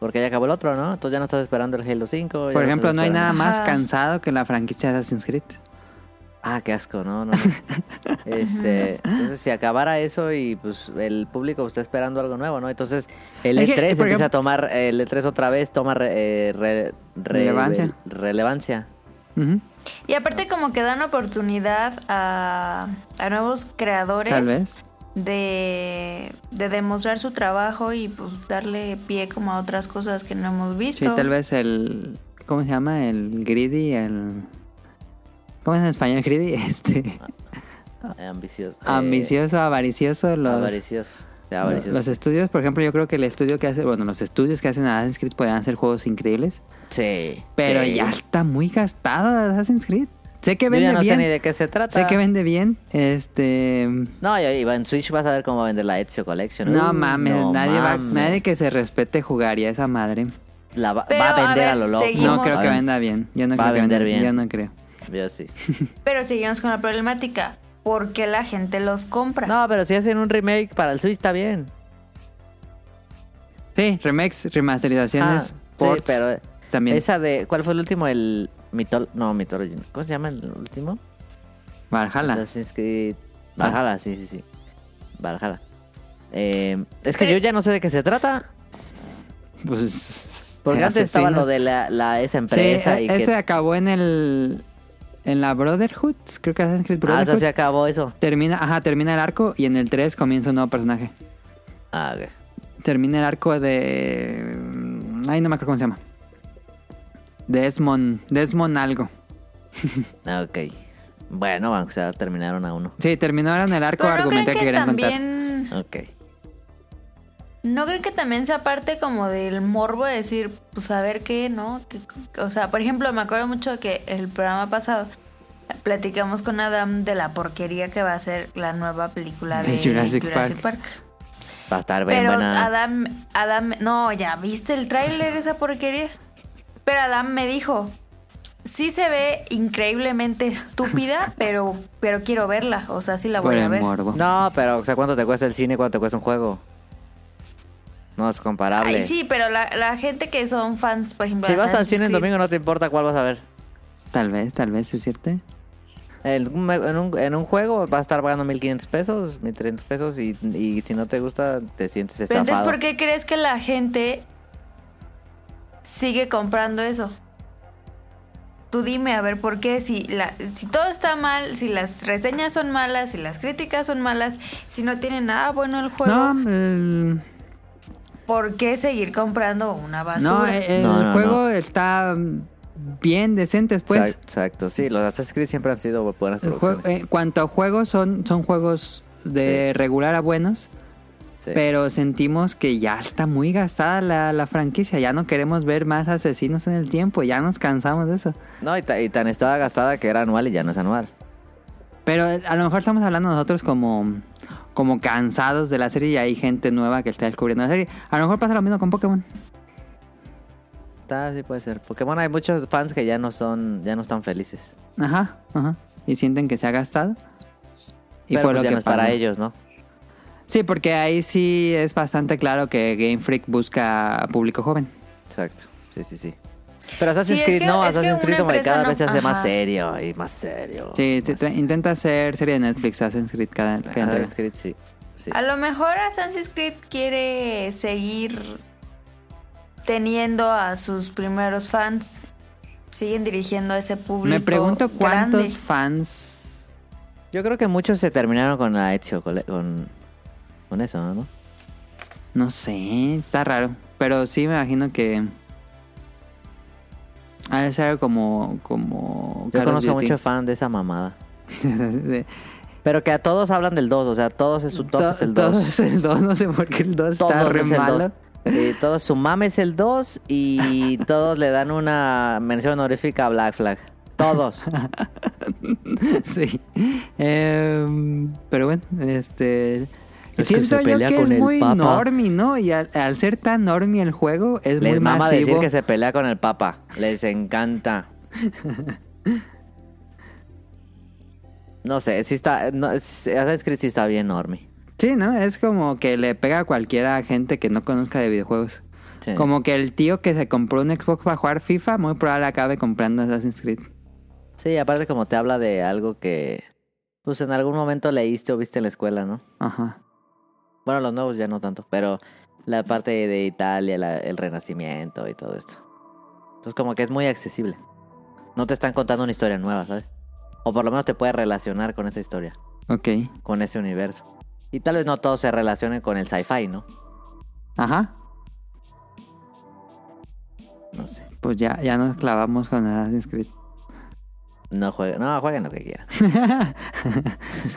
C: porque ya acabó el otro, ¿no? Entonces ya no estás esperando el Halo 5. ya
B: Por ejemplo,
C: estás
B: no hay nada
C: esperando-
B: más
A: Ajá.
B: cansado que la franquicia de Assassin's Creed.
C: Ah, qué asco, no, no. no. este, entonces si acabara eso y pues el público está esperando algo nuevo, ¿no? Entonces el
B: Es que,
C: E3 empieza
B: por ejemplo-
C: a tomar el E3 otra vez toma re- eh, re- re-
B: Relevancia.
C: relevancia.
B: Ujú.
A: Y aparte como que dan oportunidad a, a nuevos creadores
B: Tal vez.
A: De, de demostrar su trabajo y pues darle pie como a otras cosas que no hemos
B: Sí,
A: visto.
B: tal vez el. ¿Cómo se llama? El greedy, el. ¿Cómo es en español greedy? Este.
C: Ambicioso. eh,
B: ambicioso, avaricioso. Los,
C: Avaricioso. Ya,
B: los,
C: avaricioso.
B: los estudios, por ejemplo, yo creo que el estudio que hace. Bueno, los estudios que hacen a Assassin's Creed podrían hacer juegos increíbles.
C: Sí.
B: Pero
C: sí.
B: ya está muy gastado Assassin's Creed. Sé que
C: Yo ya
B: vende
C: no sé ni
B: bien.
C: de qué se trata.
B: Sé que vende bien. Este.
C: No, yo iba en Switch vas a ver cómo va a vender la Ezio Collection.
B: No
C: Uh,
B: mames,
C: no
B: nadie va,
C: mames.
B: nadie que se respete jugaría esa madre.
C: La va,
A: Pero,
C: va a vender
A: a
C: a,
A: ver,
C: lo loco.
A: seguimos.
B: No creo que
C: A ver,
B: venda bien. Yo no
C: Va
B: creo
C: a
B: que
C: vender
B: venda bien.
C: bien.
B: Yo no creo.
C: Yo sí.
A: Pero seguimos con la problemática. ¿Por qué la gente los compra?
C: No, pero si hacen un remake para el Switch está bien.
B: Sí, remakes, remasterizaciones,
C: Ah, sí,
B: ports,
C: pero
B: también.
C: esa de ¿cuál fue el último? El Mitol, no, Mythology. ¿Cómo se llama el último?
B: Valhalla.
C: Assassin's Creed Valhalla, sí, sí, sí. Valhalla. Eh, es que
A: Pero-
C: yo ya no sé de qué se trata.
B: Pues,
C: Porque antes estaba
B: asesinos.
C: lo de la, la- esa
B: Sí, e-
C: empresa y
B: ese
C: que...
B: acabó en el... En la Brotherhood, creo que Assassin's Creed
C: Ah, o
B: Brotherhood.
C: sea, se acabó eso.
B: Termina, ajá, termina el arco y en el 3 comienza un nuevo personaje.
C: Ah, ok.
B: Termina el arco de... Ay, no me acuerdo cómo se llama. Desmond, Desmond algo.
C: Ah, ok. Bueno, o sea, terminaron a uno.
B: Sí, terminaron el arco
A: Pero no creen
B: argumental que
A: que
B: querían contar.
A: también...
C: Ok.
A: ¿No creen que también sea parte como del morbo de decir, pues a ver qué, no? ¿Qué- qué- o sea, por ejemplo, me acuerdo mucho que el programa pasado platicamos con Adam de la porquería que va a ser la nueva película
B: De
A: de
B: Jurassic
A: Jurassic,
B: Park.
A: Park.
C: Va a estar bien
A: Pero
C: buena.
A: Adam, Adam, no, ya viste el tráiler, esa porquería. Pero Adam me dijo, sí se ve increíblemente estúpida, pero, pero quiero verla, o sea, sí la
B: por
A: voy a
B: el
A: ver.
B: morbo.
C: No, pero, o sea, ¿cuánto te cuesta el cine? ¿Cuánto te cuesta un juego? No es comparable.
A: Ay, sí, pero la, la gente que son fans, por ejemplo,
C: Si
A: de
C: vas al
A: Assassin's
C: cine el
A: Creed,
C: domingo no te importa cuál vas a ver.
B: Tal vez, tal vez, es cierto.
C: En un, en un- en un juego vas a estar pagando 1500 pesos, 1300 pesos y, y si no te gusta te sientes
A: Pero entonces,
C: estafado.
A: ¿por qué crees que la gente sigue comprando eso? Tú dime, a ver, ¿por qué? Si, la, si todo está mal, si las reseñas son malas, si las críticas son malas, si no tiene nada bueno el juego,
B: No, el,
A: ¿por qué seguir comprando una basura?
B: no, eh, el
C: No, no,
B: juego
C: no.
B: está mm, bien decente, pues.
C: Exacto, exacto. sí, los Assassin's Creed siempre han sido buenas
B: El eh, juego-
C: producciones.
B: en cuanto a juegos, son, son juegos de regular a buenos,
C: Sí.
B: pero sentimos que ya está muy gastada la, la franquicia. Ya no queremos ver más asesinos en el tiempo, ya nos cansamos de eso.
C: No, y, ta- y tan estaba gastada que era anual y ya no es anual.
B: Pero eh, a lo mejor estamos hablando nosotros como, como cansados de la serie y hay gente nueva que está descubriendo la serie. A lo mejor pasa lo mismo con Pokémon.
C: Está, sí puede ser. Pokémon hay muchos fans que ya no son, ya no están felices.
B: Ajá, ajá. Y sienten que se ha gastado. Y
C: Pero
B: fue
C: pues
B: lo
C: ya
B: que
C: no es para
B: pasó.
C: ellos, ¿no?
B: Sí, porque ahí sí es bastante claro que Game Freak busca a público joven.
C: Exacto, sí, sí, sí. Pero Assassin's
A: Sí, es
C: Creed
A: que-
C: no,
A: es que
C: Assassin's
A: una
C: Creed como que
A: empresa
C: cada
A: no-
C: vez se hace más
A: ajá.
C: serio y más serio.
B: Sí, sí,
C: más-
B: tra- intenta hacer serie de Netflix, Assassin's Creed cada, cada entrega.
C: Assassin's Creed sí. sí.
A: A lo mejor Assassin's Creed quiere seguir teniendo a sus primeros fans, siguen dirigiendo a ese público.
B: Me pregunto cuántos
A: grande.
B: fans...
C: Yo creo que muchos se terminaron con la Ezio, con, con, con eso, ¿no?
B: No sé, está raro. Pero sí me imagino que... Ha de ser como... como
C: Yo
B: Call of
C: conozco
B: Duty.
C: muchos fans de esa mamada. Pero que a todos hablan del 2, o sea, todos es, su-
B: To-
C: todos es el 2.
B: Todo es el 2, no sé por qué el 2 está
C: Todos
B: re
C: es el
B: malo.
C: 2. Sí, todos su mame es el 2 y todos le dan una mención honorífica a Black Flag. Todos.
B: Sí. Em, pero bueno, este.
C: Es que
B: siento
C: se
B: yo
C: pelea
B: que
C: con
B: es
C: el
B: muy
C: Papa.
B: normie, ¿no? Y al, al ser tan normie el juego, es muy
C: Les mama decir
B: masivo.
C: que se pelea con el Papa. Les encanta. No sé, si está. No, es- Assassin's Creed sí está bien enorme.
B: Sí, ¿no? Es como que le pega a cualquiera gente que no conozca de videojuegos. Como que el tío que se compró un Xbox para jugar FIFA, muy probable acabe comprando Assassin's Creed.
C: Sí, aparte, como te habla de algo que. Pues en algún momento leíste o viste en la escuela, ¿no?
B: Ajá.
C: Bueno, los nuevos ya no tanto, pero la parte de Italia, la- el Renacimiento y todo esto. Entonces como que es muy accesible. No te están contando una historia nueva, ¿sabes? O por lo menos te puedes relacionar con esa historia,
B: Ok.
C: con ese universo. Y tal vez no todos se relacionen con el sci-fi, ¿no?
B: Ajá.
C: No sé.
B: Pues ya, ya nos clavamos con Assassin's Creed.
C: No jueguen, no, jueguen lo que quieran.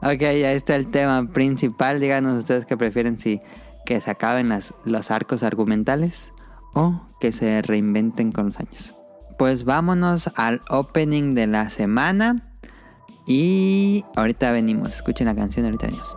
B: Ok, ya está el tema principal. Díganos ustedes qué prefieren, si que se acaben las, los arcos argumentales o que se reinventen con los años. Pues vámonos al opening de la semana y ahorita venimos. Escuchen la canción, ahorita venimos.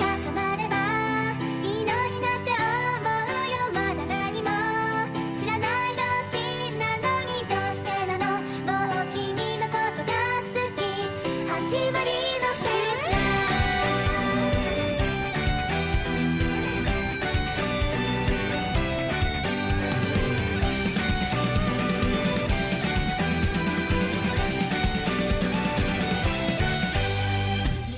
G: が止まればいいのになって思うよまだ何も知らない同士なのにどうしてなのもう君のことが好き始まりの瞬間「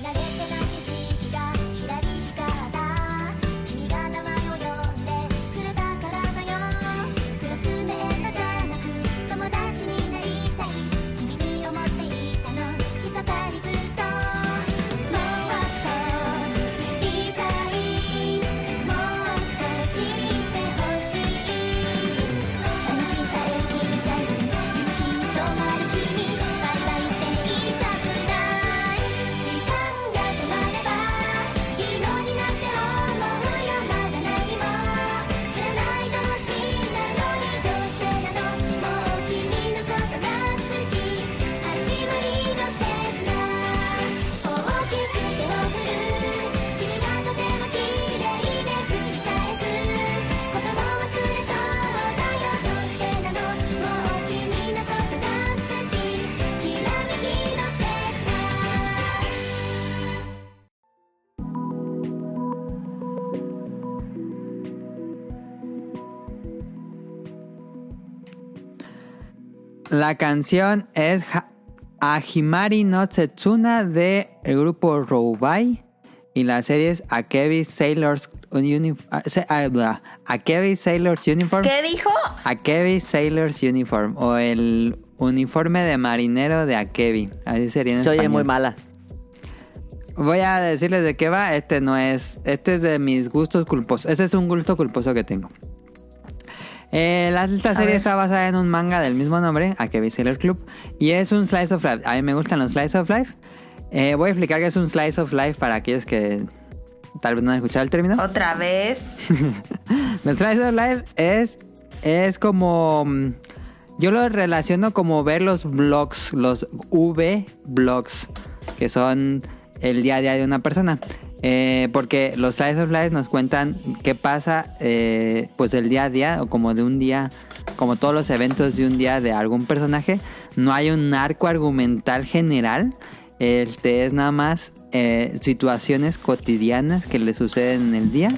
B: La canción es Ha- Ahimari no Setsuna de el grupo Roubai y la serie es Akebi Sailors Uniform. ah, Akebi Sailors Uniform.
A: ¿Qué dijo?
B: Akebi Sailor's Uniform o el uniforme de marinero de Akebi. Así sería en
C: Se oye
B: español.
C: muy mala.
B: Voy a decirles de qué va. Este no es. Este es de mis gustos culposos. Este es un gusto culposo que tengo. Eh, la, esta serie
A: ver.
B: está basada en un manga del mismo nombre, Akebi Sailor Club, y es un slice of life. A mí me gustan los slice of life. Eh, voy a explicar que es un slice of life para aquellos que tal vez no han escuchado el término.
A: Otra vez.
B: El Slice of Life es, es como... mm, Yo lo relaciono como ver los blogs, los V blogs, que son el día a día de una persona. Eh, porque los Slice of Life nos cuentan qué pasa eh, pues el día a día o como de un día, como todos los eventos de un día de algún personaje. No hay un arco argumental general. Este es nada más eh, situaciones cotidianas que le suceden en el día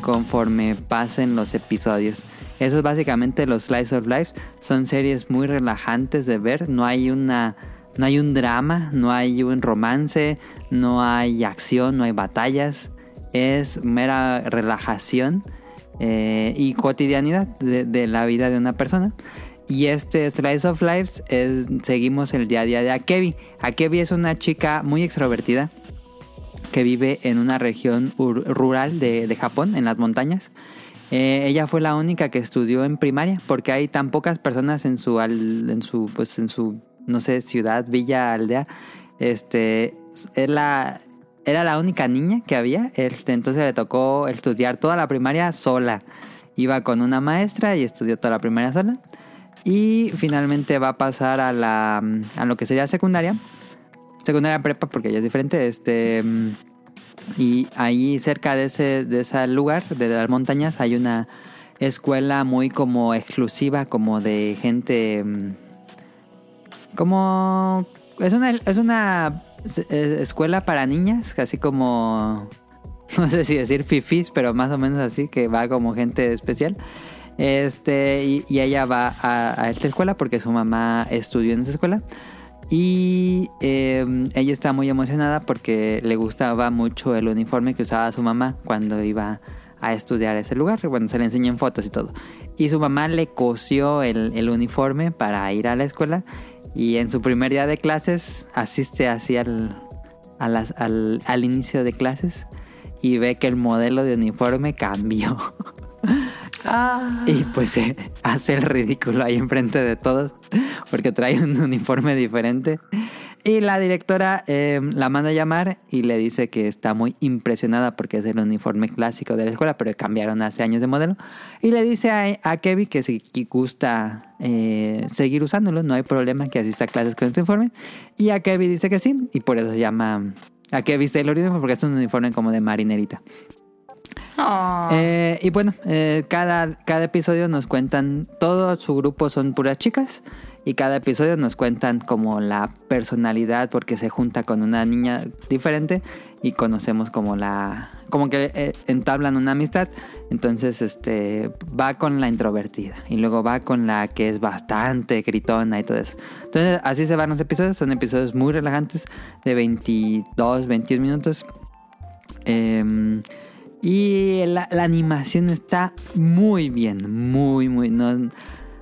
B: conforme pasen los episodios. Eso es básicamente los Slice of Life. Son series muy relajantes de ver. No hay una. No hay un drama, no hay un romance, no hay acción, no hay batallas. Es mera relajación eh, y cotidianidad de, de la vida de una persona. Y este Slice of Lives es, seguimos el día a día de Akebi. Akebi es una chica muy extrovertida que vive en una región ur- rural de, de Japón, en las montañas. Eh, ella fue la única que estudió en primaria, porque hay tan pocas personas en su, al- en su, pues en su, no sé, ciudad, villa, aldea. Este, es la- era la única niña que había, este, entonces le tocó estudiar toda la primaria sola. Iba con una maestra y estudió toda la primaria sola. Y finalmente va a pasar a, la, a lo que sería secundaria secundaria prepa porque ya es diferente este mm, y ahí cerca de ese de ese lugar de las montañas hay una escuela muy como exclusiva como de gente mm, como es una es una s- eh, escuela para niñas así como no sé si decir fifis pero más o menos así que va como gente especial este y, y ella va a, a esta escuela porque su mamá estudió en esa escuela y eh, ella está muy emocionada porque le gustaba mucho el uniforme que usaba su mamá cuando iba a estudiar a ese lugar. Bueno, se le enseñan fotos y todo. Y su mamá le cosió el, el uniforme para ir a la escuela. Y en su primer día de clases asiste así al, a las- al, al inicio de clases y ve que el modelo de uniforme cambió.
A: Ah.
B: Y pues eh, hace el ridículo ahí enfrente de todos porque trae un uniforme diferente. Y la directora eh, la manda a llamar y le dice que está muy impresionada porque es el uniforme clásico de la escuela, pero cambiaron hace años de modelo. Y le dice a, a Kevin que si que gusta eh, seguir usándolo, no hay problema que asista a clases con este uniforme. Y a Kevin dice que sí, y por eso se llama a Kevin Sailor Uniform porque es un uniforme como de marinerita.
A: Oh.
B: Eh, y bueno, eh, cada, cada episodio nos cuentan, todo su grupo son puras chicas y cada episodio nos cuentan como la personalidad porque se junta con una niña diferente y conocemos como la... como que eh, entablan una amistad. Entonces este va con la introvertida y luego va con la que es bastante gritona y todo eso. Entonces así se van los episodios, son episodios muy relajantes de 22, 21 minutos. Eh, y la, la animación está muy bien, muy, muy... No,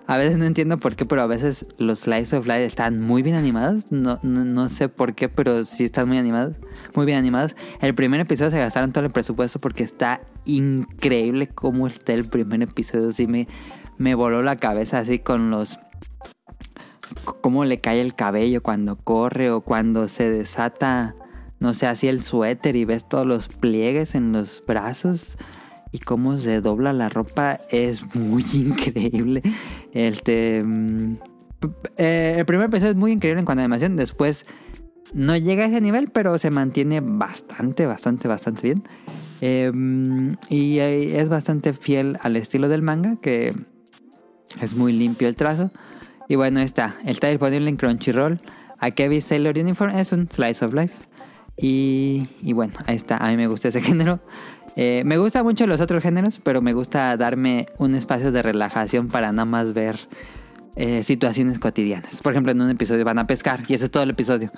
B: a veces no entiendo por qué, pero a veces los slice of life están muy bien animados. No, no, no sé por qué, pero sí están muy animados. Muy bien animados. El primer episodio se gastaron todo el presupuesto porque está increíble cómo está el primer episodio. Sí me, me voló la cabeza así con los c- cómo le cae el cabello cuando corre o cuando se desata, no sé, así el suéter y ves todos los pliegues en los brazos y cómo se dobla la ropa es muy increíble. Este, mm, p- eh, el primer episodio es muy increíble en cuanto a animación, después no llega a ese nivel, pero se mantiene bastante, bastante, bastante bien. Em, y eh, es bastante fiel al estilo del manga, que es muy limpio el trazo. Y bueno, está. Está disponible en Crunchyroll. A Kevin Sailor Uniform es un slice of life. Y, y bueno, ahí está. A mí me gusta ese género. Eh, me gusta mucho los otros géneros, pero me gusta darme un espacio de relajación para nada más ver eh, situaciones cotidianas. Por ejemplo, en un episodio van a pescar y ese es todo el episodio.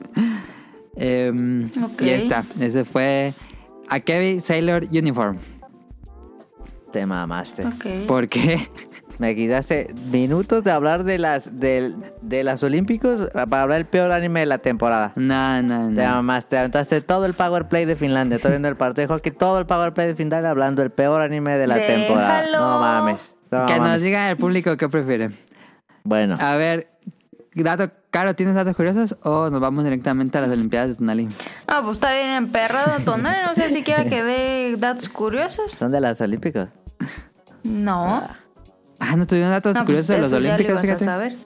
B: Em,
A: Ok.
B: Y ya está. Ese fue Akebi Sailor Uniform.
C: Te mamaste.
A: Ok.
B: ¿Por qué?
C: Me quitaste minutos de hablar de las del- de, las Olímpicos para hablar del peor anime de la temporada.
B: No, no,
C: Te
B: no.
C: mamaste, te aventaste todo el Power Play de Finlandia. Estoy viendo el partido de hockey, todo el Power Play de Finlandia hablando del peor anime de la
A: Déjalo.
C: temporada. No mames. no
B: Que nos Ah.
C: mames.
B: diga el público qué prefiere.
C: Bueno,
B: A ver, dato, Caro, ¿tienes datos curiosos o nos vamos directamente a las Olimpiadas de Tonali?
A: Ah, pues está bien emperrado, Tonali. No sé si quiera que dé datos curiosos.
C: son de las Olímpicos.
A: No.
B: Ah, no tuvimos datos
A: No, pues
B: curiosos de los
A: eso ya lo
B: Olímpicos,
A: ibas a
B: fíjate.
A: saber.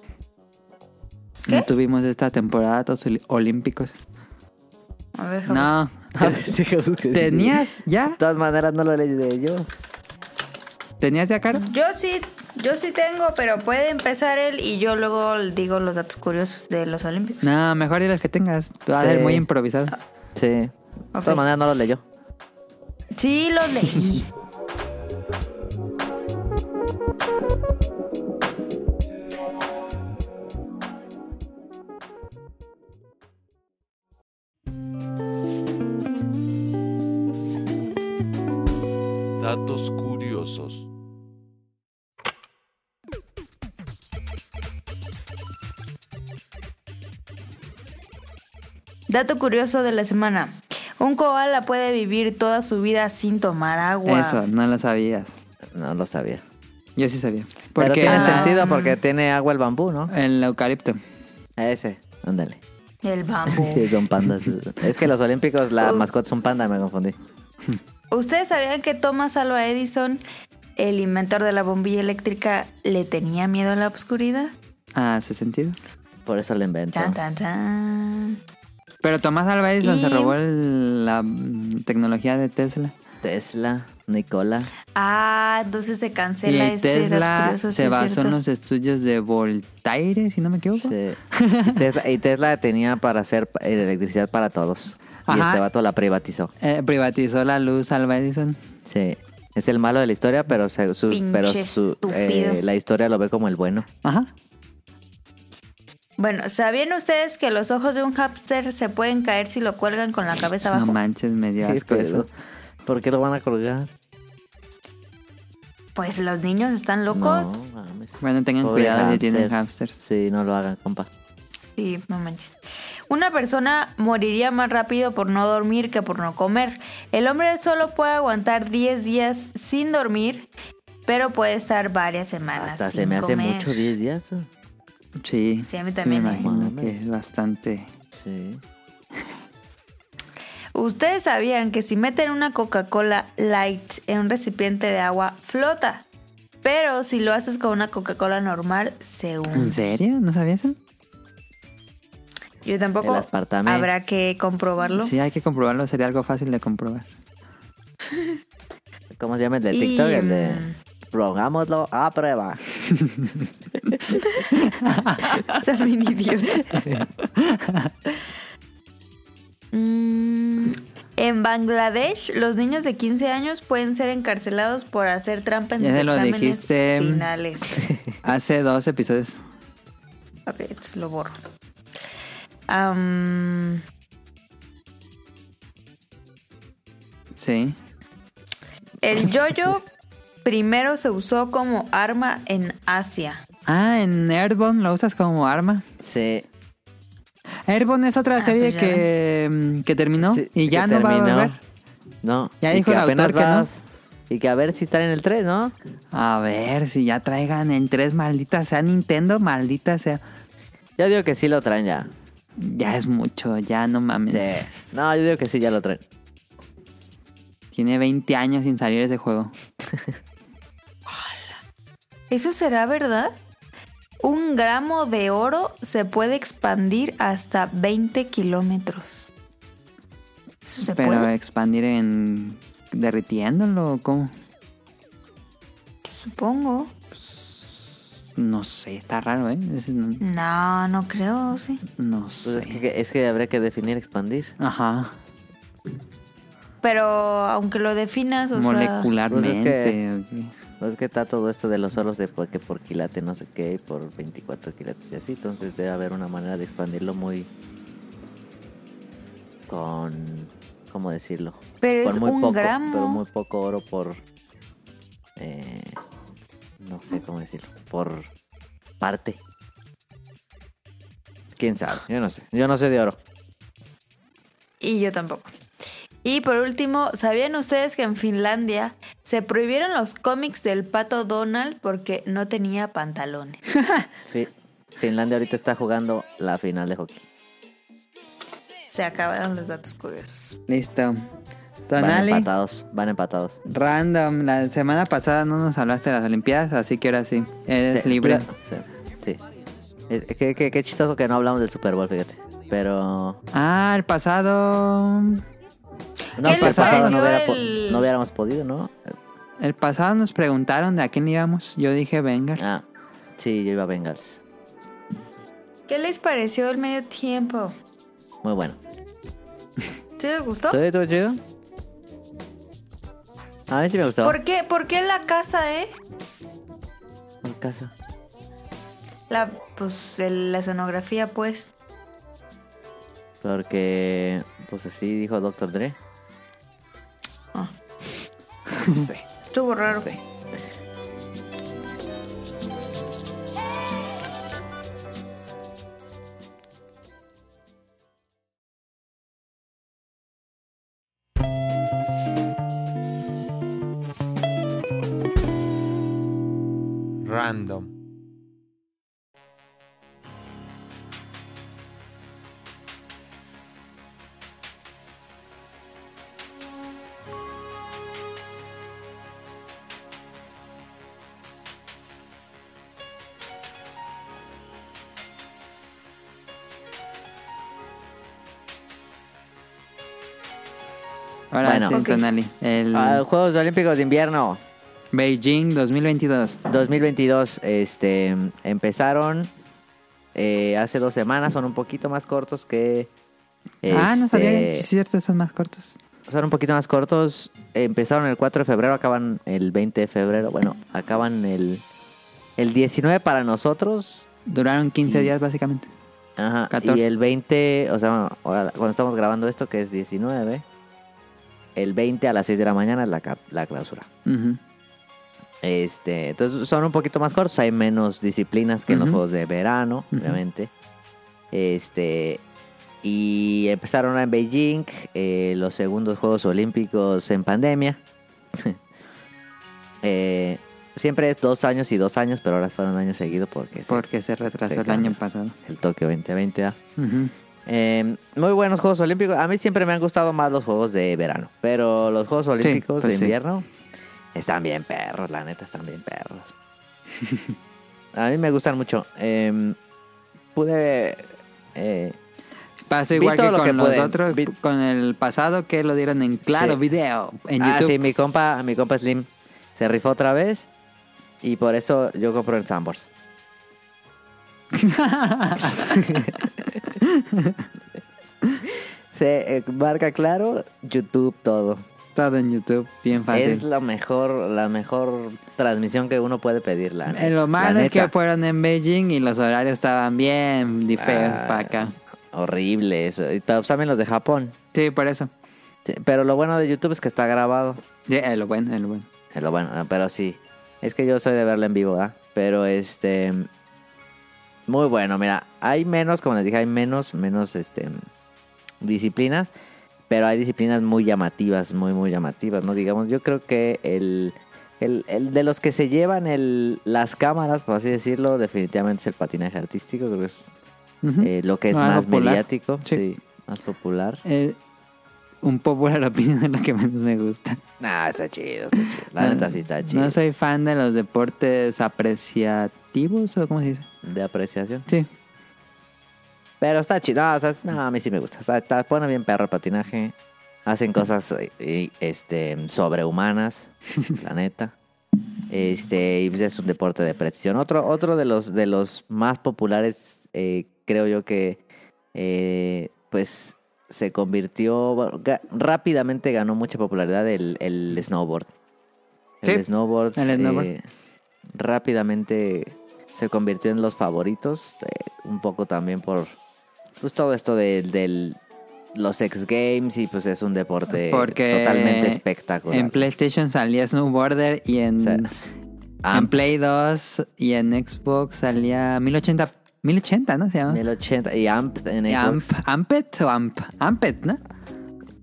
A: ¿Qué?
B: No tuvimos esta temporada datos oli- olímpicos.
A: A ver, Javi.
B: No. ¿Tenías ya?
C: De todas maneras, no lo leí de yo.
B: ¿Tenías ya, Caro?
A: Yo sí, yo sí tengo, pero puede empezar él y yo luego digo los datos curiosos de los Olímpicos.
B: No, mejor de las que tengas. Va a
C: Sí.
B: ser muy improvisado.
C: Sí. De todas maneras, no lo leyó.
A: Sí, los leí.
F: Datos curiosos.
A: Dato curioso de la semana. Un koala puede vivir toda su vida sin tomar agua.
B: Eso, no lo sabías.
C: No lo sabía.
B: Yo sí sabía.
C: Pero
B: Porque
C: tiene
B: la-
C: sentido porque tiene agua el bambú, ¿no?
B: el eucalipto.
C: Ese. Ándale.
A: El bambú.
C: Sí, son pandas. Es que los olímpicos, la
A: Uh.
C: mascota es un panda, me confundí.
A: ¿Ustedes sabían que Thomas Alva Edison, el inventor de la bombilla eléctrica, le tenía miedo a la oscuridad?
B: Ah, Hace sentido.
C: Por eso lo invento.
A: Tan, tan, tan.
B: Pero Tomás Alba Edison
A: Y-
B: se robó el- la mm, tecnología de Tesla.
C: Tesla, Nicola.
A: Ah, entonces se
B: y
A: cancela
B: el
A: este dato
B: Tesla
A: curioso, sí
B: se
A: es
B: basó
A: cierto.
B: en los estudios de Voltaire, si no me equivoco.
C: sí. Tesla- y Tesla tenía para hacer pa- eh, electricidad para todos. Y
B: Ajá.
C: este vato la privatizó.
B: Eh, privatizó la luz Alba Edison.
C: Sí. Es el malo de la historia, pero, se- su-
A: Pinche
C: pero su-
A: estúpido.
C: eh, la historia lo ve como el bueno.
B: Ajá.
A: Bueno, ¿sabían ustedes que los ojos de un hámster se pueden caer si lo cuelgan con la cabeza abajo?
B: No manches, me dio asco eso.
C: ¿Por qué lo van a colgar?
A: pues los niños están locos.
C: No, mames.
B: Bueno, tengan
C: Pobre
B: cuidado si
C: hámster.
B: tienen hamsters.
C: Sí, no lo hagan, compa.
A: Sí, no manches. Una persona moriría más rápido por no dormir que por no comer. El hombre solo puede aguantar 10 días sin dormir, pero puede estar varias semanas
C: Hasta
A: sin
C: se me hace
A: comer.
C: mucho 10 días. ¿eh?
B: Sí.
A: Sí, a mí también,
B: me
A: ¿eh?
B: imagino
C: Mames.
B: que es bastante.
C: Sí.
A: ¿Ustedes sabían que si meten una Coca-Cola Light en un recipiente de agua, flota? Pero si lo haces con una Coca-Cola normal, se
B: ¿En
A: hunde.
B: serio? ¿No sabías eso?
A: Yo
C: El
A: tampoco
C: aspartame.
A: habrá que comprobarlo.
B: Mm. Sí, hay que comprobarlo. Sería algo fácil de comprobar.
C: ¿Cómo se llama el de
A: Y,
C: TikTok? El de
A: mm.
C: pongámoslo a prueba.
A: También idiotas. Mm, en Bangladesh, los niños de 15 años pueden ser encarcelados por hacer trampa en
B: Ya
A: sus
B: se lo
A: exámenes
B: dijiste. mm,
A: finales.
B: Hace dos episodios.
A: ok, entonces lo borro. Am,
B: Sí.
A: el yoyo primero se usó como arma en Asia.
B: Ah, en Airborne lo usas como arma.
C: Sí.
B: Airborne es otra
A: Ah,
B: serie
A: pues ya
B: que, mm, que terminó
C: sí,
B: y
C: sí
B: ya
C: que
B: no va a
C: terminó.
B: volver.
C: No.
B: Ya
C: y
B: dijo
C: que
B: el autor
C: apenas
B: que no.
C: vas- Y que a ver si están en el 3, ¿no?
B: A ver si ya traigan en tres, maldita sea Nintendo, maldita sea.
C: Yo digo que sí lo traen ya.
B: Ya es mucho, ya no mames.
C: Sí. No, yo digo que sí ya lo traen.
B: Tiene 20 años sin salir ese juego.
A: ¿Eso será verdad? Un gramo de oro se puede expandir hasta 20 kilómetros. ¿Eso se
B: Pero
A: puede?
B: expandir en. derritiéndolo o cómo?
A: Supongo.
B: No sé, está raro, ¿eh? Es- no,
A: No, no creo, sí.
B: no
C: Pues es,
B: sé.
C: que, es que habría que definir expandir.
B: Ajá.
A: Pero aunque lo definas, o sea...
B: Molecularmente.
C: Pues es que-
B: o qué.
C: Pues que está todo esto de los oros de por- que por quilate no sé qué y por 24 quilates y así. Entonces debe haber una manera de expandirlo muy... Con... ¿Cómo decirlo?
A: Pero
C: Con
A: es
C: muy
A: un
C: poco,
A: gramo.
C: Pero muy poco oro por... eh, no sé cómo decirlo. Por parte. ¿Quién sabe? Yo no sé. Yo no sé de oro.
A: Y yo tampoco. Y por último, ¿sabían ustedes que en Finlandia se prohibieron los cómics del pato Donald porque no tenía pantalones?
C: Fi- Finlandia ahorita está jugando la final de hockey.
A: Se acabaron los datos curiosos.
B: Listo.
C: Van
B: Tonali,
C: empatados. Van empatados.
B: random. La semana pasada no nos hablaste de las Olimpiadas, así que ahora sí. Eres
C: Sí,
B: libre.
C: pero- sí, sí. Eh, Qué, qué- qué chistoso que no hablamos del Super Bowl, fíjate. Pero.
B: Ah, el pasado.
C: No,
A: ¿Qué
C: pero
A: les
C: pasado no,
A: pareció
C: hubiera po-
A: el-
C: no hubiéramos podido, ¿no?
B: El pasado nos preguntaron de a quién íbamos. Yo dije Bengals.
C: Ah, sí, yo iba a Bengals.
A: ¿Qué les pareció el medio tiempo?
C: Muy bueno.
A: ¿Sí les gustó?
C: ¿Todo todo chido? A mí sí me gustó.
A: ¿Por qué, ¿Por qué la casa, eh?
C: En casa.
A: La, pues, el- la escenografía, pues.
C: Porque. Pues así dijo Dr. Dre.
B: Sí.
A: Estuvo raro.
F: Random.
B: Ahora
C: Bueno.
B: sí,
C: Ok.
B: Tonali. El
C: Ah, Juegos Olímpicos de Invierno
B: Beijing 2022.
C: 2022. Este. Empezaron. eh, hace dos semanas. Son un poquito más cortos que.
B: Ah, no sabía.
C: este,
B: Sí, Es cierto, son más cortos.
C: son un poquito más cortos. Empezaron el 4 de febrero, acaban el 20 de febrero. Bueno, acaban el, el 19 para nosotros.
B: Duraron 15
C: Y-
B: días, básicamente.
C: Ajá.
B: 14.
C: Y el 20, o sea, bueno, ahora, cuando estamos grabando esto, que es 19, el 20 a las 6 de la mañana es la, cap- la clausura.
B: Ujú.
C: Este, entonces son un poquito más cortos, hay menos disciplinas que en los
B: Ujú.
C: juegos de verano,
B: Ujú.
C: obviamente. Este, y empezaron en Beijing eh, los segundos Juegos Olímpicos en pandemia. Eh, siempre es dos años y dos años, pero ahora fueron años seguidos porque sí,
B: Porque se retrasó
C: Sí,
B: el año
C: cambia.
B: pasado.
C: el Tokio 2020. ¿verdad?
B: Ujú.
C: Eh, muy buenos Juegos Olímpicos. A mí siempre me han gustado más los Juegos de verano, pero los Juegos Olímpicos
B: pues
C: de
B: sí.
C: invierno están bien perros, la neta, están bien perros. A mí me gustan mucho. Eh, pude... eh,
B: Pasó
C: Vi
B: igual
C: todo
B: que
C: lo
B: con
C: que
B: los
C: pude.
B: otros,
C: Vi-
B: con el pasado que lo dieron en claro
C: Sí.
B: video en
C: ah,
B: YouTube.
C: sí, mi compa, mi compa Slim se rifó otra vez y por eso yo compro en Sambors. se eh, marca claro, YouTube todo.
B: Todo en YouTube, bien fácil.
C: Es la mejor, la mejor transmisión que uno puede pedir, la
B: Eh, Lo
C: la
B: malo es que
C: neta.
B: fueron en Beijing y los horarios estaban bien di- feos
C: Ah,
B: para acá.
C: es Horrible eso. Y to- también los de Japón.
B: Sí, por eso.
C: Sí, Pero lo bueno de YouTube es que está grabado.
B: Sí, es lo bueno, es lo bueno.
C: Es lo bueno, pero sí. Es que yo soy de verla en vivo, ¿verdad? Pero este. Muy bueno, mira. Hay menos, como les dije, hay menos, menos este disciplinas. Pero hay disciplinas muy llamativas, muy, muy llamativas, ¿no? Digamos, yo creo que el. El, el de los que se llevan el, las cámaras, por así decirlo, definitivamente es el patinaje artístico, creo que es
B: Ujú.
C: eh, lo que es
B: Más
C: más,
B: popular.
C: mediático,
B: Sí.
C: sí, más popular.
B: Eh, un popular opinión es lo que menos me gusta.
C: Ah, está chido, está chido. La
B: No,
C: neta sí está chido.
B: No soy fan de los deportes apreciativos o cómo se dice.
C: De apreciación.
B: Sí.
C: Pero está chido. No, o sea, es- no, a mí sí me gusta. Está, está- pone bien perro el patinaje. Hacen cosas eh, eh, este, sobrehumanas, la neta. Este, y pues es un deporte de precisión. Otro, otro de los de los más populares, eh, creo yo que eh, pues se convirtió bueno, ga- rápidamente ganó mucha popularidad el, el snowboard. El
B: Sí,
C: snowboard,
B: el
C: eh,
B: snowboard.
C: rápidamente se convirtió en los favoritos. eh, un poco también por pues, todo esto de, del- los X Games y pues es un deporte
B: Porque
C: totalmente espectacular.
B: En PlayStation salía Snowboarder y en,
C: Sí. Ah,
B: en Play 2 y en Xbox salía 1080, 1080 ¿no? Se llama.
C: 1080 y AMP en
B: Y
C: Xbox.
B: Amp, Ampet o Amp, Ampet, ¿no?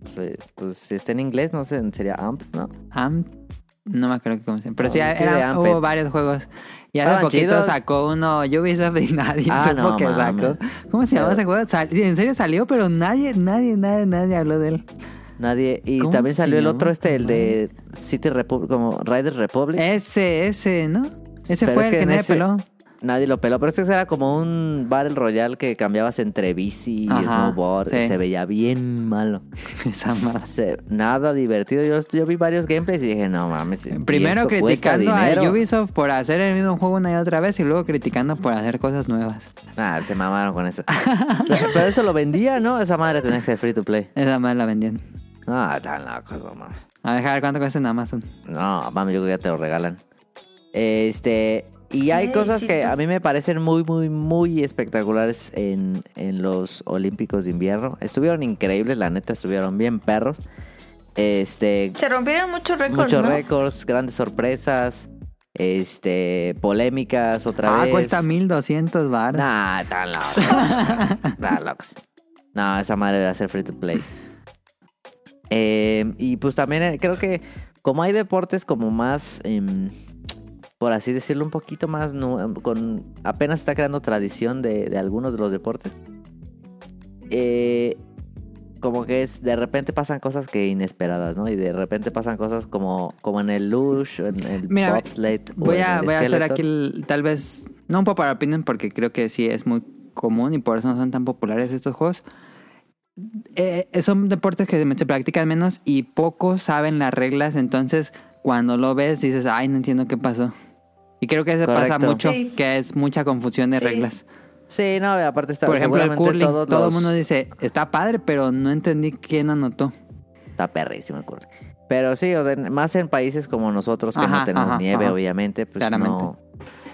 C: Pues, eh, pues, si está en inglés, no sé, sería AMP, ¿no?
B: Amp, no me acuerdo cómo se llama. Pero sí,
C: Ah, sí, de
B: eran,
C: Amped.
B: hubo varios juegos. Y hace
C: Estaban
B: poquito
C: chidos.
B: sacó uno Ubisoft y nadie
C: Ah,
B: supo
C: no,
B: que
C: mames.
B: sacó. ¿Cómo se llama
C: Pero-
B: ese juego? Sal- en serio salió, pero nadie, nadie, nadie, nadie habló de él.
C: Nadie. Y
B: ¿Cómo
C: también
B: se
C: salió el
B: llama?
C: otro, este, el de City Republic, como Riders Republic.
B: ¿Eh? Ese, ese, ¿no? Ese
C: Pero
B: fue
C: es
B: el
C: que
B: que,
C: en
B: nadie
C: ese-
B: peló.
C: Nadie lo peló, pero es que era como un Battle Royale que cambiabas entre bici y
B: Ajá,
C: snowboard.
B: sí.
C: Se veía bien malo.
B: Esa madre.
C: Se- nada divertido. Yo, yo vi varios gameplays y dije, no mames. ¿y
B: Primero
C: esto cuesta
B: criticando a
C: dinero?".
B: Ubisoft por hacer el mismo juego una y otra vez y luego criticando por hacer cosas nuevas.
C: Ah, se mamaron con eso. pero eso lo vendía, ¿no? Esa madre tenía que ser free to play.
B: Esa madre la vendían.
C: Ah, tan locos, no mames.
B: A ver, a ver cuánto cuesta en Amazon.
C: No, mami, yo creo que ya te lo regalan. Este. Y hay
A: Ay,
C: cosas
A: sí,
C: que
A: tú-
C: a mí me parecen muy, muy, muy espectaculares en, en los Olímpicos de invierno. Estuvieron increíbles, la neta, estuvieron bien perros. Este.
A: Se rompieron muchos récords,
C: Muchos
A: ¿no?
C: récords, grandes sorpresas. Este. Polémicas otra
B: Ah,
C: vez.
B: cuesta 1200 baros.
C: Nah, tan locos. tan locos. No, esa madre debe ser free to play. Eh, y pues también eh, creo que como hay deportes como más, em, por así decirlo, un poquito más, nu- em, con apenas está creando tradición de, de algunos de los deportes. Eh, como que es, de repente pasan cosas que inesperadas, ¿no? Y de repente pasan cosas como, como en el luge, o en el
B: Mira,
C: bobsled. o
B: Voy
C: en
B: a,
C: el
B: voy a hacer
C: skeleton.
B: aquí el- tal vez, no un popular opinion porque creo que sí es muy común y por eso no son tan populares estos juegos. Eh, son deportes que se practican menos y pocos saben las reglas, entonces cuando lo ves dices, ay, no entiendo qué pasó. Y creo que eso pasa
C: Correcto.
B: mucho,
A: Sí.
B: que es mucha confusión de
A: Sí.
B: reglas.
C: Sí, no, aparte está
B: Por ejemplo, el
C: seguramente
B: curling.
C: todos
B: Todo el
C: los-
B: mundo dice, está padre, pero no entendí quién anotó.
C: Está perrísimo el curling. Pero sí, o sea, en- más en países como nosotros que no
B: Ajá,
C: tenemos
B: ajá,
C: nieve,
B: ajá.
C: obviamente, pues
B: Claramente.
C: no,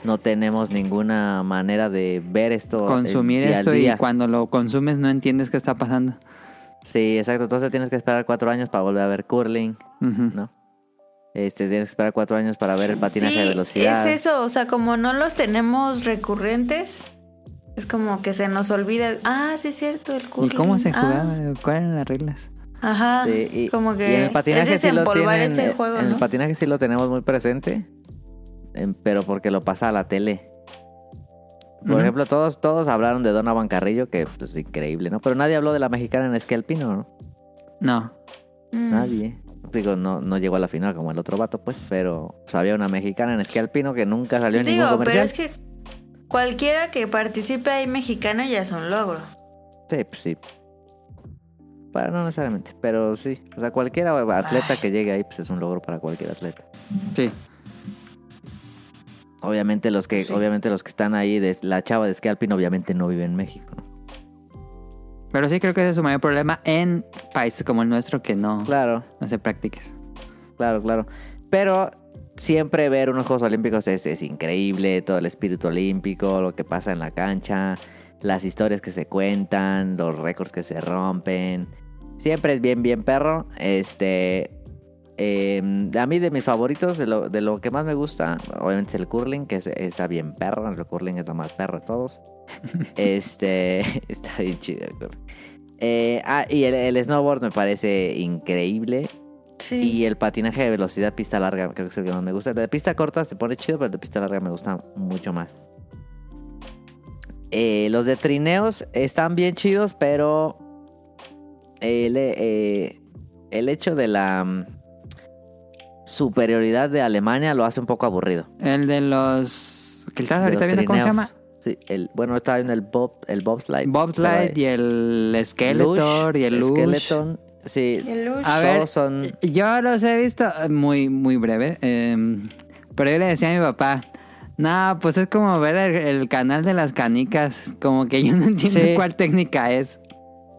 C: no tenemos ninguna manera de ver esto.
B: Consumir
C: Oh, el día al
B: esto y
C: día.
B: cuando lo consumes no entiendes qué está pasando.
C: Sí, exacto. Entonces tienes que esperar cuatro años para volver a ver curling,
B: Ujú.
C: ¿no? Este, tienes que esperar cuatro años para ver el patinaje
A: sí,
C: de velocidad.
A: Es eso, o sea, como no los tenemos recurrentes, es como que se nos olvida. Ah, sí es cierto, el
B: ¿Y
A: curling.
B: cómo se
A: Ah,
B: jugaba? ¿Cuáles eran las reglas?
A: ajá.
C: Sí, y,
A: Ah, como
C: y
A: que
C: en el patinaje
A: es
C: sí lo
A: desempolvar
C: tienen, eh,
A: ese juego,
C: en el
A: ¿no?
C: patinaje sí lo tenemos muy presente, em, pero porque lo pasa a la tele. Por
B: Ujú.
C: ejemplo, todos todos hablaron de Donovan Carrillo, que es increíble, ¿no? Pero nadie habló de la mexicana en esquí alpino, ¿no?
B: No.
A: Mm.
C: Nadie. Digo, no, no llegó a la final como el otro vato, pues, pero pues, había una mexicana en esquí alpino que nunca salió en ningún
A: Pues Digo, pero
C: comercial.
A: es que cualquiera que participe ahí mexicano ya es un logro.
C: Sí, pues, sí. Para, no necesariamente, pero sí. O sea, cualquier
A: Ah.
C: atleta que llegue ahí, pues es un logro para cualquier atleta.
B: Sí.
C: Obviamente los que,
A: Sí.
C: obviamente los que están ahí de la chava de esquí alpino obviamente no vive en México. ¿no?
B: Pero sí creo que ese es su mayor problema en países como el nuestro que no,
C: Claro,
B: no se practiques.
C: claro, claro. Pero siempre ver unos Juegos Olímpicos es, es increíble, todo el espíritu olímpico, lo que pasa en la cancha, las historias que se cuentan, los récords que se rompen. Siempre es bien, bien perro. Este, eh, a mí de mis favoritos, de lo, de lo que más me gusta, obviamente es el curling, que es- está bien perro. El curling es lo más perro de todos. Este, está bien chido el curling. Eh, ah, y el, el snowboard me parece increíble.
A: Sí.
B: eh,
C: Y el patinaje de velocidad pista larga, creo que es el que más me gusta. El de pista corta se pone chido, pero el de pista larga me gusta mucho más. Eh, los de trineos están bien chidos, pero el, eh, el hecho de la mm, superioridad de Alemania lo hace un poco aburrido.
B: El de los... ¿Qué estás
C: De
B: ahorita
C: los
B: viendo cómo se llama?
C: trineos. Sí, el, bueno, estaba viendo el, bob, el bobslide.
B: Bobslide y el Skeletor y el Lush.
C: Skeleton. Sí,
A: El luge.
B: A ver, eh,
C: todos son...
B: Yo los he visto eh, muy, muy breve. eh, pero yo le decía a mi papá, no, pues es como ver el, el canal de las canicas. Como que yo no entiendo
C: Sí.
B: cuál técnica es.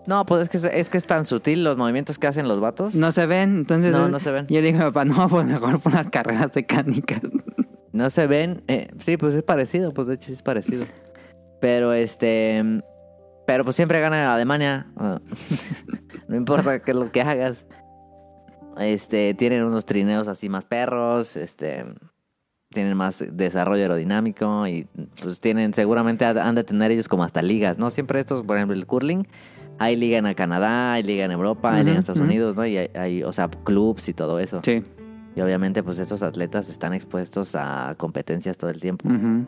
C: No, pues es que es, es que es tan sutil los movimientos que hacen los vatos.
B: No se ven, entonces.
C: No, no se ven.
B: Yo le dije a mi papá, no, pues mejor poner carreras de canicas.
C: No se ven. eh, sí, pues es parecido, pues de hecho sí es parecido. Pero este. Pero pues siempre gana Alemania. Ah, no importa qué es lo que hagas. Este, tienen unos trineos así más perros, este. Tienen más desarrollo aerodinámico y pues tienen, seguramente ha- han de tener ellos como hasta ligas, ¿no? Siempre estos, por ejemplo, el curling, hay liga en Canadá, hay liga en Europa, hay liga en
B: Ujú,
C: Estados
B: ujú.
C: Unidos, ¿no? Y hay, hay, o sea, clubs y todo eso.
B: Sí.
C: Y obviamente, pues estos atletas están expuestos a competencias todo el tiempo.
B: Ujú.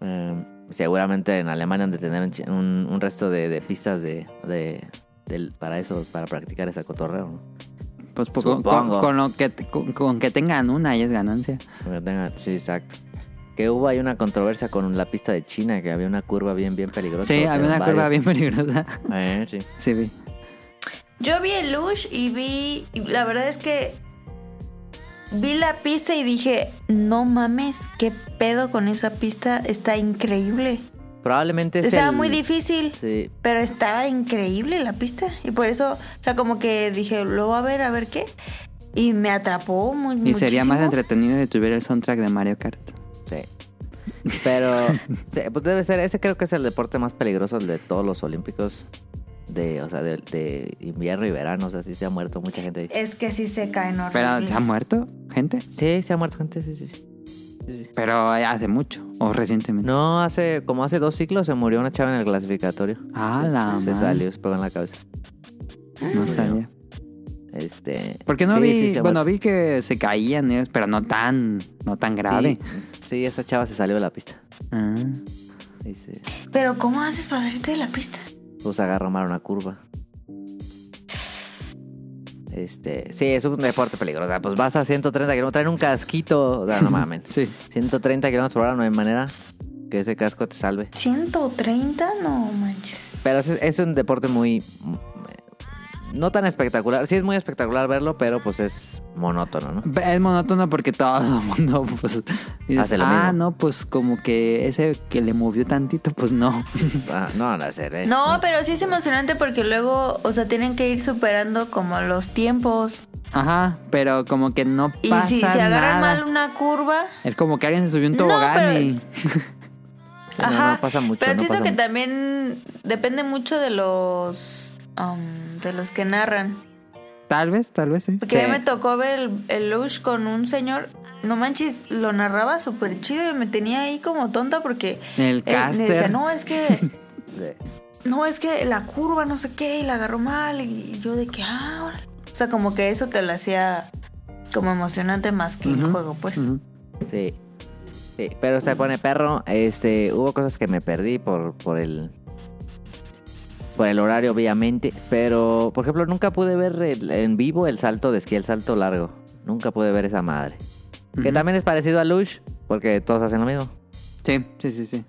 C: Eh, seguramente en Alemania han de tener un, chi- un- un resto de, de pistas de, de- del- para eso, para practicar ese cotorreo. ¿no?
B: Pues po- con, con-
C: Supongo.
B: con lo que te- con, con que tengan una ya es ganancia.
C: Que tenga- Sí, exacto. Que hubo ahí una controversia con la pista de China, que había una curva bien, bien peligrosa.
B: Sí,
C: Pues, que
B: había una
C: eran
B: curva
C: varios.
B: bien peligrosa.
C: Eh, sí.
B: Sí, vi.
A: Yo vi el Lush y vi. y la verdad es que. Vi la pista y dije, no mames, qué pedo con esa pista, está increíble.
C: Probablemente es
A: estaba
C: el-
A: muy difícil,
C: Sí,
A: pero estaba increíble la pista. Y por eso, o sea, como que dije, lo voy a ver, a ver qué. Y me atrapó muy
B: Y sería más
A: muchísimo.
B: entretenido si tuviera el soundtrack de Mario Kart.
C: sí. Pero sí, pues debe ser, ese creo que es el deporte más peligroso de todos los olímpicos. De, o sea, de, de invierno y verano, o sea, sí se ha muerto mucha gente. ahí.
A: Es que sí se caen
B: Pero
A: horribles.
B: se ha muerto gente,
C: Sí, se ha muerto gente, sí, sí. sí.
B: pero hace mucho o recientemente.
C: No, hace como hace dos ciclos se murió una chava en el clasificatorio.
B: Ah, la
C: se
B: madre.
C: salió, se pegó en la cabeza.
B: No sabía.
C: Este.
B: Porque no
C: sí,
B: vi,
C: sí, se ha
B: bueno,
C: muerto.
B: vi que se caían, ellos, pero no tan, no tan grave.
C: Sí, sí, esa chava se salió de la pista.
B: Ah.
C: Y se-
A: Pero ¿cómo haces para salirte de la pista?
C: pues agarró mal una curva. Este. Sí, es un deporte peligroso. O sea, pues vas a 130 kilómetros, traen un casquito. O sea, no mamen.
B: Sí.
C: 130 kilómetros por hora no hay manera que ese casco te salve.
A: 130, no manches.
C: Pero es, es un deporte muy... mm, No tan espectacular. Sí es muy espectacular verlo, pero pues es monótono, ¿no?
B: Es monótono porque todo el mundo, pues. dices,
C: Hace lo
B: ah,
C: mismo".
B: no, pues como que ese que le movió tantito, pues no.
C: Ah, no, no sé. eh.
A: No, pero sí es emocionante porque luego, o sea, tienen que ir superando como los tiempos.
B: Ajá, pero como que no
A: Y
B: pasa
A: si se agarran
B: nada.
A: mal una curva,
B: Es como que alguien se subió a un
A: No,
B: tobogán
A: pero-
B: y.
C: Sí, no,
A: ajá.
C: no pasa mucho,
A: pero
C: no
A: siento
C: pasa
A: que
C: mucho.
A: también depende mucho de los um, de los que narran.
B: Tal vez, tal vez sí.
A: Porque
C: Sí.
A: a mí me tocó ver el, el Lush con un señor. No manches, lo narraba súper chido y me tenía ahí como tonta porque
B: El
A: él me Eh, decía,
B: caster.
A: no, es que
C: Sí.
A: no, es que la curva, no sé qué, y la agarró mal, y y yo de que, ah, órale. O sea, como que eso te lo hacía como emocionante más que el
B: Ujú,
A: juego, pues.
B: ujú.
C: Sí. Sí, pero se pone perro. Este, hubo cosas que me perdí por, por el. Por el horario, obviamente. Pero, por ejemplo, nunca pude ver el- en vivo el salto de esquí, el salto largo. Nunca pude ver esa madre. Que
B: Ujú.
C: también es parecido a Lush, porque todos hacen lo mismo.
B: Sí, sí, sí, sí.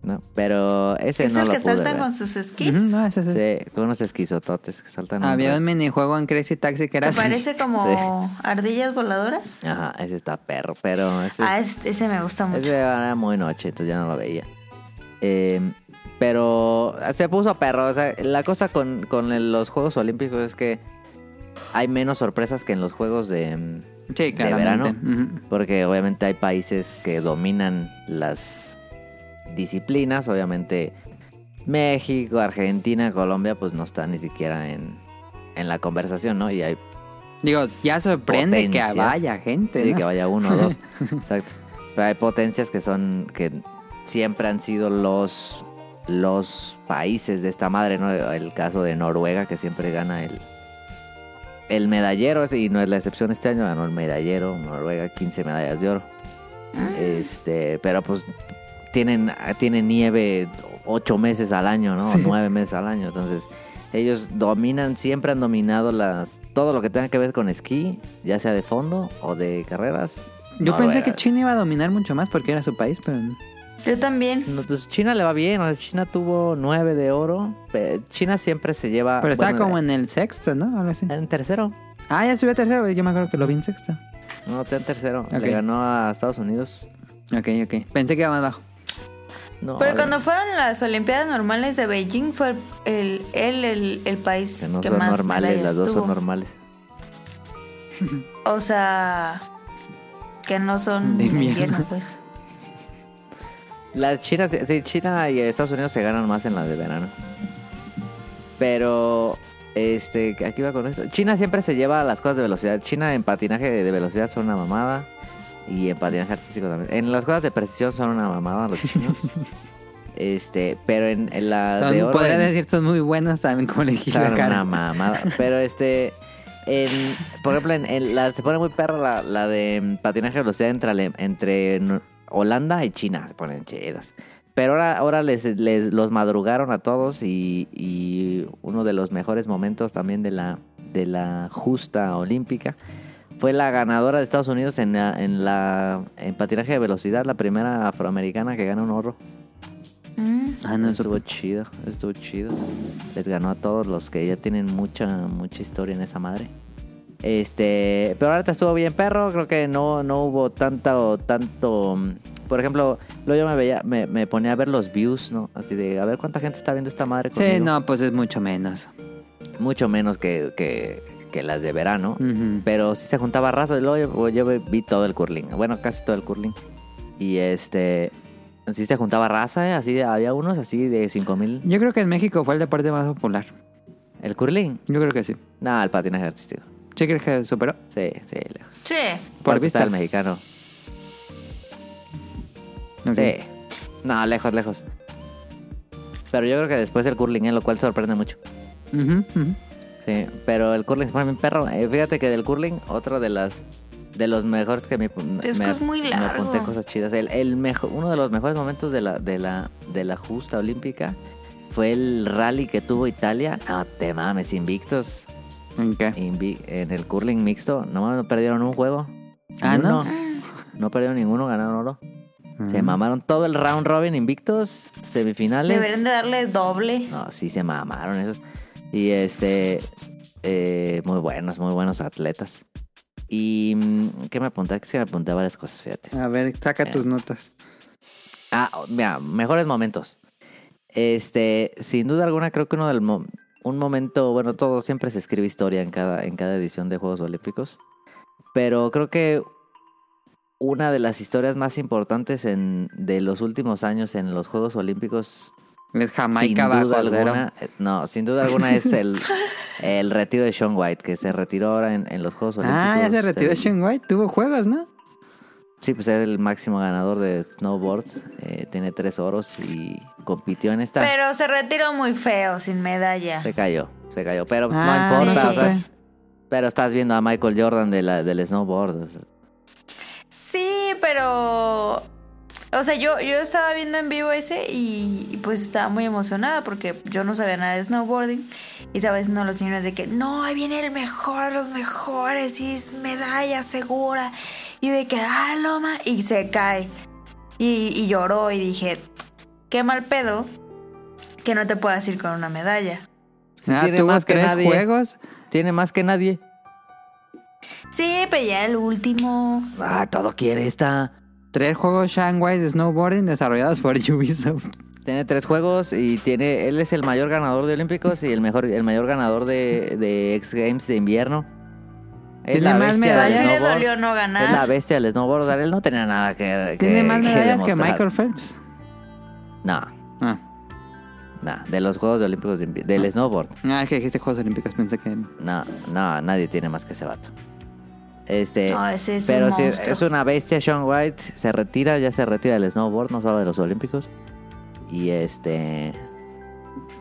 C: ¿no? Pero ese
A: es
C: no
A: el
C: lo
A: que
C: pude
A: saltan
C: ver.
A: con sus esquís.
B: Ujú, no, ese, ese.
C: Sí, pues. con unos esquizototes que saltan. un
B: Había un
C: resto.
B: minijuego en Crazy Taxi que era
A: ¿Te
B: así.
A: parece como ardillas voladoras?
C: Ajá, ese está perro, pero ese
A: Ah,
C: es-
A: es- ese me gusta mucho.
C: Ese era muy noche, entonces ya no lo veía. Eh, pero se puso perro. O sea, la cosa con, con el- los Juegos Olímpicos es que hay menos sorpresas que en los Juegos de... mm,
B: Sí, claramente. Ujú.
C: Porque obviamente hay países que dominan las disciplinas. Obviamente México, Argentina, Colombia, pues no están ni siquiera en, en la conversación, ¿no? Y hay
B: Digo, ya sorprende
C: Potencias.
B: que vaya gente.
C: Sí,
B: ¿no?
C: que vaya uno o dos. Exacto. Pero hay potencias que son, que siempre han sido los, los países de esta madre, ¿no? El caso de Noruega, que siempre gana el, el medallero, y no es la excepción este año, ganó el medallero, Noruega, 15 medallas de oro.
B: Ah.
C: Este, pero pues tienen, tienen nieve ocho meses al año, ¿no? O Nueve meses al año, entonces... Ellos dominan, siempre han dominado las todo lo que tenga que ver con esquí, ya sea de fondo o de carreras.
B: Yo
C: No,
B: pensé
C: era-
B: que China iba a dominar mucho más porque era su país, pero no.
A: Yo también.
C: No, pues China le va bien, o sea, China tuvo nueve de oro. pe- China siempre se lleva.
B: Pero estaba
C: Ah, bueno,
B: como en el sexto, ¿no? Algo así.
C: en tercero.
B: Ah, ya subió a tercero. Yo me acuerdo que lo vi en sexto.
C: No, está en tercero.
B: Ok.
C: Le ganó a Estados Unidos.
B: Ok, ok. Pensé que iba más bajo.
C: No,
A: Pero
C: de-
A: cuando fueron las Olimpiadas normales de Beijing fue el, el, el, el país
C: que
A: que,
C: no son
A: más
C: normales,
A: medallas
C: las dos
A: tuvo.
C: son normales.
A: O sea, que no son
B: De
A: de invierno,
B: invierno.
A: pues.
C: Las China, sí, China y Estados Unidos se ganan más en las de verano. Pero, este, aquí va con esto. China siempre se lleva las cosas de velocidad. China en patinaje de, de velocidad son una mamada. Y en patinaje artístico también. En las cosas de precisión son una mamada los chinos. este, pero en, en la de
B: Son-
C: oro...
B: Podría
C: en-
B: decir, son muy buenas también, como le dijiste
C: Claro,
B: la cara.
C: una mamada. Pero este. En, por ejemplo, en, en la, se pone muy perra la, la de mm, patinaje de velocidad entre, Ale- entre Nor- Holanda y China. Se ponen chidas. Pero ahora, ahora les, les- los madrugaron a todos y, y uno de los mejores momentos también de la, de la justa olímpica fue la ganadora de Estados Unidos en, la- en, la, en patinaje de velocidad, la primera afroamericana que gana un oro.
A: Mm.
B: Ah, no, eso-
C: Estuvo chido, estuvo chido. Les ganó a todos los que ya tienen mucha, mucha historia en esa madre. Este, pero ahorita estuvo bien perro, creo que no, no hubo tanta tanto. mm, Por ejemplo, luego yo me veía, me, me ponía a ver los views, ¿no? Así de a ver cuánta gente está viendo esta madre conmigo.
B: Sí, no, pues es mucho menos.
C: Mucho menos que, que, que las de verano.
B: Ujú.
C: Pero sí se juntaba raza. Y luego yo, yo vi todo el curling. Bueno, casi todo el curling. Y este. Sí se juntaba raza, ¿eh? Así de- había unos así de 5000.
B: Yo creo que en México fue el deporte más popular.
C: ¿El curling?
B: Yo creo que sí.
C: No, el patinaje artístico.
B: ¿Sí crees que superó?
C: Sí, sí, lejos.
A: Sí.
B: Por
C: Aparte está
B: vistas.
C: el mexicano.
B: Ok.
C: Sí. No, lejos, lejos. Pero yo creo que después el curling, ¿eh? lo cual sorprende mucho.
B: Ujú, ujú.
C: Sí, pero el curling se pone bien perro. Eh, fíjate que del curling, otro de las de los mejores que me,
A: Es
C: me,
A: que es muy
C: me
A: largo.
C: apunté cosas chidas. El, el mejor, uno de los mejores momentos de la, de la, de la justa olímpica fue el rally que tuvo Italia. No te mames, invictos.
B: ¿En qué?
C: Invi- en el curling mixto, no, no perdieron un juego.
B: Ah,
C: Ni
B: ¿no? Mm.
C: uno. No perdieron ninguno, ganaron oro. Se mamaron todo el round robin invictos, semifinales.
A: Deberían de darle doble.
C: No, sí se mamaron esos. Y este, eh, muy buenos, muy buenos atletas. Y mm, ¿qué me apunté? Que se me apunté varias cosas, fíjate.
B: A ver, saca tus notas.
C: Ah, oh, mira, mejores momentos. Este, sin duda alguna, creo que uno del mo- un momento, bueno, todo siempre se escribe historia en cada, en cada edición de Juegos Olímpicos. Pero creo que una de las historias más importantes en, de los últimos años en los Juegos Olímpicos
B: Es Jamaica bajo cero.
C: alguna, eh, no, sin duda alguna es el, el retiro de Sean White, que se retiró ahora en, en los Juegos Olímpicos.
B: Ah, ya se retiró
C: El-
B: Sean White. Tuvo juegos, ¿no?
C: Sí, pues es el máximo ganador de snowboard. eh, tiene tres oros y compitió en esta.
A: Pero se retiró muy feo, sin medalla.
C: Se cayó, se cayó. Pero
B: Ah,
C: no importa,
A: sí.
C: o sea, pero estás viendo a Michael Jordan de la, del snowboard. o sea,
A: Sí, pero... O sea, yo, yo estaba viendo en vivo ese y, y pues estaba muy emocionada porque yo no sabía nada de snowboarding. Y estaba diciendo a los señores de que no, ahí viene el mejor de los mejores y es medalla segura. Y de que, ah, loma, y se cae. Y, y lloró y dije, qué mal pedo que no te puedas ir con una medalla.
B: Ah,
C: tiene
B: tuvo
C: más que
B: tres
C: nadie.
B: juegos.
C: Tiene más que nadie.
A: Sí, pero ya el último.
C: Ah, todo quiere esta.
B: Tres juegos Sean White de snowboarding desarrollados por Ubisoft.
C: Tiene tres juegos y tiene. Él es el mayor ganador de Olímpicos y el mejor, el mayor ganador de, de X Games de invierno. Es
B: Tiene
C: la
B: más
C: bestia
A: Igual
B: medallas.
C: del
A: sí le
C: snowboard.
A: dolió no
C: Es la
A: ganar.
C: bestia del snowboard. o sea, él no tenía nada que. que-
B: Tiene más
C: que
B: medallas que
C: demostrar.
B: Michael Phelps.
C: No,
B: Ah,
C: no. De los Juegos de Olímpicos de invi- del snowboard.
B: ah, es que dijiste Juegos Olímpicos. Pensé que.
C: No, no, nadie tiene más que ese vato. Este.
A: No, ese es un
C: pero sí,
A: monstruo.
C: es una bestia. Sean White se retira, ya se retira del snowboard, no solo de los Olímpicos. Y este.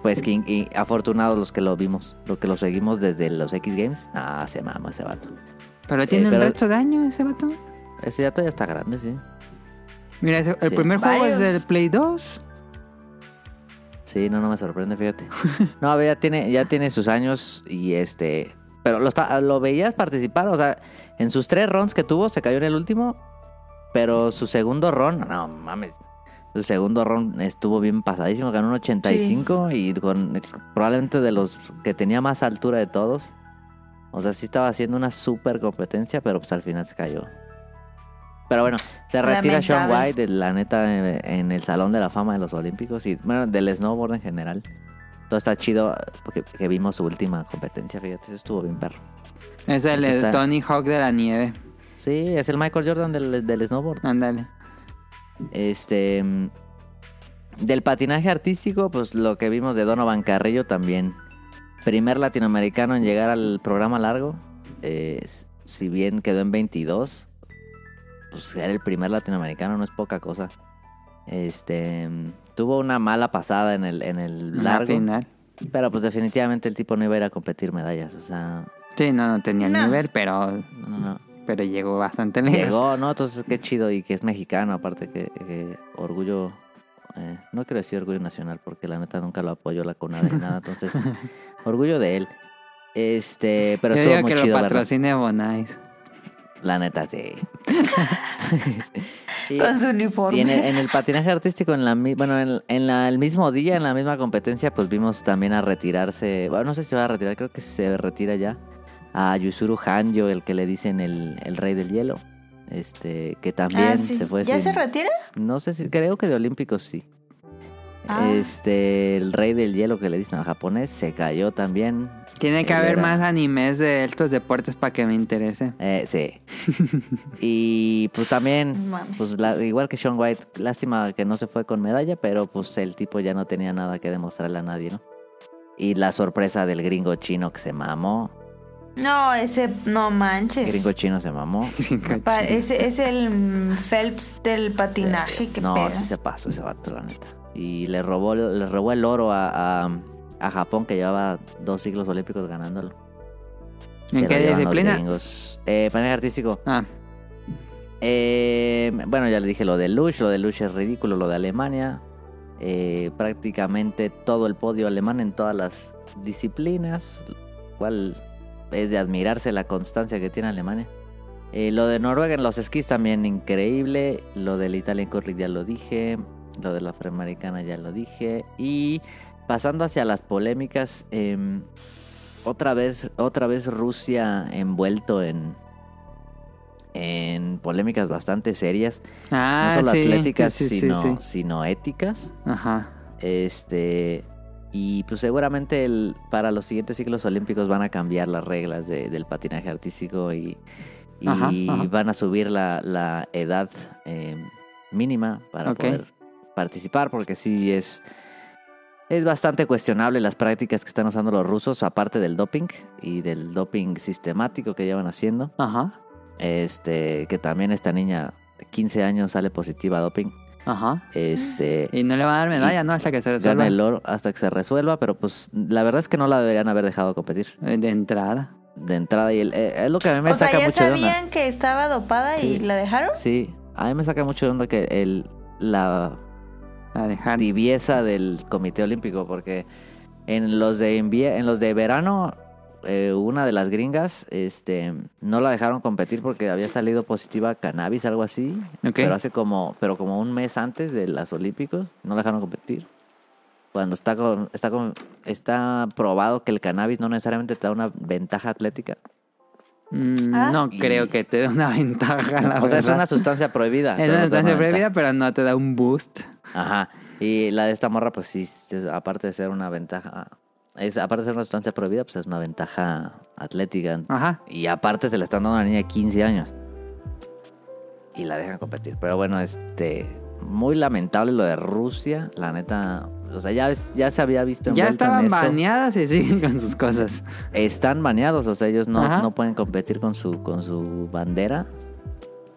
C: Pues que y afortunados los que lo vimos, los que lo seguimos desde los X Games. Ah, se mama ese vato.
B: Pero tiene
C: pero-
B: un resto de año ese vato.
C: Ese ya todavía está grande, sí.
B: Mira, ese- el
C: Sí.
B: primer juego es
A: Varios.
B: del Play 2.
C: Sí, no, no me sorprende, fíjate. No, a ver, ya tiene, ya tiene sus años y este. Pero lo, está- lo veías participar, o sea, en sus tres rounds que tuvo, se cayó en el último. Pero su segundo round, no mames. Su segundo round estuvo bien pasadísimo, ganó un 85 y con probablemente de los que tenía más altura de todos. O sea, sí estaba haciendo una super competencia, pero pues al final se cayó. Pero bueno, se retira Sean
A: Lamentable.
C: White, de- la neta, eh, en el Salón de la Fama de los Olímpicos y, bueno, del snowboard en general. Todo está chido eh, porque que vimos su última competencia, fíjate, eso estuvo bien perro.
B: Es el
C: Así
B: eh,
C: está.
B: Tony Hawk de la nieve.
C: Sí, es el Michael Jordan del, del snowboard.
B: Ándale.
C: Este. mm, Del patinaje artístico, pues lo que vimos de Donovan Carrillo también. Primer latinoamericano en llegar al programa largo. eh, s- si bien quedó en 22, pues ser el primer latinoamericano no es poca cosa. Este. mm, Tuvo una mala pasada en el, en el
B: La
C: largo.
B: final.
C: Pero pues definitivamente el tipo no iba a ir a competir medallas. O sea,
B: Sí, no, no tenía el
A: No.
B: nivel, pero,
C: no, no, no.
B: pero llegó bastante lejos.
C: Llegó, ¿no? Entonces, qué chido y que es mexicano, aparte que, que orgullo, eh, no quiero decir orgullo nacional porque la neta nunca lo apoyó la CONADE ni nada, entonces, orgullo de él. Este, pero
B: Yo
C: estuvo
B: digo
C: muy
B: que
C: chido,
B: lo
C: verlo.
B: patrocine Bonais.
C: La neta, sí. y,
A: Con su
C: y
A: uniforme.
C: en el, en el patinaje artístico, en la, mi- bueno, en, en la- el mismo día, en la misma competencia, pues vimos también a retirarse, bueno, no sé si se va a retirar, creo que se retira ya, a Yusuru Hanjo, el que le dicen el, el rey del hielo, este, que también
A: Ah, sí.
C: se fue
A: ¿Ya
C: sin-
A: se retira?
C: no sé si, creo que de Olímpicos sí.
A: Ah.
C: Este, el rey del hielo que le dicen al japonés se cayó también.
B: Tiene que
C: Él
B: haber
C: era-
B: más animes de estos deportes para que me interese.
C: Eh, sí. y pues también,
A: Mames.
C: pues la- igual que Sean White, lástima que no se fue con medalla, pero pues el tipo ya no tenía nada que demostrarle a nadie, ¿no? Y la sorpresa del gringo chino que se mamó.
A: No, ese no manches.
C: Gringo chino se mamó.
A: Pa-
C: eh,
A: ese es el mm, Phelps del patinaje que
C: no,
A: pega.
C: sí se pasó ese vato, la neta. Y le robó, le robó el oro a, a- a Japón, que llevaba dos siglos olímpicos ganándolo. Se
B: ¿En
C: lo
B: qué
C: llevan los
B: disciplina?
C: gringos. Eh, patinaje artístico.
B: Ah,
C: Eh, bueno, ya le dije lo de Lush, lo de Lush es ridículo, lo de Alemania. Eh, prácticamente todo el podio alemán en todas las disciplinas, lo cual es de admirarse la constancia que tiene Alemania. Eh, lo de Noruega en los esquís también increíble. Lo del Italian Curling ya lo dije. Lo de la afroamericana ya lo dije. Y pasando hacia las polémicas, em, otra, vez, otra vez Rusia envuelto en, en polémicas bastante serias.
B: ah
C: no solo
B: sí,
C: atléticas,
B: sí, sí, sí,
C: sino,
B: sí.
C: sino éticas.
B: Ajá.
C: Este. Y pues seguramente el- para los siguientes ciclos olímpicos van a cambiar las reglas de- del patinaje artístico y, y
B: Ajá, ajá.
C: van a subir la, la edad eh, mínima para
B: Ok.
C: poder participar, porque sí es, es bastante cuestionable las prácticas que están usando los rusos, aparte del doping y del doping sistemático que llevan haciendo.
B: Ajá.
C: Este, que también esta niña de 15 años sale positiva a doping.
B: Ajá.
C: Este,
B: Y no le va a dar medalla, ¿no? Hasta que se resuelva.
C: gana el oro hasta que se resuelva, pero pues la verdad es que no la deberían haber dejado competir
B: Eh, De entrada.
C: de entrada y el- eh, es lo que a mí me
A: o sea,
C: saca
A: ya
C: mucho de onda.
A: sabían que estaba dopada y
C: Sí.
A: la dejaron.
C: Sí, a mí me saca mucho de onda que el la
B: A
C: Ah.
B: dejar.
C: tibieza del Comité Olímpico porque en los de invie- en los de verano eh, una de las gringas este no la dejaron competir porque había salido positiva a cannabis algo así,
B: Ok.
C: pero hace como pero como un mes antes de las Olímpicos no la dejaron competir. Cuando está con, está con, está probado que el cannabis no necesariamente te da una ventaja atlética.
B: Mm,
A: Ah.
B: No
C: Y-
B: creo que te dé una ventaja, la
C: o sea, es
B: verdad.
C: una sustancia prohibida.
B: Es
C: pero no
B: una
C: te da
B: sustancia
C: ventaja.
B: prohibida, pero no te da un boost.
C: Ajá. Y la de esta morra, pues sí, es- aparte de ser una ventaja, es, aparte de ser una sustancia prohibida, pues es una ventaja atlética.
B: Ajá.
C: Y aparte se la están dando a una niña de 15 años. Y la dejan competir. Pero bueno, este, muy lamentable lo de Rusia, la neta. O sea, ya, ves- ya se había visto
B: Ya
C: envuelto en
B: estaban
C: esto.
B: baneadas y siguen con sus cosas.
C: Están baneados, o sea, ellos
B: Ajá.
C: no, no pueden competir con su, con su bandera.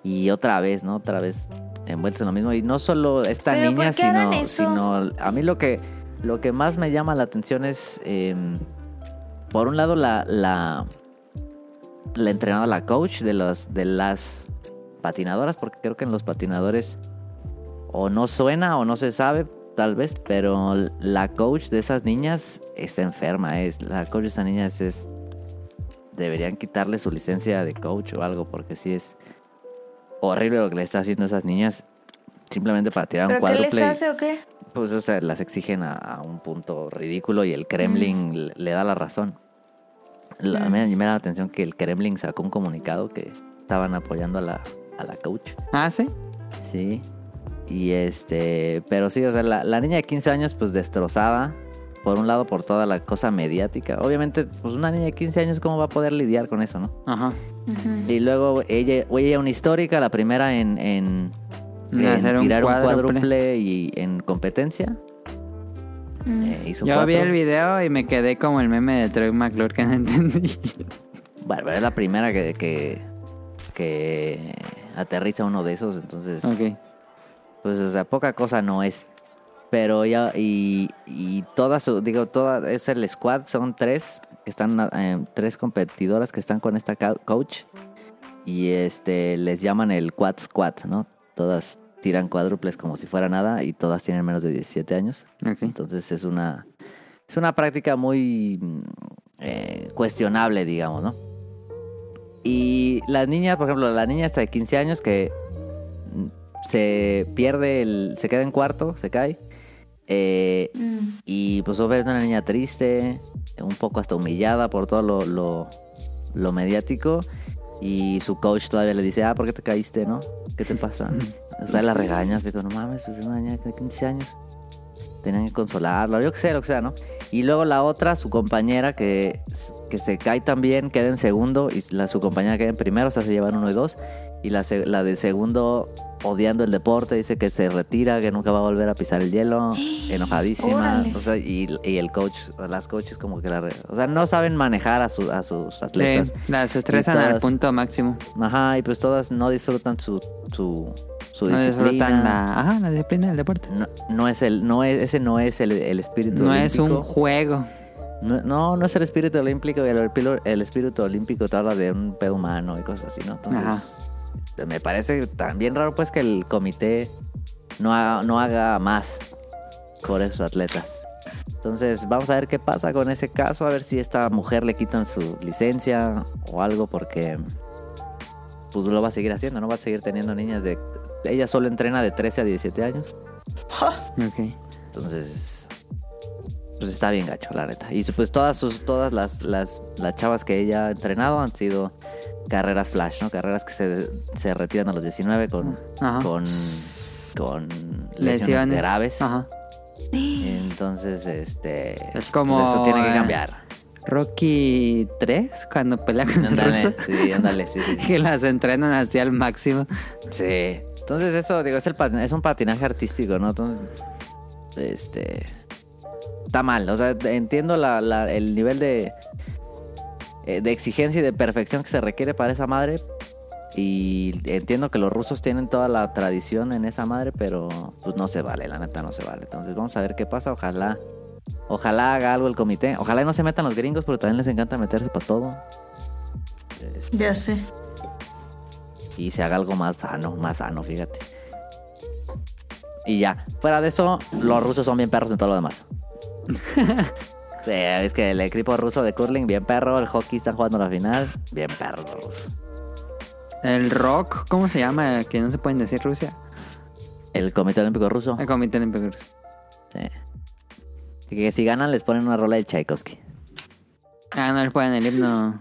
C: Y otra vez, ¿no? Otra vez envueltos en lo mismo. Y no solo esta
A: ¿Pero
C: niña,
A: por qué harán
C: sino,
A: eso?
C: sino. A mí lo que, lo que más me llama la atención es. eh, por un lado, la. La, la entrenadora, la coach de, los, de las patinadoras, porque creo que en los patinadores o no suena o no se sabe, tal vez, pero la coach de esas niñas está enferma, es la coach de esas niñas es deberían quitarle su licencia de coach o algo porque sí es horrible lo que le está haciendo a esas niñas simplemente para tirar un
A: ¿Pero qué les
C: cuádruple.
A: hace o qué?
C: Pues o sea, las exigen a, a un punto ridículo y el Kremlin le- le da la razón. La-
A: Mm.
C: me, me da la atención que el Kremlin sacó un comunicado que estaban apoyando a la, a la coach.
B: Ah, sí.
C: Sí. Y este, pero sí, o sea, la, la niña de 15 años pues destrozada, por un lado por toda la cosa mediática. Obviamente, pues una niña de 15 años, ¿cómo va a poder lidiar con eso, no?
B: Ajá.
C: Y luego ella, ella una histórica, la primera en, en,
B: En
C: en
B: hacer un
C: tirar un
B: cuádruple.
C: cuádruple. y en competencia. Eh, hizo
B: Yo vi
C: cuatro.
B: el video y me quedé como el meme de Troy McClure que no entendí.
C: Bueno, pero es la primera que, que, que aterriza uno de esos, entonces...
B: ok.
C: Pues, o sea, poca cosa no es. Pero ya, y, y toda su, digo, toda, es el squad, son tres, que están, eh, tres competidoras que están con esta ca- coach. Y este, les llaman el quad squad, ¿no? Todas tiran cuádruples como si fuera nada y todas tienen menos de 17 años.
B: Ok.
C: Entonces es una, es una práctica muy mm, eh, cuestionable, digamos, ¿no? Y la niña, por ejemplo, la niña hasta de 15 años que mm, se pierde, el, se queda en cuarto, se cae. eh,
A: Mm,
C: y pues obviamente una niña triste, un poco hasta humillada por todo lo, lo, lo mediático. Y su coach todavía le dice, ah, ¿por qué te caíste, no? ¿Qué te pasa? O sea, la regañas, digo, no mames, pues es una niña de 15 años tenían que consolarlo, yo que sé, lo que sea, ¿no? Y luego la otra, su compañera que, que se cae también, queda en segundo, y la, su compañera queda en primero, o sea, se llevan uno y dos. Y la, se- la de segundo, odiando el deporte, dice que se retira, que nunca va a volver a pisar el hielo, enojadísima.
A: Órale.
C: O sea, y, y el coach, las coaches como que la... re- O sea, no saben manejar a, su- a sus atletas.
B: Sí, las estresan
C: Y todas-
B: al punto máximo.
C: Ajá, y pues todas no disfrutan su, su, su
B: No
C: disciplina.
B: disfrutan la, ajá, la disciplina del deporte.
C: No, no es el, no es, ese no es el, el espíritu
B: No es un
C: olímpico.
B: juego.
C: No, no, no es el espíritu olímpico. El, orpilo- el espíritu olímpico te habla de un pedo humano y cosas así, ¿no? Entonces, este, me parece también raro, pues, que el comité no haga, no haga más por esos atletas. Entonces, vamos a ver qué pasa con ese caso, a ver si a esta mujer le quitan su licencia o algo, porque pues lo va a seguir haciendo, ¿no? Va a seguir teniendo niñas de. Ella solo entrena de 13 a 17 años.
B: Ok.
C: Entonces, pues está bien gacho, la neta. Y pues todas sus, todas las, las, las chavas que ella ha entrenado han sido carreras flash, ¿no? Carreras que se, se retiran a los 19 con,
B: Ajá.
C: con, con lesiones, graves.
B: Ajá.
C: Entonces, este.
B: Es como,
C: pues eso tiene que
B: eh,
C: cambiar.
B: Rocky 3, cuando pelea con el ruso.
C: Ándale, sí, ándale, sí, sí. sí.
B: Que las entrenan así al máximo.
C: Sí. Entonces eso, digo, es, el pat- es un patinaje artístico, ¿no? Entonces, este... Está mal, o sea, entiendo la- la- el nivel de, eh, de exigencia y de perfección que se requiere para esa madre. Y entiendo que los rusos tienen toda la tradición en esa madre, pero pues no se vale, la neta no se vale. Entonces vamos a ver qué pasa, ojalá... Ojalá haga algo el comité. Ojalá y no se metan los gringos, pero también les encanta meterse para todo.
A: Ya sé.
C: y se haga algo más sano, más sano, fíjate. Y ya, fuera de eso, los rusos son bien perros en todo lo demás. Sí, es que el equipo ruso de curling, bien perro, el hockey están jugando la final, bien perro los rusos.
B: El rock, ¿cómo se llama? El Que no se pueden decir Rusia.
C: El Comité Olímpico Ruso,
B: El Comité Olímpico Ruso.
C: sí. que, que si ganan les ponen una rola de Tchaikovsky.
B: Ah, no les pueden el himno.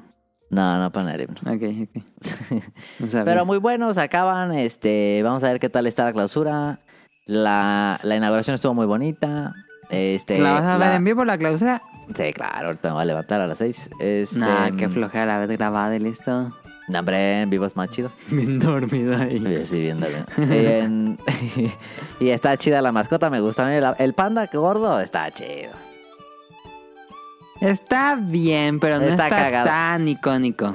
C: No, no ponen el himno.
B: Ok, ok. No sabía.
C: Pero muy buenos, acaban. Este, vamos a ver qué tal está la clausura. La, la inauguración estuvo muy bonita. Este,
B: ¿La vas a ver
C: la-
B: en vivo la clausura?
C: Sí, claro, ahorita me va a levantar a las 6. Este,
B: Nah, mm. qué flojera haber grabado y listo.
C: no, hombre, en vivo es más chido.
B: Bien dormida ahí.
C: Yo sí, viéndolo. Y, en- y está chida la mascota, me gusta a mí. la- el panda gordo está chido.
B: Está bien, pero no está,
C: Está cagado.
B: tan icónico.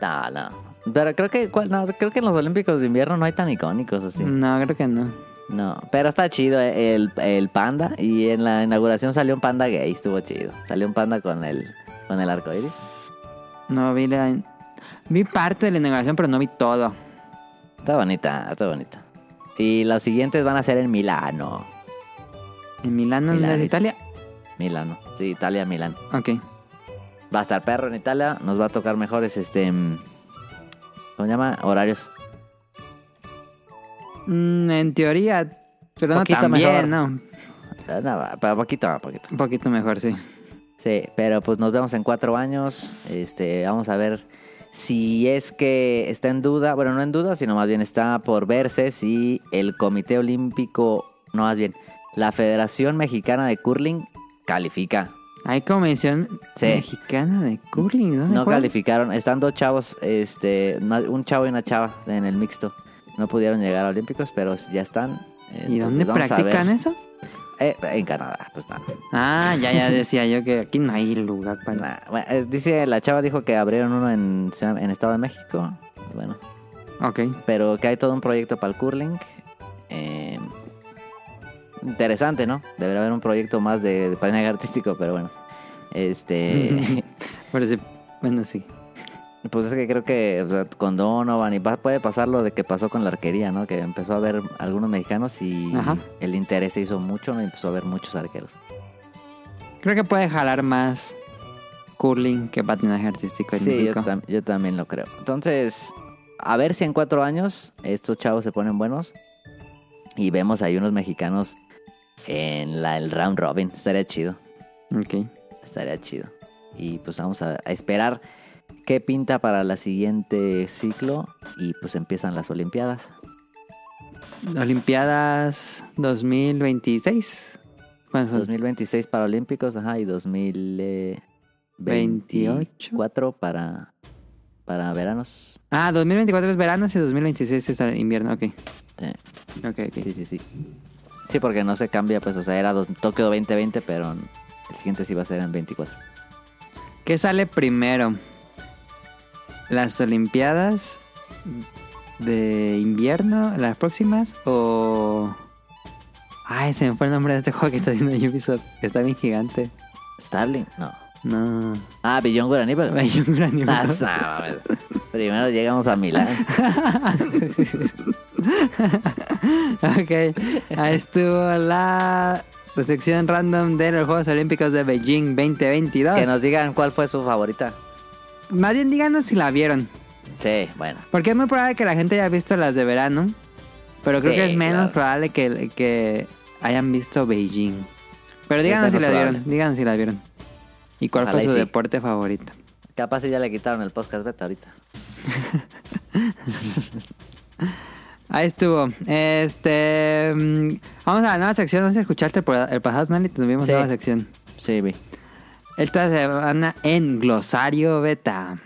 C: No, no. Pero creo que, ¿cuál? No, creo que en los Olímpicos de invierno no hay tan icónicos así.
B: No, creo que no.
C: No, pero está chido eh, el, el panda. Y en la inauguración salió un panda gay, estuvo chido. Salió un panda con el, con el arco iris.
B: No vi la... Vi parte de la inauguración, pero no vi todo.
C: Está bonita, está bonita. Y los siguientes van a ser en Milano.
B: ¿En Milano, no
C: Milán.
B: es Italia?
C: Milano, sí, Italia, Milán.
B: Ok.
C: Va a estar perro en Italia, nos va a tocar mejores este mm, ¿cómo se llama? horarios.
B: Mm, en teoría, pero no
C: Poquito
B: tan
C: mejor.
B: bien, ¿no?
C: Ah, no, pero poquito, ah, poquito.
B: Un poquito mejor, sí.
C: Sí, pero pues nos vemos en cuatro años. Este, vamos a ver si es que está en duda, bueno, no en duda, sino más bien está por verse si el Comité Olímpico, no más bien, la Federación Mexicana de Curling califica.
B: Hay comisión
C: Sí.
B: mexicana de curling, ¿no?
C: No
B: ¿Cuál?
C: calificaron, están dos chavos, este, ma- un chavo y una chava en el mixto. No pudieron llegar a Olímpicos, pero ya están.
B: ¿Y
C: Entonces,
B: dónde
C: vamos a ver.
B: practican eso?
C: Eh, en Canadá, pues nada.
B: Ah, ya, ya decía yo que aquí no hay lugar para
C: Nah, bueno, eh, dice, la chava dijo que abrieron uno en, Ciudad- en Estado de México. Bueno,
B: Ok.
C: pero que hay todo un proyecto para el curling. Eh, interesante, ¿no? Debería haber un proyecto más de, de patinaje artístico, pero bueno. Este.
B: Pero sí, bueno, sí.
C: pues es que creo que o sea, con Donovan y va- puede pasar lo de que pasó con la arquería, ¿no? Que empezó a haber algunos mexicanos y
B: Ajá.
C: el interés se hizo mucho, ¿no? Y empezó a haber muchos arqueros.
B: Creo que puede jalar más curling que patinaje artístico en
C: Sí, yo,
B: México.
C: tam- yo también lo creo. Entonces, a ver si en cuatro años estos chavos se ponen buenos y vemos ahí unos mexicanos en la, el round robin. Estaría chido,
B: Ok.
C: estaría chido. Y pues vamos a, a esperar qué pinta para la siguiente ciclo y pues empiezan las Olimpiadas.
B: Olimpiadas 2026. ¿Cuándo son?
C: 2026 para Olímpicos, ajá, y 2024
B: 28.
C: para, para veranos.
B: Ah, 2024 es verano y 2026 es invierno. Ok.
C: Sí.
B: Ok, ok.
C: Sí, sí, sí. Sí, porque no se cambia, pues, o sea, era dos- Tokio 2020, pero el siguiente sí va a ser en 24.
B: ¿Qué sale primero? ¿Las Olimpiadas de invierno, las próximas? ¿O.? Ay, se me fue el nombre de este juego que está haciendo Ubisoft. que Está bien gigante.
C: Starling, no.
B: No.
C: Ah, Beyond Good and Evil.
B: Hay un gran
C: Ah,
B: animador.
C: no, mames. Primero llegamos a Milán.
B: Ok, ahí estuvo la sección random de los Juegos Olímpicos de Beijing 2022.
C: que nos digan cuál fue su favorita.
B: Más bien díganos si la vieron,
C: Sí, bueno.
B: porque es muy probable que la gente haya visto las de verano, pero creo
C: Sí,
B: que es menos
C: claro.
B: probable que, que hayan visto Beijing. Pero
C: Sí,
B: díganos
C: está
B: si
C: más
B: las vieron,
C: probable.
B: díganos si las vieron. ¿Y cuál
C: Ojalá y
B: fue su
C: sí.
B: deporte favorito?
C: Capaz si ya le quitaron el podcast beta ahorita.
B: Ahí estuvo. Este, mm, vamos a la nueva sección, vamos a escucharte por el pasado, Nali, tuvimos
C: Sí.
B: nueva sección.
C: Sí, vi.
B: Esta semana en Glosario Beta.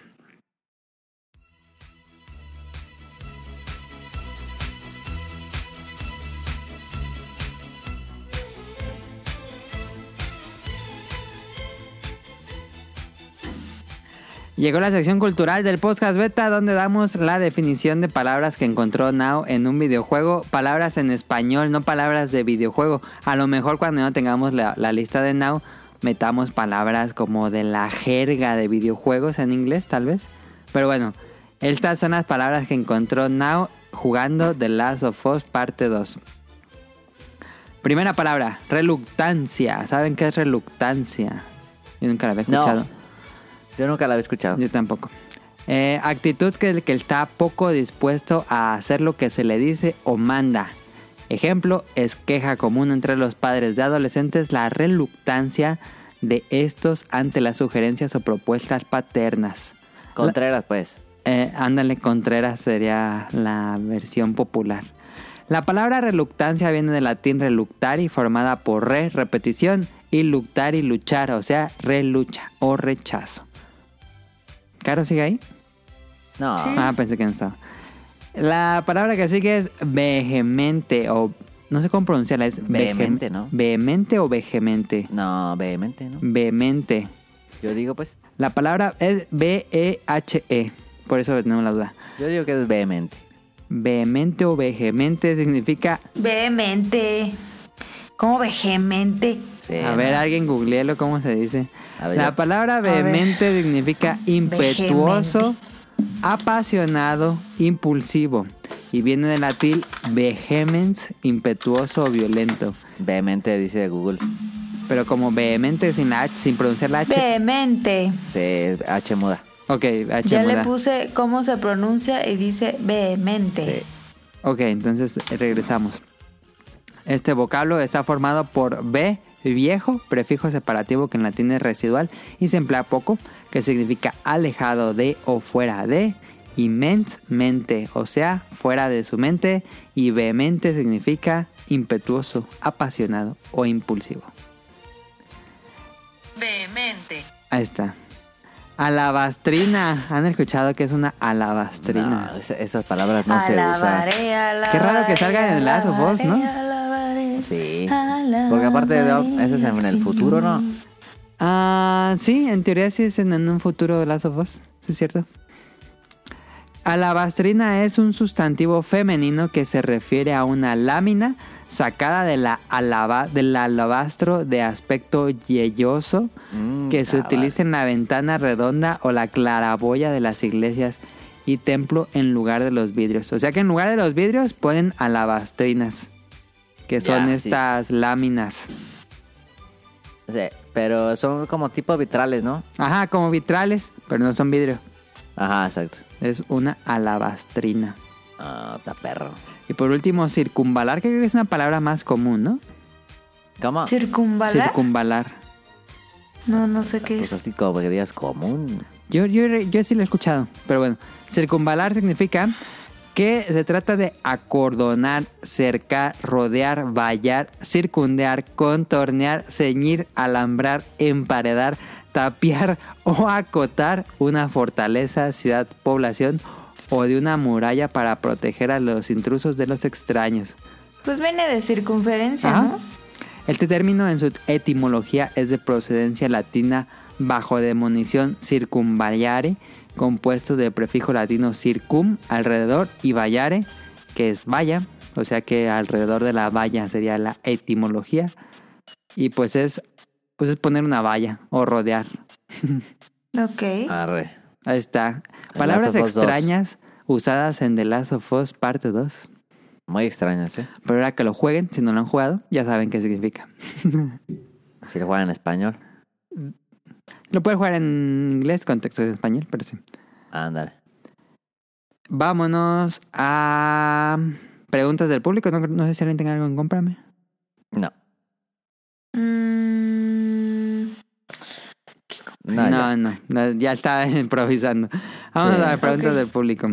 B: Llegó la sección cultural del podcast beta donde damos la definición de palabras que encontró Now en un videojuego, palabras en español, no palabras de videojuego. A lo mejor cuando no tengamos la, la lista de Now, metamos palabras como de la jerga de videojuegos en inglés tal vez. Pero bueno, estas son las palabras que encontró Now jugando The Last of Us parte 2. Primera palabra, reluctancia. ¿Saben qué es reluctancia? Yo nunca la había
C: No.
B: escuchado.
C: Yo nunca la había escuchado.
B: Yo tampoco. Eh, actitud que, que está poco dispuesto a hacer lo que se le dice o manda. Ejemplo, es queja común entre los padres de adolescentes la reluctancia de estos ante las sugerencias o propuestas paternas.
C: Contreras, pues.
B: Eh, ándale, Contreras sería la versión popular. La palabra reluctancia viene del latín reluctari, formada por re, repetición, y luctari, luchar, o sea, relucha o rechazo. ¿Caro sigue ahí?
C: No.
B: Ah, pensé que no estaba. La palabra que sigue es vehemente o... No sé cómo pronunciarla, es... vehem-
C: Vehemente, ¿no?
B: Vehemente o vehemente.
C: No, vehemente,
B: Mm.
C: ¿no?
B: Vehemente.
C: Yo digo, pues.
B: La palabra es B-E-H-E. E, Por eso tenemos la duda.
C: Yo digo que es vehemente.
B: Vehemente o vehemente significa...
A: Vehemente. ¿Cómo vehemente?
C: Sí,
B: a ver,
C: no.
B: alguien googleelo cómo se dice.
C: A ver,
B: la
C: yo-
B: palabra
A: ver.
B: vehemente significa impetuoso, apasionado, impulsivo. Y viene del latín vehemens, impetuoso o violento.
C: Vehemente dice Google.
B: Pero como vehemente sin la H, sin pronunciar la H.
A: Vehemente.
C: Sí, es H muda.
B: ok, H
A: Ya le
B: muda.
A: puse cómo se pronuncia y dice vehemente.
B: Ok, entonces eh, regresamos. Este vocablo está formado por B, viejo, prefijo separativo que en latín es residual y se emplea poco, que significa alejado de o fuera de, y ment, mente, o sea, fuera de su mente, y vehemente significa impetuoso, apasionado o impulsivo.
D: Vehemente.
B: Ahí está. Alabastrina. ¿Han escuchado que es una alabastrina?
C: No, esa- esas palabras no se usan.
A: Alabaré, alabaré,
B: Qué raro que salga en el Last of Us, ¿no?
A: alabaré,
C: Sí.
A: alabaré,
C: Porque aparte de ese es en
A: alabaré,
C: el futuro, ¿no?
B: Ah, sí, en teoría sí es en, en un futuro de Last of Us, sí es cierto. Alabastrina es un sustantivo femenino que se refiere a una lámina sacada de la alaba- del alabastro de aspecto yelloso
C: Mm,
B: que se
C: cabal.
B: utiliza en la ventana redonda o la claraboya de las iglesias y templo en lugar de los vidrios. O sea que en lugar de los vidrios ponen alabastrinas, que son
C: Ya, sí.
B: estas láminas.
C: Sí, pero son como tipo vitrales, ¿no?
B: Ajá, como vitrales, pero no son vidrio.
C: Ajá, exacto.
B: Es una alabastrina.
C: Ah, está perro.
B: Y por último, circunvalar, que creo que es una palabra más común, ¿no?
C: ¿Cómo?
A: ¿Circunvalar?
B: Circunvalar.
A: no, no sé qué
C: Pues
A: es.
C: así como que digas común.
B: Yo, yo, yo sí lo he escuchado, pero bueno. Circunvalar significa que se trata de acordonar, cercar, rodear, vallar, circundear, contornear, ceñir, alambrar, emparedar, tapiar o acotar una fortaleza, ciudad, población o de una muralla para proteger a los intrusos de los extraños.
A: Pues viene de circunferencia,
B: Ajá.
A: ¿no?
B: Este término en su etimología es de procedencia latina bajo demonición circumvallare, compuesto del prefijo latino circum, alrededor, y vallare, que es valla, o sea que alrededor de la valla sería la etimología. Y pues es, pues es poner una valla o rodear.
A: Ok.
B: Ah.
C: Arre.
B: Ahí está.
C: The
B: Palabras
C: Last of Us 2.
B: extrañas usadas en The Last of Us parte 2.
C: Muy extraño, ¿sí?
B: Pero ahora que lo jueguen, si no lo han jugado, ya saben qué significa.
C: Si lo juegan en español.
B: Lo puedes jugar en inglés, con texto en español, pero sí.
C: Ándale.
B: Vámonos a preguntas del público. No, no sé si alguien tenga algo en cómprame.
C: No.
A: Mm,
C: No, ya.
B: no, no, no, ya está improvisando. Vamos
C: Sí.
B: a las preguntas
A: Ok.
B: del público.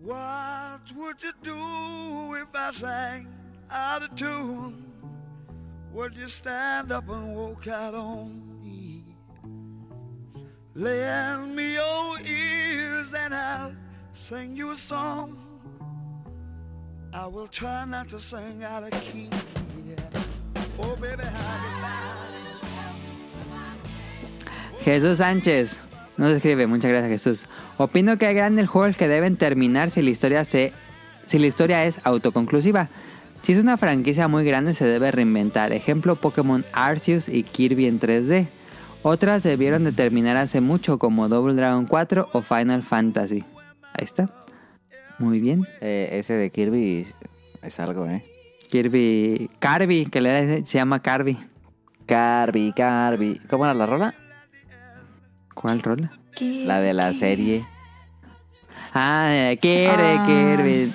E: What would you do if I sang out of tune? Would you stand up and walk out on me? Lend me your ears and I'll sing you a song. I will try not to sing out of key. Oh, baby, how you like?
B: Jesús Sánchez nos escribe, muchas gracias Jesús. Opino que hay grandes juegos que deben terminar si la historia se si la historia es autoconclusiva. Si es una franquicia muy grande se debe reinventar. Ejemplo Pokémon Arceus y Kirby en 3D. Otras debieron de terminar hace mucho como Double Dragon 4 o Final Fantasy. Ahí está. Muy bien.
C: Eh, ese de Kirby es algo, ¿eh?
B: Kirby Carby, que le era- se llama Carby.
C: Kirby, Kirby. ¿Cómo era la rola?
B: ¿Cuál rola?
A: ¿qué-
C: La de la
A: qué?
C: serie.
B: Ah, eh, Kirby,
A: Ah.
B: Kirby.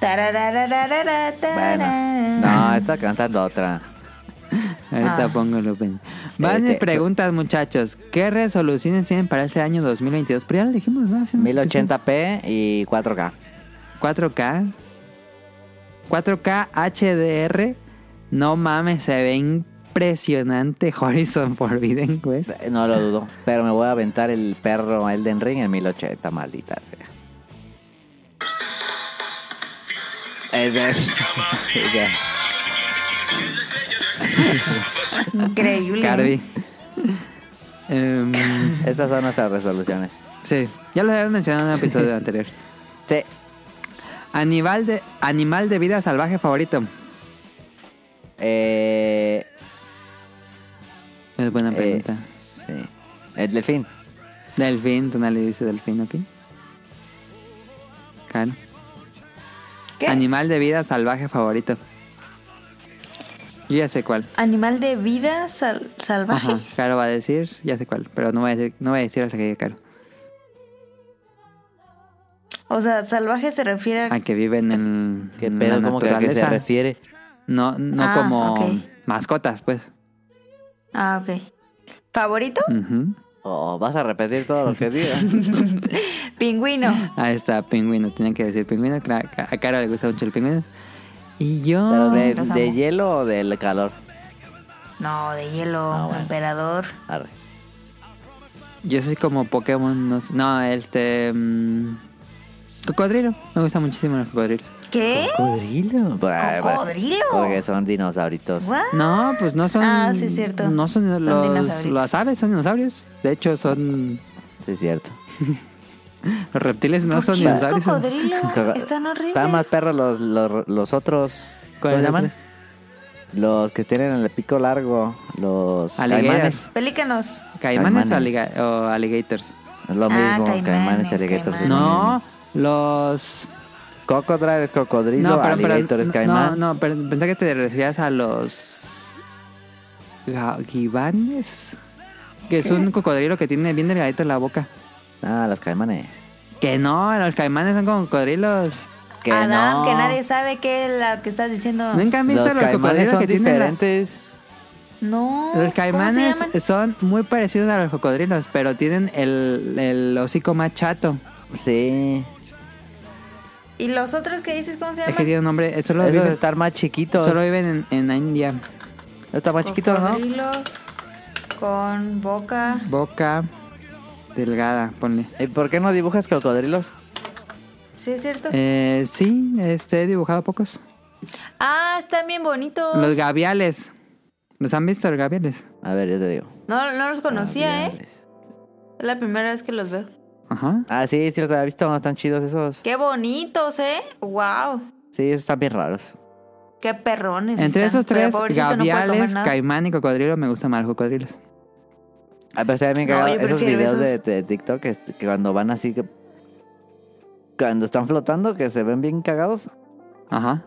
A: Tararararara,
C: Bueno.
A: tarara.
C: No, está cantando otra.
B: Ahorita
A: Ah.
B: pongo el open. Van mis
C: Este,
B: preguntas, muchachos. ¿Qué resoluciones tienen para este año 2022? Pero ya lo dijimos, ¿no? Hace unos
C: 1080p y 4K.
B: episodios. 4K. 4K HDR. No mames, se ve impresionante Horizon Forbidden West.
C: No lo dudo. Pero me voy a aventar el perro Elden Ring en 1080, maldita sea. Ese es. Ya.
A: Increíble.
B: Carby. Em,
C: Estas son nuestras resoluciones.
B: sí, ya lo había mencionado en el episodio anterior.
C: Sí.
B: Animal de, animal de vida salvaje favorito.
C: Eh,
B: Es buena
C: eh,
B: pregunta.
C: sí. El delfín.
B: Delfín, Tonali dice delfín, ¿ok? Claro.
A: ¿Qué?
B: Animal de vida salvaje favorito. Yo ya sé cuál.
A: Animal de vida sal- salvaje.
B: Ajá. Caro va a decir, ya sé cuál, pero no voy a decir, no voy a decir hasta que diga Caro.
A: O sea, salvaje se refiere a...
B: A que viven en,
C: ¿Qué
B: en
C: pedo?
B: la
C: ¿Cómo que a qué se
B: naturaleza.
C: refiere?
B: no, no
A: Ah,
B: como
A: ok.
B: mascotas, pues.
A: Ah, ok. ¿Favorito?
B: Ujú.
C: Oh, vas a repetir todo lo que diga.
B: Mm.
A: Pingüino.
B: Ahí está, pingüino. Tienen que decir pingüino. Cla- A Caro le gusta mucho el pingüino. Y yo.
C: ¿Pero de,
A: los
C: de
A: amo.
C: hielo o del calor?
A: No, de hielo,
C: Ah, bueno.
A: emperador.
C: Arre.
B: Yo soy como Pokémon. No, sé- no, este. mm, cocodrilo. Me gustan muchísimo los cocodrilos.
A: ¿Qué?
C: ¿Cocodrilo?
A: ¿Cocodrilo?
C: Porque son dinosauritos.
A: ¿What?
B: No, pues no son.
A: Ah, sí, es cierto.
B: No son
A: Son
B: los,
A: dinosaurios.
B: las aves, son dinosaurios. De hecho, son.
C: Sí, es cierto.
B: Los reptiles no
A: ¿Por
B: son
A: qué
B: dinosaurios. son-
A: cocodrilo?
C: Coco-
A: Están horribles.
C: Están más perros los, los, los otros. ¿Cómo
B: ¿Cuáles
C: se llaman?
B: otros?
C: Los que tienen el pico largo. Los
B: Alligators.
A: Pelícanos.
B: Caimanes,
C: Caimanes.
B: o alliga- o alligators.
C: caimanes. Es lo
A: Ah,
C: mismo, caimanes,
A: caimanes,
C: y alligators.
A: caimanes.
B: No, los.
C: Cocodrilo es cocodrilo, alligator es
B: no,
C: caimán.
B: No, no, pero pensé que te referías a los ga- gibanes, que es un cocodrilo que tiene bien delgadito la boca.
C: Ah, los caimanes.
B: Que no, los caimanes son como cocodrilos.
C: Que
A: Adam,
C: no.
A: que nadie sabe qué es lo que estás diciendo.
B: Nunca han visto
C: Los
B: los
C: caimanes
B: cocodrilos
C: son
B: que tienen la-
C: diferentes.
A: No.
B: Los caimanes
A: ¿Cómo se llaman?
B: son muy parecidos a los cocodrilos, pero tienen el, el hocico más chato.
C: Sí.
A: ¿Y los otros que dices cómo se
B: Es
A: llaman?
B: que tiene un nombre, eh, solo
C: Esos
B: viven,
C: están más chiquitos.
B: solo viven en, en India.
C: Está más chiquito, ¿no?
A: Cocodrilos con boca.
B: Boca delgada, ponle.
C: ¿Y por qué no dibujas cocodrilos?
A: ¿Sí es cierto?
B: Eh, sí, este, he dibujado pocos.
A: Ah, están bien bonitos.
B: Los gaviales. ¿Los han visto los gaviales?
C: A ver, yo te digo. Ah,
A: No, no los
B: Ah,
A: conocía, ¿eh?
C: Gaviales.
A: Es la primera vez que los veo.
B: Ajá.
C: Ah, sí, sí los había visto. Están chidos esos.
A: Qué bonitos, ¿eh? Wow.
C: Sí, esos están bien raros.
A: Qué perrones.
B: Entre
A: están.
B: esos tres,
A: Pero pobrecito, no puede comer
B: gaviales,
A: nada.
B: caimán y cocodrilo, me gustan más los cocodrilos.
C: A pesar de bien
A: No,
C: cagado
A: yo
C: esos
A: prefiero
C: videos
A: esos.
C: De, de TikTok que, que cuando van así que... Cuando están flotando, que se ven bien cagados,
B: Ajá.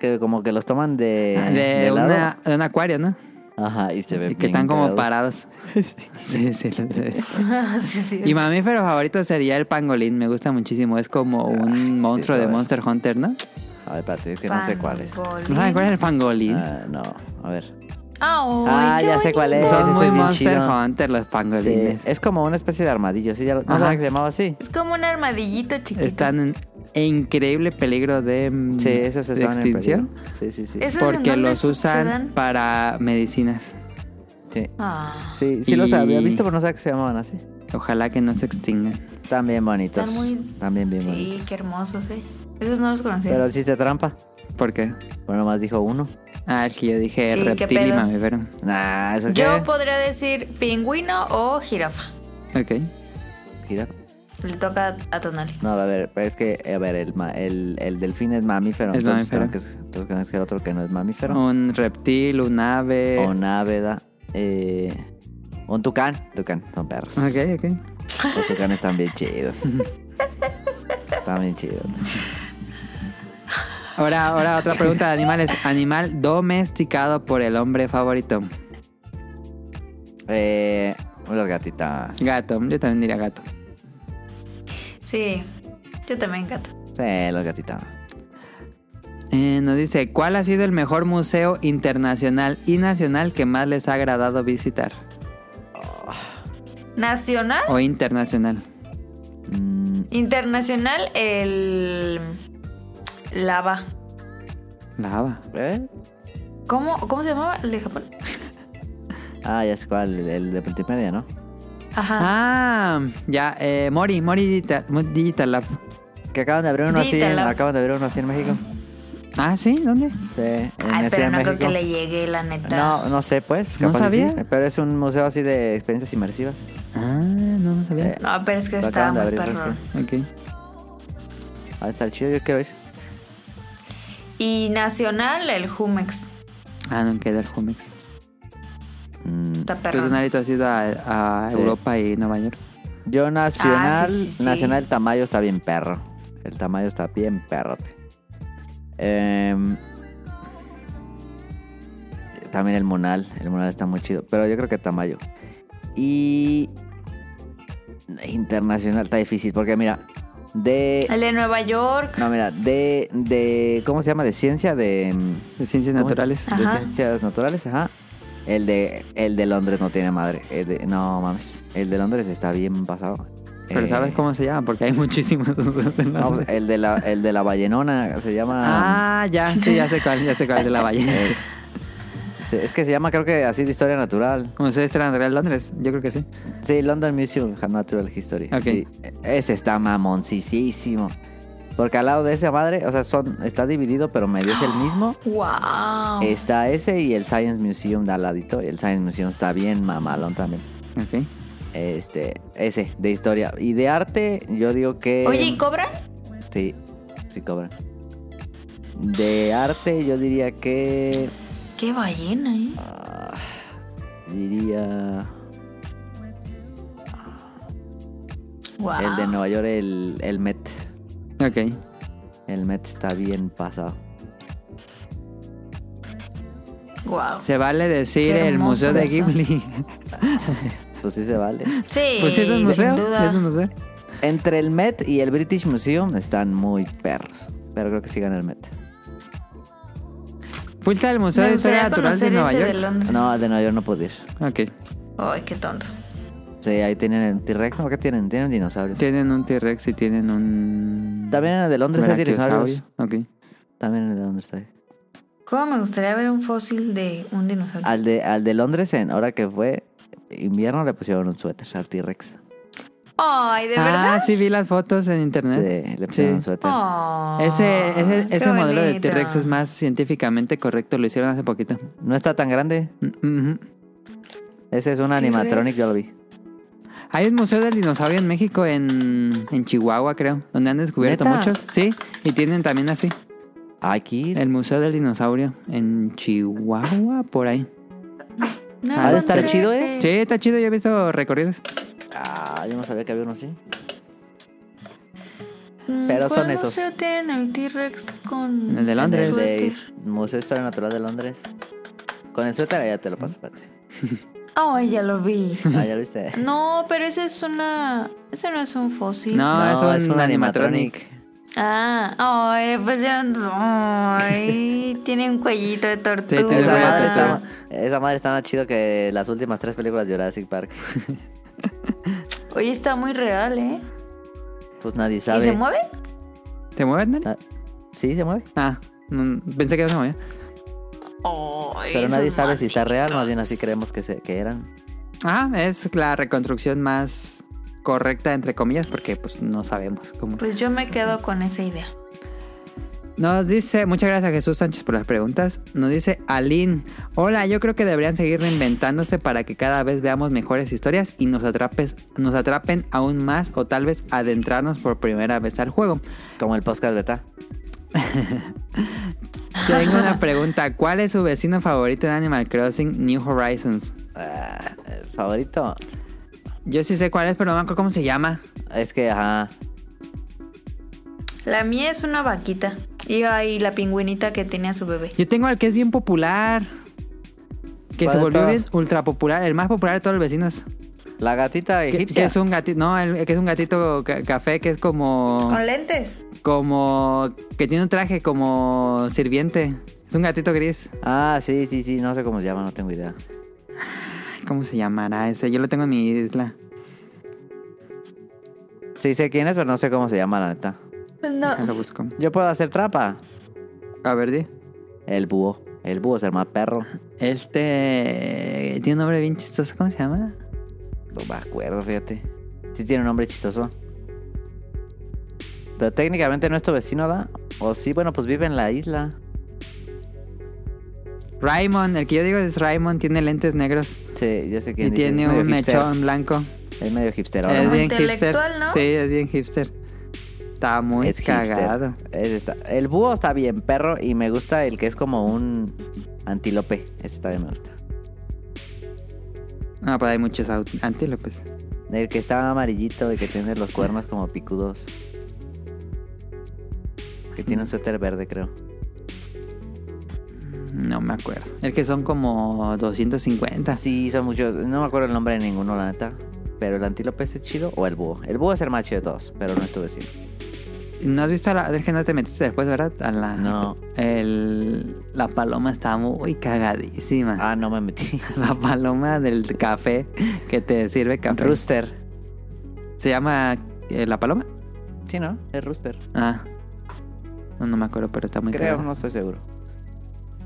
C: que como que los toman de...
B: Eh, de,
C: lado.
B: una, de un acuario, ¿no?
C: Ajá, y se ven
B: Y que
C: bien
B: están como
C: cagados.
B: parados. sí, sí, los he visto.
A: Sí, sí.
B: Y mamífero favorito sería el pangolín, me gusta muchísimo. Es como
C: Ah, sí,
B: un monstruo de
C: sabe.
B: Monster Hunter, ¿no?
C: A ver, espérate, es que no sé cuál es.
A: Pangolín.
B: ¿No saben cuál es el pangolín?
C: Ah, no, a ver.
A: Ay,
C: Ah,
A: qué
C: ya sé cuál es.
A: bonito.
B: Son
C: ese
B: muy
C: es bien
B: Monster
C: chido.
B: Hunter los
C: Sí,
B: pangolines.
C: es como una especie de armadillo, sí, ya lo... ¿No
B: Ajá.
C: sabía que se llamaba así?
A: Es como un armadillito chiquito.
B: Están en increíble peligro de, mm,
C: Sí, esos
B: de
C: están en
B: extinción.
C: peligro. Sí, sí, sí.
A: ¿Esos en
B: Porque
A: dónde
B: los
A: se- se
B: usan
A: dan?
B: para medicinas.
C: Sí,
A: Ah,
C: sí, sí los
B: Y-
C: había visto, pero no sabía que se llamaban así.
B: Ojalá que no se extingan.
C: Están bien bonitos.
A: Están muy-
C: También bien bonitos.
A: sí, qué hermosos, ¿eh? Esos no los conocía.
C: Pero sí se trampa.
B: ¿Por qué?
C: Bueno, nomás dijo uno.
B: Ah, es que yo dije
A: Sí, ¿qué
B: reptil y
A: pedo?
B: mamífero.
C: Nah, eso
A: Yo
C: qué.
A: podría decir pingüino o jirafa.
B: Ok.
C: Jirafa.
A: Le toca a Tonali.
C: No, a ver, es que, a ver, el, ma- el, el delfín es mamífero.
B: Es
C: entonces
B: mamífero.
C: Tengo que, tengo que buscar otro que no es mamífero.
B: Un reptil, un ave.
C: O un ave, da- eh, un tucán. Tucán, son perros.
B: Ok, ok.
C: Los tucanes están bien chidos. están bien chidos.
B: Ahora, ahora otra pregunta de animales. Animal domesticado por el hombre favorito.
C: Eh, los gatitas.
B: Gato. Yo también diría gato.
A: Sí, yo también gato.
C: Sí, los gatitas.
B: Eh, nos dice, ¿cuál ha sido el mejor museo internacional y nacional que más les ha agradado visitar?
A: Nacional,
B: O internacional.
C: Mm,
A: internacional, el lava.
B: Lava.
C: ¿eh?
A: ¿Cómo, ¿Cómo se llamaba? El de Japón.
C: Ah, ya sé cuál, el, el de multimedia, ¿no?
A: Ajá.
B: Ah, ya. eh, Mori, Mori Digital, Digital Lab.
C: Que acaban de abrir uno así, en,
A: Dígitalo.
C: acaban de abrir uno así en México.
B: Ah, sí, ¿dónde?
C: Sí, en
A: Ay, pero
C: la Ciudad de
A: no creo
C: México.
A: que le llegue, la neta.
C: No, no sé, pues.
B: No
C: capaz y sí,
B: sabía.
C: pero es un museo así de experiencias inmersivas.
B: Ah, no, no sabía.
C: Eh,
A: No, pero es que
C: Lo
A: estaba
C: acaban
A: muy
C: de abrir,
A: perrón.
C: sí.
B: Ok.
C: Va a estar chido, yo quiero ir.
A: Y nacional, el Jumex.
B: Ah, no queda el Jumex.
C: Mm,
A: Está
B: Pero
A: perrón.
B: Narito has ido a, a
C: Sí.
B: Europa y Nueva York.
C: Yo nacional,
A: Ah, sí, sí, sí.
C: nacional Tamayo está bien perro. El Tamayo está bien perrote. Em, también el Monal, el Monal está muy chido, pero yo creo que Tamayo. Y internacional está difícil porque mira, de
A: El de Nueva York.
C: no mira, de de ¿cómo se llama? de ciencia de mm,
B: De ciencias
C: ¿Cómo?
B: naturales.
C: de
A: Ajá.
C: ciencias naturales, ajá. El de, el de Londres no tiene madre. El de- no mames. El de Londres está bien pasado.
B: Pero
C: Eh,
B: ¿sabes cómo se llama? Porque hay muchísimos.
C: no, pues, el, de la, el de la ballenona se llama.
B: ah, ya, sí, ya sé cuál, ya sé cuál de la ballena.
C: eh, se- es que se llama, creo que así, de historia natural.
B: ¿Ustedes están en Londres? Yo creo que sí.
C: Sí, London Museum of Natural History.
B: Ok.
C: Sí, ese está mamoncísimo. Porque al lado de esa madre, o sea, son, está dividido, pero medio es el mismo.
A: ¡Wow!
C: Está ese y el Science Museum de al ladito. Y el Science Museum está bien mamalón también.
B: Ok.
C: Este, ese, de historia. Y de arte, yo digo que. mm,
A: Oye,
B: Em,
A: ¿y cobran?
C: Sí, sí cobran. De arte, yo diría que.
A: ¡Qué ballena, eh!
C: Diría.
A: ¡Wow!
C: El de Nueva York, el, el Met.
B: Ok.
C: El Met está bien pasado.
A: ¡Wow!
B: Se vale decir
A: Qué
B: el
A: hermoso
B: Museo de
A: eso.
B: Ghibli.
C: Pues sí se vale.
A: Sí,
B: Pues sí, es un museo.
A: Eh, sin duda.
B: Es un museo.
C: Entre el Met y el British Museum están muy perros. Pero creo que sí gana el Met.
B: Fuiste al Museo
A: Me
B: de
A: gustaría
B: Historia Natural de
A: conocer
B: Nueva
A: ese
B: York.
A: de Londres.
C: No, al de Nueva York no puedo ir.
B: Ok.
A: Ay, qué tonto.
C: Sí, ahí tienen el T-Rex. ¿no? ¿Qué tienen? Tienen dinosaurios.
B: Tienen un T-Rex y tienen un.
C: También en el de Londres hay
B: brachiosaurio.
C: dinosaurios.
B: Ok.
C: También en el de Londres hay.
A: ¿Cómo me gustaría ver un fósil de un dinosaurio?
C: Al de, al de Londres, en hora que fue invierno, le pusieron un suéter al T-Rex.
A: ¡Ay, de
B: Ah,
A: verdad!
B: sí, vi las fotos en internet.
C: Sí, le pusieron
B: Sí.
C: un suéter.
A: Ay,
B: Ese, ese,
A: Oh, qué
B: ese modelo de
A: bonito.
B: T-Rex es más científicamente correcto, lo hicieron hace poquito.
C: No está tan grande.
B: Mm, mm, mm.
C: Ese es un animatronic, yo lo vi.
B: Hay un museo del dinosaurio en México, en, en Chihuahua, creo, donde han descubierto
C: ¿Neta?
B: muchos. Sí, y tienen también así.
C: Aquí.
B: El Museo del Dinosaurio en Chihuahua, por ahí.
A: No
C: Ha de estar
A: encontré.
C: chido, ¿eh?
B: Sí, está chido, yo he visto recorridos.
C: Ah, yo no sabía que había uno así.
A: Mm,
C: Pero son
A: ¿cuál
C: esos.
A: museo tienen el T-Rex con
B: El de Londres.
C: En el de
A: suéter?
C: Museo de Historia Natural de Londres. Con el suéter ya te lo paso, espérate.
A: Ay, ya lo vi.
C: Ah, ya lo viste.
A: No, pero ese es una. Ese no es un fósil.
B: No, es un, animatronic.
A: Ah, ay, pues ya. Ay, tiene un cuellito de tortuga.
B: Sí, tiene
C: Esa
B: cuello de
C: madre,
B: tortuga.
C: está, esa madre está más chido que las últimas tres películas de Jurassic Park.
A: Oye, está muy real, ¿eh?
C: Pues nadie
A: ¿Y
C: sabe.
A: se mueve?
B: ¿Te mueves, Nani?
C: Ah, sí, se mueve.
B: Ah, no, pensé que no se movía.
A: Ay,
C: Pero nadie
A: esos
C: sabe si está real, más bien así creemos que, se, que eran.
B: Ah, es la reconstrucción más correcta, entre comillas, porque pues no sabemos cómo.
A: Pues yo me quedo con esa idea.
B: Nos dice, muchas gracias a Jesús Sánchez por las preguntas. Nos dice Aline, hola, yo creo que deberían seguir reinventándose para que cada vez veamos mejores historias y nos, atrapes, nos atrapen aún más o tal vez adentrarnos por primera vez al juego.
C: Como el podcast beta.
B: Tengo una pregunta, ¿cuál es su vecino favorito en Animal Crossing New Horizons?
C: Eh, Favorito.
B: Yo sí sé cuál es, pero no me acuerdo cómo se llama.
C: Es que, ajá.
A: La mía es una vaquita. Y ahí la pingüinita que tenía su bebé.
B: Yo tengo al que es bien popular. Que
C: ¿Cuál
B: se
C: de
B: volvió
C: todos?
B: bien ultra popular, el más popular de todos los vecinos.
C: La gatita
B: Que, que
C: egipcia.
B: es un gatito, no, el- que es un gatito ca- café que es como
C: Ah,
A: ¿Con lentes?
B: como que tiene un traje como sirviente. Es un gatito gris.
C: Ah, sí, sí, sí. No sé cómo se llama, no tengo idea.
B: Ay, ¿Cómo se llamará ese? Yo lo tengo en mi isla.
C: Sí sé quién es, pero no sé cómo se llama, la neta.
A: No.
B: Déjalo busco.
C: Yo puedo hacer trampa.
B: A ver, di.
C: El búho. El búho es el más perro.
B: Este tiene un nombre bien chistoso, ¿cómo se llama?
C: No me acuerdo, fíjate. Sí tiene un nombre chistoso. Pero técnicamente no es tu vecino, ¿da? O sí, bueno, pues vive en la isla.
B: Raymond, el que yo digo es Raymond, tiene lentes negros
C: Sí, ya sé
B: y
C: quién dice,
B: tiene
C: es medio
B: un
C: hipster.
B: mechón blanco.
C: Es medio hipster.
B: es
C: ahora, ¿no?
B: bien hipster.
A: intelectual, ¿no?
B: Sí, es bien hipster. Está muy
C: Es hipster.
B: cagado.
C: Es esta- El búho está bien perro y me gusta el que es como un antílope. Ese también me gusta.
B: No, pero hay muchos aut- antílopes.
C: El que está amarillito y que tiene los cuernos como picudos. Que tiene un suéter verde, creo.
B: No me acuerdo. El que son como 250.
C: Sí, son muchos. No me acuerdo el nombre de ninguno, la neta. Pero el antílope es chido o el búho. El búho es el más chido de todos, pero no es tu vecino.
B: ¿No has visto a la... Es que no te metiste después, ¿verdad? A la...
C: No.
B: El... la paloma estaba muy cagadísima.
C: Ah, no me metí.
B: La paloma del café que te sirve café.
C: Rooster.
B: ¿Se llama eh, la paloma?
C: Sí, ¿no? Es Rooster.
B: Ah. No, no me acuerdo, pero está muy
C: Creo,
B: cagado.
C: no estoy seguro.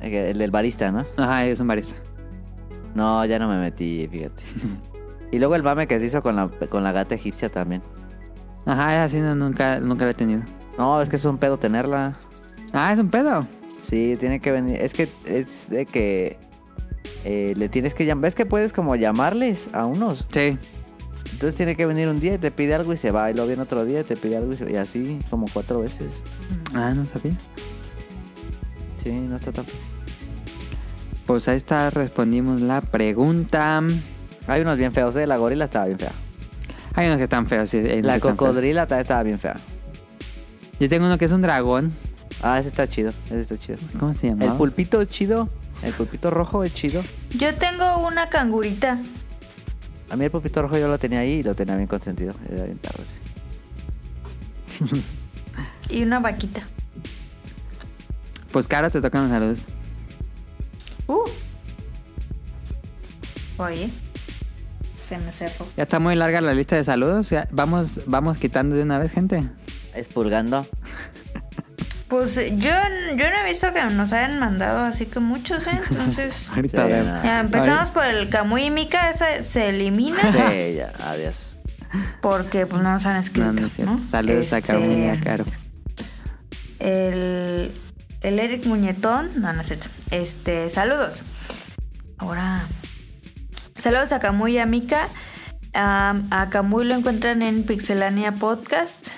C: Es que El del barista, ¿no?
B: Ajá, es un barista.
C: No, ya no me metí, fíjate. Y luego el mame que se hizo con la, con la gata egipcia también.
B: Ajá, así no, nunca, nunca la he tenido.
C: No, es que es un pedo tenerla.
B: Ah, es un pedo.
C: Sí, tiene que venir. Es que es de que eh, le tienes que llamar. ¿Ves que puedes como llamarles a unos?
B: Sí.
C: Entonces tiene que venir un día y te pide algo y se va. Y luego viene otro día y te pide algo y se va. Y así como cuatro veces. Mm.
B: Ah, no sabía.
C: Sí, no está tan fácil.
B: Pues ahí está, respondimos la pregunta.
C: Hay unos bien feos, ¿eh? La gorila estaba bien fea.
B: Hay unos que están feos. sí, hay unos
C: La
B: que están feos.
C: cocodrila ta- estaba bien fea.
B: Yo tengo uno que es un dragón.
C: Ah, ese está chido. Ese está chido.
B: ¿Cómo se llama?
C: El pulpito es chido. El pulpito rojo es chido.
A: Yo tengo una cangurita.
C: A mí el pulpito rojo yo lo tenía ahí y lo tenía bien consentido. Era bien tarde.
A: Y una vaquita.
B: Pues Caro, te tocan los saludos.
A: Uh. Oye. Se me cerró.
B: Ya está muy larga la lista de saludos. ya- vamos, vamos quitando de una vez, gente.
C: Espulgando.
A: Pues eh, yo, yo no he visto que nos hayan mandado así que muchos, ¿eh? Entonces.
B: Pues, Ahorita
C: Sí,
B: vemos.
C: no.
A: ya, empezamos por el Camuy y Mika. Esa se elimina
C: Sí, ya. Adiós.
A: porque pues, no nos han escrito.
B: No, no es cierto.
A: ¿no?
B: Saludos a
A: Este,
B: Carmen y a Caro.
A: El, el Eric Muñetón. No, no es cierto. Este, saludos. Ahora. Saludos a Camuy y a Mika. Am, a Camuy lo encuentran en Pixelania Podcast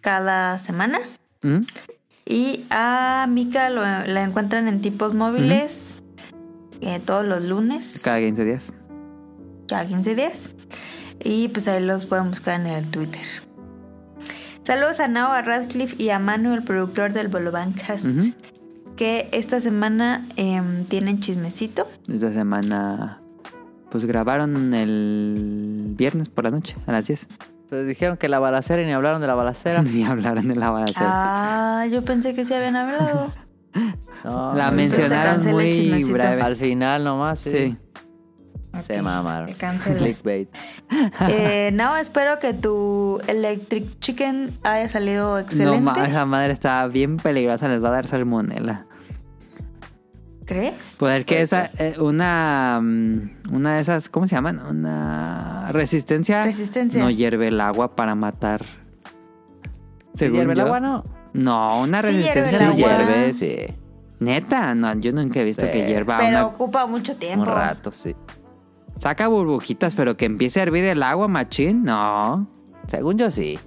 A: cada semana.
B: ¿Mm?
A: Y a Mika lo- la encuentran en tipos móviles eh, todos los lunes,
B: Cada 15 días.
A: cada 15 días. Y pues ahí los pueden buscar en el Twitter. Saludos a Nao, a Radcliffe y a Manu, el productor del Bolobancast,
B: Ujú.
A: que esta semana em, tienen chismecito.
B: Esta semana, pues grabaron el viernes por la noche, a las 10.
C: Pues dijeron que la balacera y ni hablaron de la balacera.
B: Y hablaron de la balacera.
A: Ah, yo pensé que se habían hablado.
C: No,
B: la
C: no.
A: Ah,
B: mencionaron
A: Entonces se cancela el
B: muy
A: chismecito.
B: breve.
C: Al final nomás, sí.
B: Sí.
C: Se
A: Ok,
C: mamaron.
A: se cancela.
C: Clickbait.
A: Eh, Nao, espero que tu Electric Chicken haya salido
B: No,
A: excelente.
B: ma- esa madre está bien peligrosa, les va a dar salmonela.
A: ¿Crees?
B: Pues que esa, eh, una, mm, una de esas, ¿cómo se llaman? Una resistencia.
A: Resistencia.
B: No hierve el agua para matar.
C: ¿Se
B: Según
C: hierve el
B: yo.
C: agua no?
B: No, una
A: Sí hierve
B: resistencia
A: el
B: no
C: Sí,
A: agua.
C: hierve, sí.
B: Neta, no, yo nunca he visto
C: Sí.
B: que hierva
A: Pero
B: una-
A: ocupa mucho
C: Un
A: tiempo.
C: rato, sí.
B: Saca burbujitas, pero que empiece a hervir el agua, machín, no.
C: Según yo sí.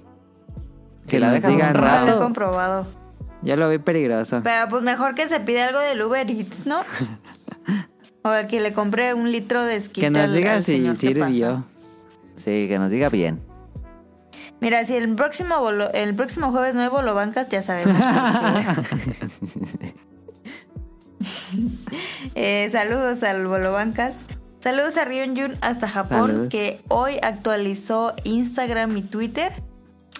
B: Que
C: Que la
B: nos
C: dejan
B: digan
C: un
A: Nunca lo he
C: rato.
A: comprobado.
B: Ya lo vi peligroso.
A: Pero pues mejor que se pida algo del Uber Eats, ¿no? O el que le compre un litro de esquite
B: que nos
A: al-
B: digan
A: al
B: si
A: señor que
B: sirvió.
A: pasa.
C: Sí, que nos diga bien.
A: Mira, si el próximo bolo- el próximo jueves nuevo lo bancas, ya sabemos. por qué es. Eh, saludos al Bolobancas. Saludos a Ryun Jun hasta Japón,
B: Saludos.
A: que hoy actualizó Instagram y Twitter.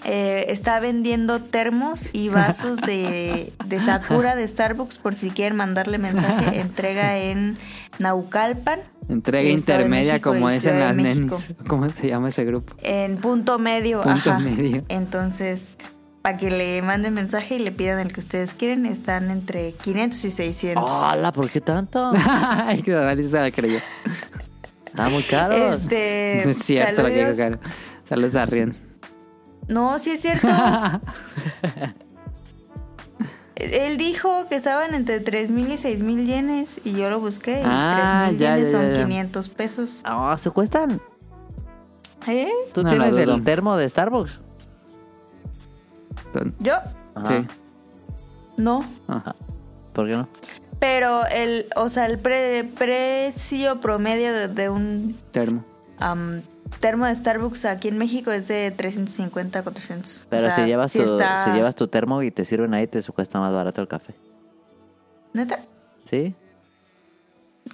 A: Eh, está vendiendo termos y vasos de, de Sakura de Starbucks por si quieren mandarle mensaje. Entrega en Naucalpan,
B: Entrega
A: Estado de
B: intermedia
A: México
B: como
A: y
B: es en
A: Ciudad
B: las
A: de México.
B: nenis. ¿Cómo se llama ese grupo?
A: en punto medio.
B: Punto
A: ajá.
B: medio.
A: Entonces, para que le manden mensaje y le pidan el que ustedes quieren, están entre 500 y 600.
B: Ah,
C: ¡Hala! ¿Por qué tanto?
B: Ay, que Dani se la creyó.
C: Está muy caro.
A: Este,
B: No es cierto lo que dijo
A: saludos.
B: Caro. Saludos a Rion.
A: No, sí es cierto. Él dijo que estaban entre 3.000 y 6.000 yenes y yo lo busqué y
B: Ah,
A: 3.000
B: ya,
A: yenes
B: ya,
A: son
B: ya.
A: 500 pesos.
C: Ah, ¿se cuestan?
A: ¿Eh?
C: ¿Tú
B: No,
C: tienes
B: la dudo.
C: el termo de Starbucks?
A: Yo
C: Ajá.
B: Sí.
A: no,
B: Ajá.
C: ¿Por qué no?
A: pero el, o sea, el pre- precio promedio de, de un
B: Termo.
A: am, termo de Starbucks aquí en México es de 350 400.
C: Pero
A: O sea,
C: si, llevas
A: sí
C: tu,
A: está-
C: si llevas tu termo y te sirven ahí, te cuesta más barato el café.
A: neta,
C: ¿Sí?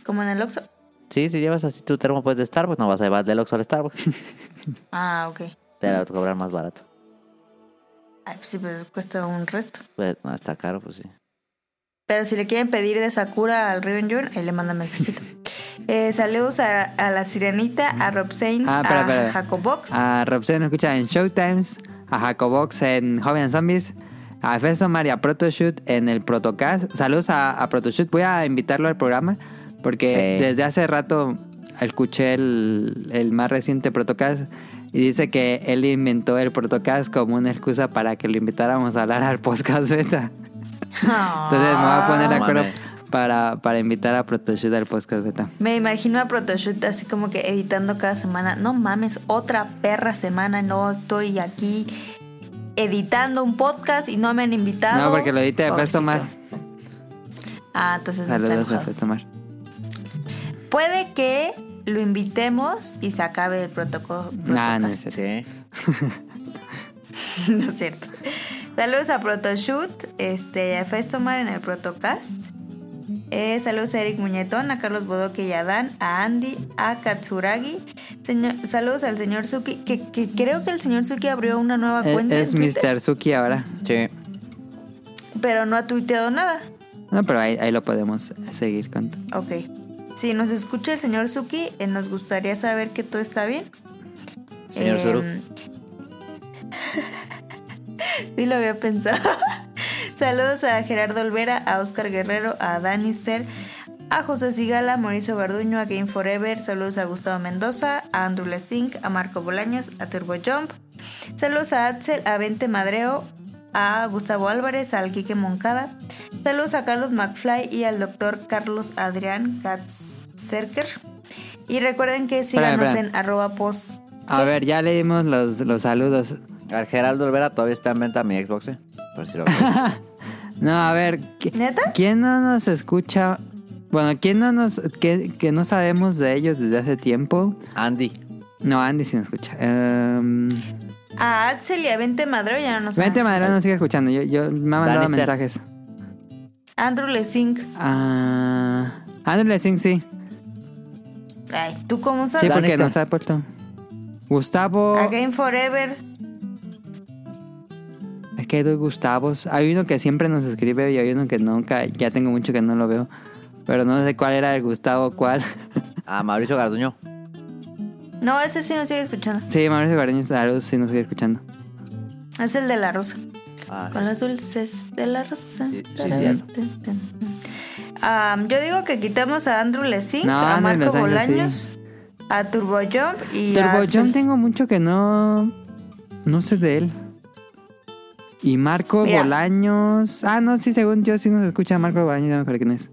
A: como en el Oxxo.
C: Sí, si llevas así tu termo pues de Starbucks, no vas a llevar del Oxxo al Starbucks.
A: Ah, ok.
C: te la cobrar más barato.
A: Ay, pues sí, pues cuesta un resto.
C: Pues no, está caro, pues sí.
A: Pero si le quieren pedir de Sakura al Riven Jun, ahí le manda mensajito. Eh, saludos a, a la Sirenita, a Rob Sainz,
B: Ah, espera, espera.
A: a Jacobox.
B: A Robson nos escucha en Showtimes, a Jacobox en Joven Zombies, a Festo María Protoshoot en el Protocast. Saludos a, a Protoshoot, voy a invitarlo al programa porque
C: Sí.
B: desde hace rato escuché el, el más reciente Protocast y dice que él inventó el Protocast como una excusa para que lo invitáramos a hablar al podcast beta.
C: Ah,
B: Entonces
A: Ah.
B: me voy a poner de
C: No
B: acuerdo
C: mames.
B: para, para invitar a Protoshoot al podcast beta.
A: Me imagino a Protoshoot así como que editando cada semana. No mames, otra perra semana no estoy aquí editando un podcast y no me han invitado.
B: No, porque lo edita de
A: Pobrecito.
B: Festo Mar.
A: Ah, entonces no está
B: Saludos a
A: enojado.
B: Festo Mar.
A: Puede que lo invitemos y se acabe el protocolo.
B: Nah, no es cierto.
C: Sí.
A: no es cierto. Saludos a Protoshoot, este, a Festomar en el Protocast. Eh, saludos a Eric Muñetón, a Carlos Bodoque y a Dan, a Andy, a Katsuragi. Señor- saludos al señor Suki, que, que creo que el señor Suki abrió una nueva
B: Es-
A: Ah, cuenta en
B: E-, Es,
A: Twitter,
B: Mr. Suki ahora.
C: Sí.
A: pero no ha tuiteado nada.
B: No, pero ahí, ahí lo podemos seguir con.
A: Ok. Si nos escucha el señor Suki, eh, nos gustaría saber que todo está bien.
C: Señor
A: Em,
C: Zuru.
A: sí lo había pensado. Saludos a Gerardo Olvera, a Oscar Guerrero, a Danister, a José Sigala, a Mauricio Garduño, a Game Forever. Saludos a Gustavo Mendoza, a Andrew Lessing, a Marco Bolaños, a Turbo Jump. Saludos a Axel, a Vente Madreo, a Gustavo Álvarez, al Quique Moncada. Saludos a Carlos McFly y al doctor Carlos Adrián Katzerker. Y recuerden que síganos
B: espérame.
A: en arroba post.
B: A ver, ya leímos los, los saludos.
C: Al Geraldo Olvera todavía está en venta mi Xbox, ¿eh? Por si lo quieres.
B: No, a ver. ¿qui-
A: ¿Neta?
B: ¿Quién no nos escucha? Bueno, ¿quién no nos. Que, que no sabemos de ellos desde hace tiempo?
C: Andy.
B: No, Andy sí nos escucha. Em,
A: A Axel y a Vente Madreo ya no nos
B: Vente
A: han-
B: Madera nos sigue escuchando. Yo, yo, me ha mandado
C: Danister.
B: mensajes.
A: Andrew Lessing.
B: Ah. Andrew Lessing, sí.
A: Ay, ¿tú cómo
B: Sí,
A: sabes?
B: porque
C: Danister.
B: nos ha puesto. Gustavo.
A: a Game Forever.
B: Es que hay dos Gustavos. Hay uno que siempre nos escribe y hay uno que nunca. Ya tengo mucho que no lo veo. Pero no sé cuál era el Gustavo, cuál.
C: A Mauricio Garduño.
A: No, ese sí nos sigue escuchando.
B: Sí, Mauricio Gardeño, saludos si nos sigue escuchando.
A: Es el de la rosa.
C: Ah,
A: Con las dulces de la rosa.
C: Sí, sí, cierto.
A: Ah, yo digo que quitamos a Andrew Lessing,
B: No,
A: a
B: Andrew
A: Marco
B: Lessing,
A: Bolaños, a Turbo Jump y a
B: Turbo
A: Axel.
B: John pues, tengo mucho que no. No sé de él. Y Marco
A: Mira.
B: Bolaños. Ah, no, sí, según yo sí nos escucha Marco Bolaños, ya me acuerdo quién es.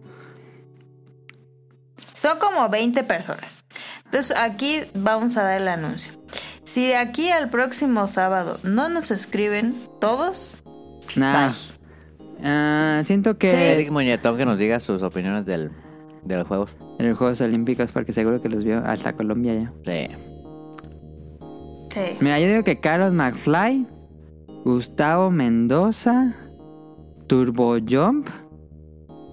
A: Son como 20 personas. Entonces aquí vamos a dar el anuncio. Si de aquí al próximo sábado no nos escriben todos,
B: Nah. Ah, siento que
C: Eric Muñetón que nos diga sus opiniones del, de los juegos.
B: en los Juegos Olímpicos, porque seguro que los vio hasta Colombia ya.
C: Sí.
A: sí.
B: Mira, yo digo que Carlos McFly, Gustavo Mendoza, Turbo Jump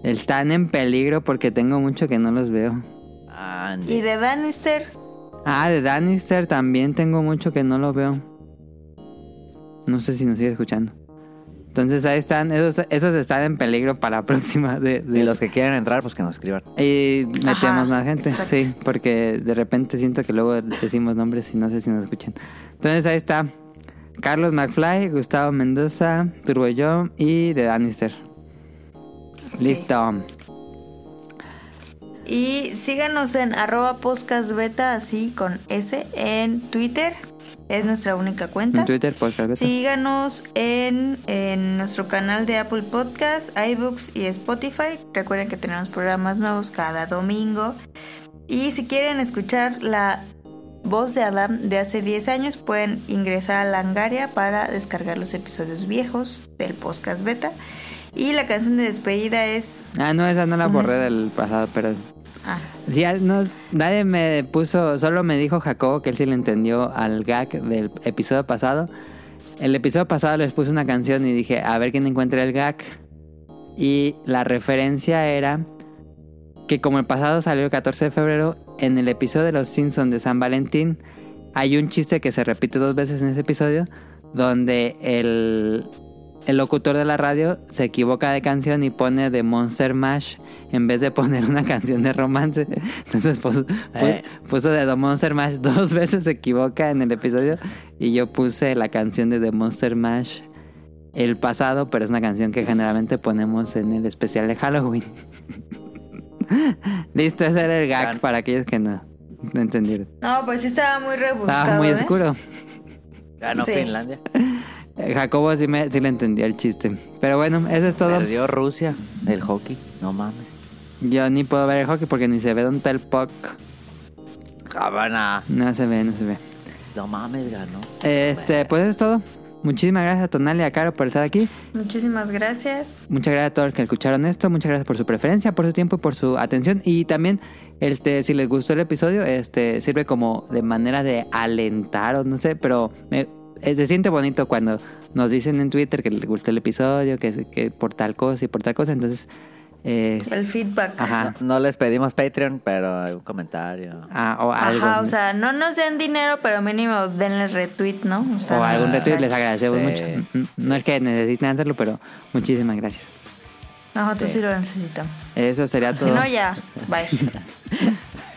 B: están en peligro porque tengo mucho que no los veo.
A: y
C: Andy.
A: de Danister,
B: Ah, de Danister también tengo mucho que no lo veo. No sé si nos sigue escuchando. Entonces ahí están, esos, esos están en peligro para la próxima de, de-
C: Y los que quieran entrar, pues que nos escriban.
B: y metemos
A: Ajá,
B: más gente,
A: exacto.
B: sí, porque de repente siento que luego decimos nombres y no sé si nos escuchan. Entonces ahí está Carlos McFly, Gustavo Mendoza, Turbo John y The Danister. Listo.
A: Y síganos en arroba podcastbeta, así con S, en Twitter. Es nuestra única cuenta.
B: En Twitter, podcast. Beta.
A: Síganos en, en nuestro canal de Apple Podcast, iBooks y Spotify. Recuerden que tenemos programas nuevos cada domingo. Y si quieren escuchar la voz de Adam de hace 10 años, pueden ingresar a Langaria para descargar los episodios viejos del podcast beta. Y la canción de despedida es...
B: Ah, no, esa no la
A: Un
B: borré
A: mes-
B: del pasado, pero
A: Ah,
B: Sí, al- no, nadie me puso, solo me dijo Jacobo que él sí le entendió al gag del episodio pasado. El episodio pasado les puse una canción y dije, a ver quién encuentra el gag. Y la referencia era que como el pasado salió el 14 de febrero, en el episodio de Los Simpsons de San Valentín, hay un chiste que se repite dos veces en ese episodio, donde el, el locutor de la radio se equivoca de canción y pone de Monster Mash en vez de poner una canción de romance. Entonces pues, puso, pu-
C: Eh.
B: puso de The Monster Mash dos veces, se equivoca en el episodio. Y yo puse la canción de The Monster Mash el pasado, pero es una canción que generalmente ponemos en el especial de Halloween. Listo, ese era el gag
C: Gan-
B: para aquellos que no, no entendieron.
A: No, pues sí estaba muy rebuscado.
B: Estaba muy
A: ¿eh?
B: oscuro.
C: Ganó
A: Sí.
C: Finlandia.
B: Eh, Jacobo sí, me, sí le entendió el chiste. Pero bueno, eso es todo.
C: Perdió Rusia el hockey. No mames.
B: Yo ni puedo ver el hockey porque ni se ve dónde está el puck.
C: Habana.
B: No se ve, no se ve.
C: No mames, ganó.
B: Este, pues eso es todo. Muchísimas gracias a Tonal y a Caro por estar aquí.
A: Muchísimas gracias.
B: Muchas gracias a todos los que escucharon esto. Muchas gracias por su preferencia, por su tiempo y por su atención. Y también, este, si les gustó el episodio, este, sirve como de manera de alentar o no sé, pero me- eh, se siente bonito cuando nos dicen en Twitter que les gustó el episodio, que, que por tal cosa y por tal cosa. Entonces, eh,
A: El feedback.
B: ajá.
C: No, no les pedimos Patreon, pero hay un comentario.
B: Ah, o
A: Ajá,
B: algo.
A: o sea, no nos den dinero, pero mínimo denle retweet, ¿no? O, sea,
B: o algún retweet,
A: likes.
B: les agradecemos
C: Sí.
B: mucho. Mm, No es que necesiten hacerlo, pero muchísimas gracias.
A: Nosotros sí. lo necesitamos.
B: Eso sería
A: Si
B: todo.
A: no, ya. Bye.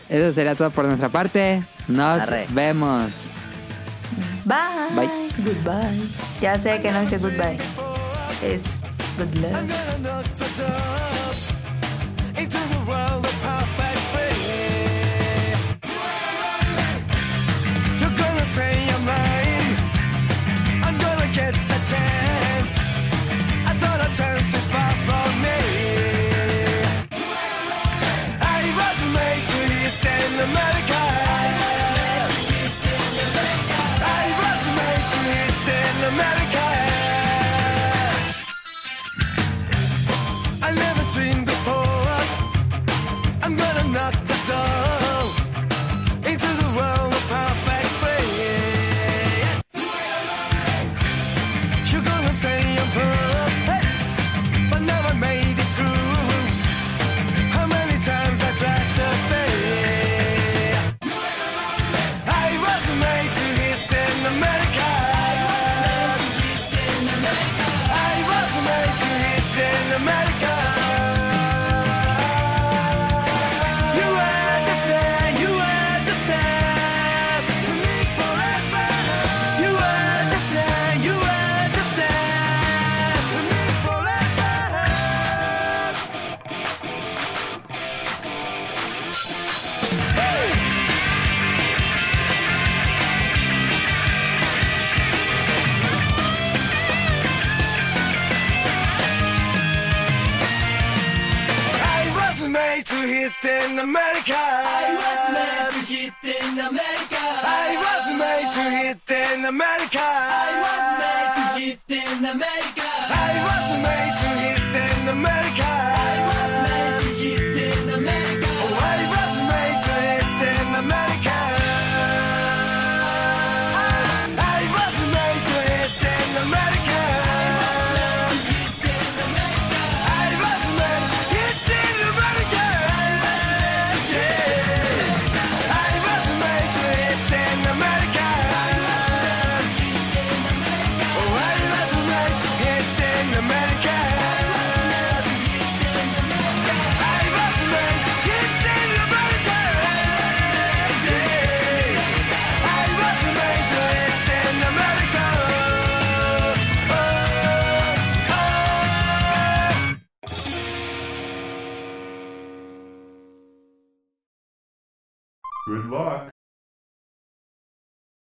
B: Eso sería todo por nuestra parte. Nos
C: Arre.
B: vemos.
A: Bye.
B: Bye.
A: Goodbye. Ya sé que no dice goodbye. Es good luck.
E: gonna knock the dust into the world of perfect free. You're gonna say your mind. I'm gonna get the chance. I thought a chance is far from me. I was made to eat in America. I was made to eat in America. I never dreamed before. I'm gonna knock the door into the world of perfect free. You're gonna say I'm full, hey, but now I made it through. How many times I tried to be? I was made to hit in America. I was made to hit in America. You were just there, you were just there to me forever. You were just there, you were just there to me forever. I was made to hit in America. I was made to hit in America. I was made to hit in America. I was made to hit in America. I was made to hit in America. I was made to hit in America. Oh, I was made to hit in America. I was made to hit in America. I was made hit in America. Yeah. I was made to hit in America. Oh, I was made hit in America. I was made hit in America. Yeah. I was made to hit in America. Oh, oh.
H: Good luck.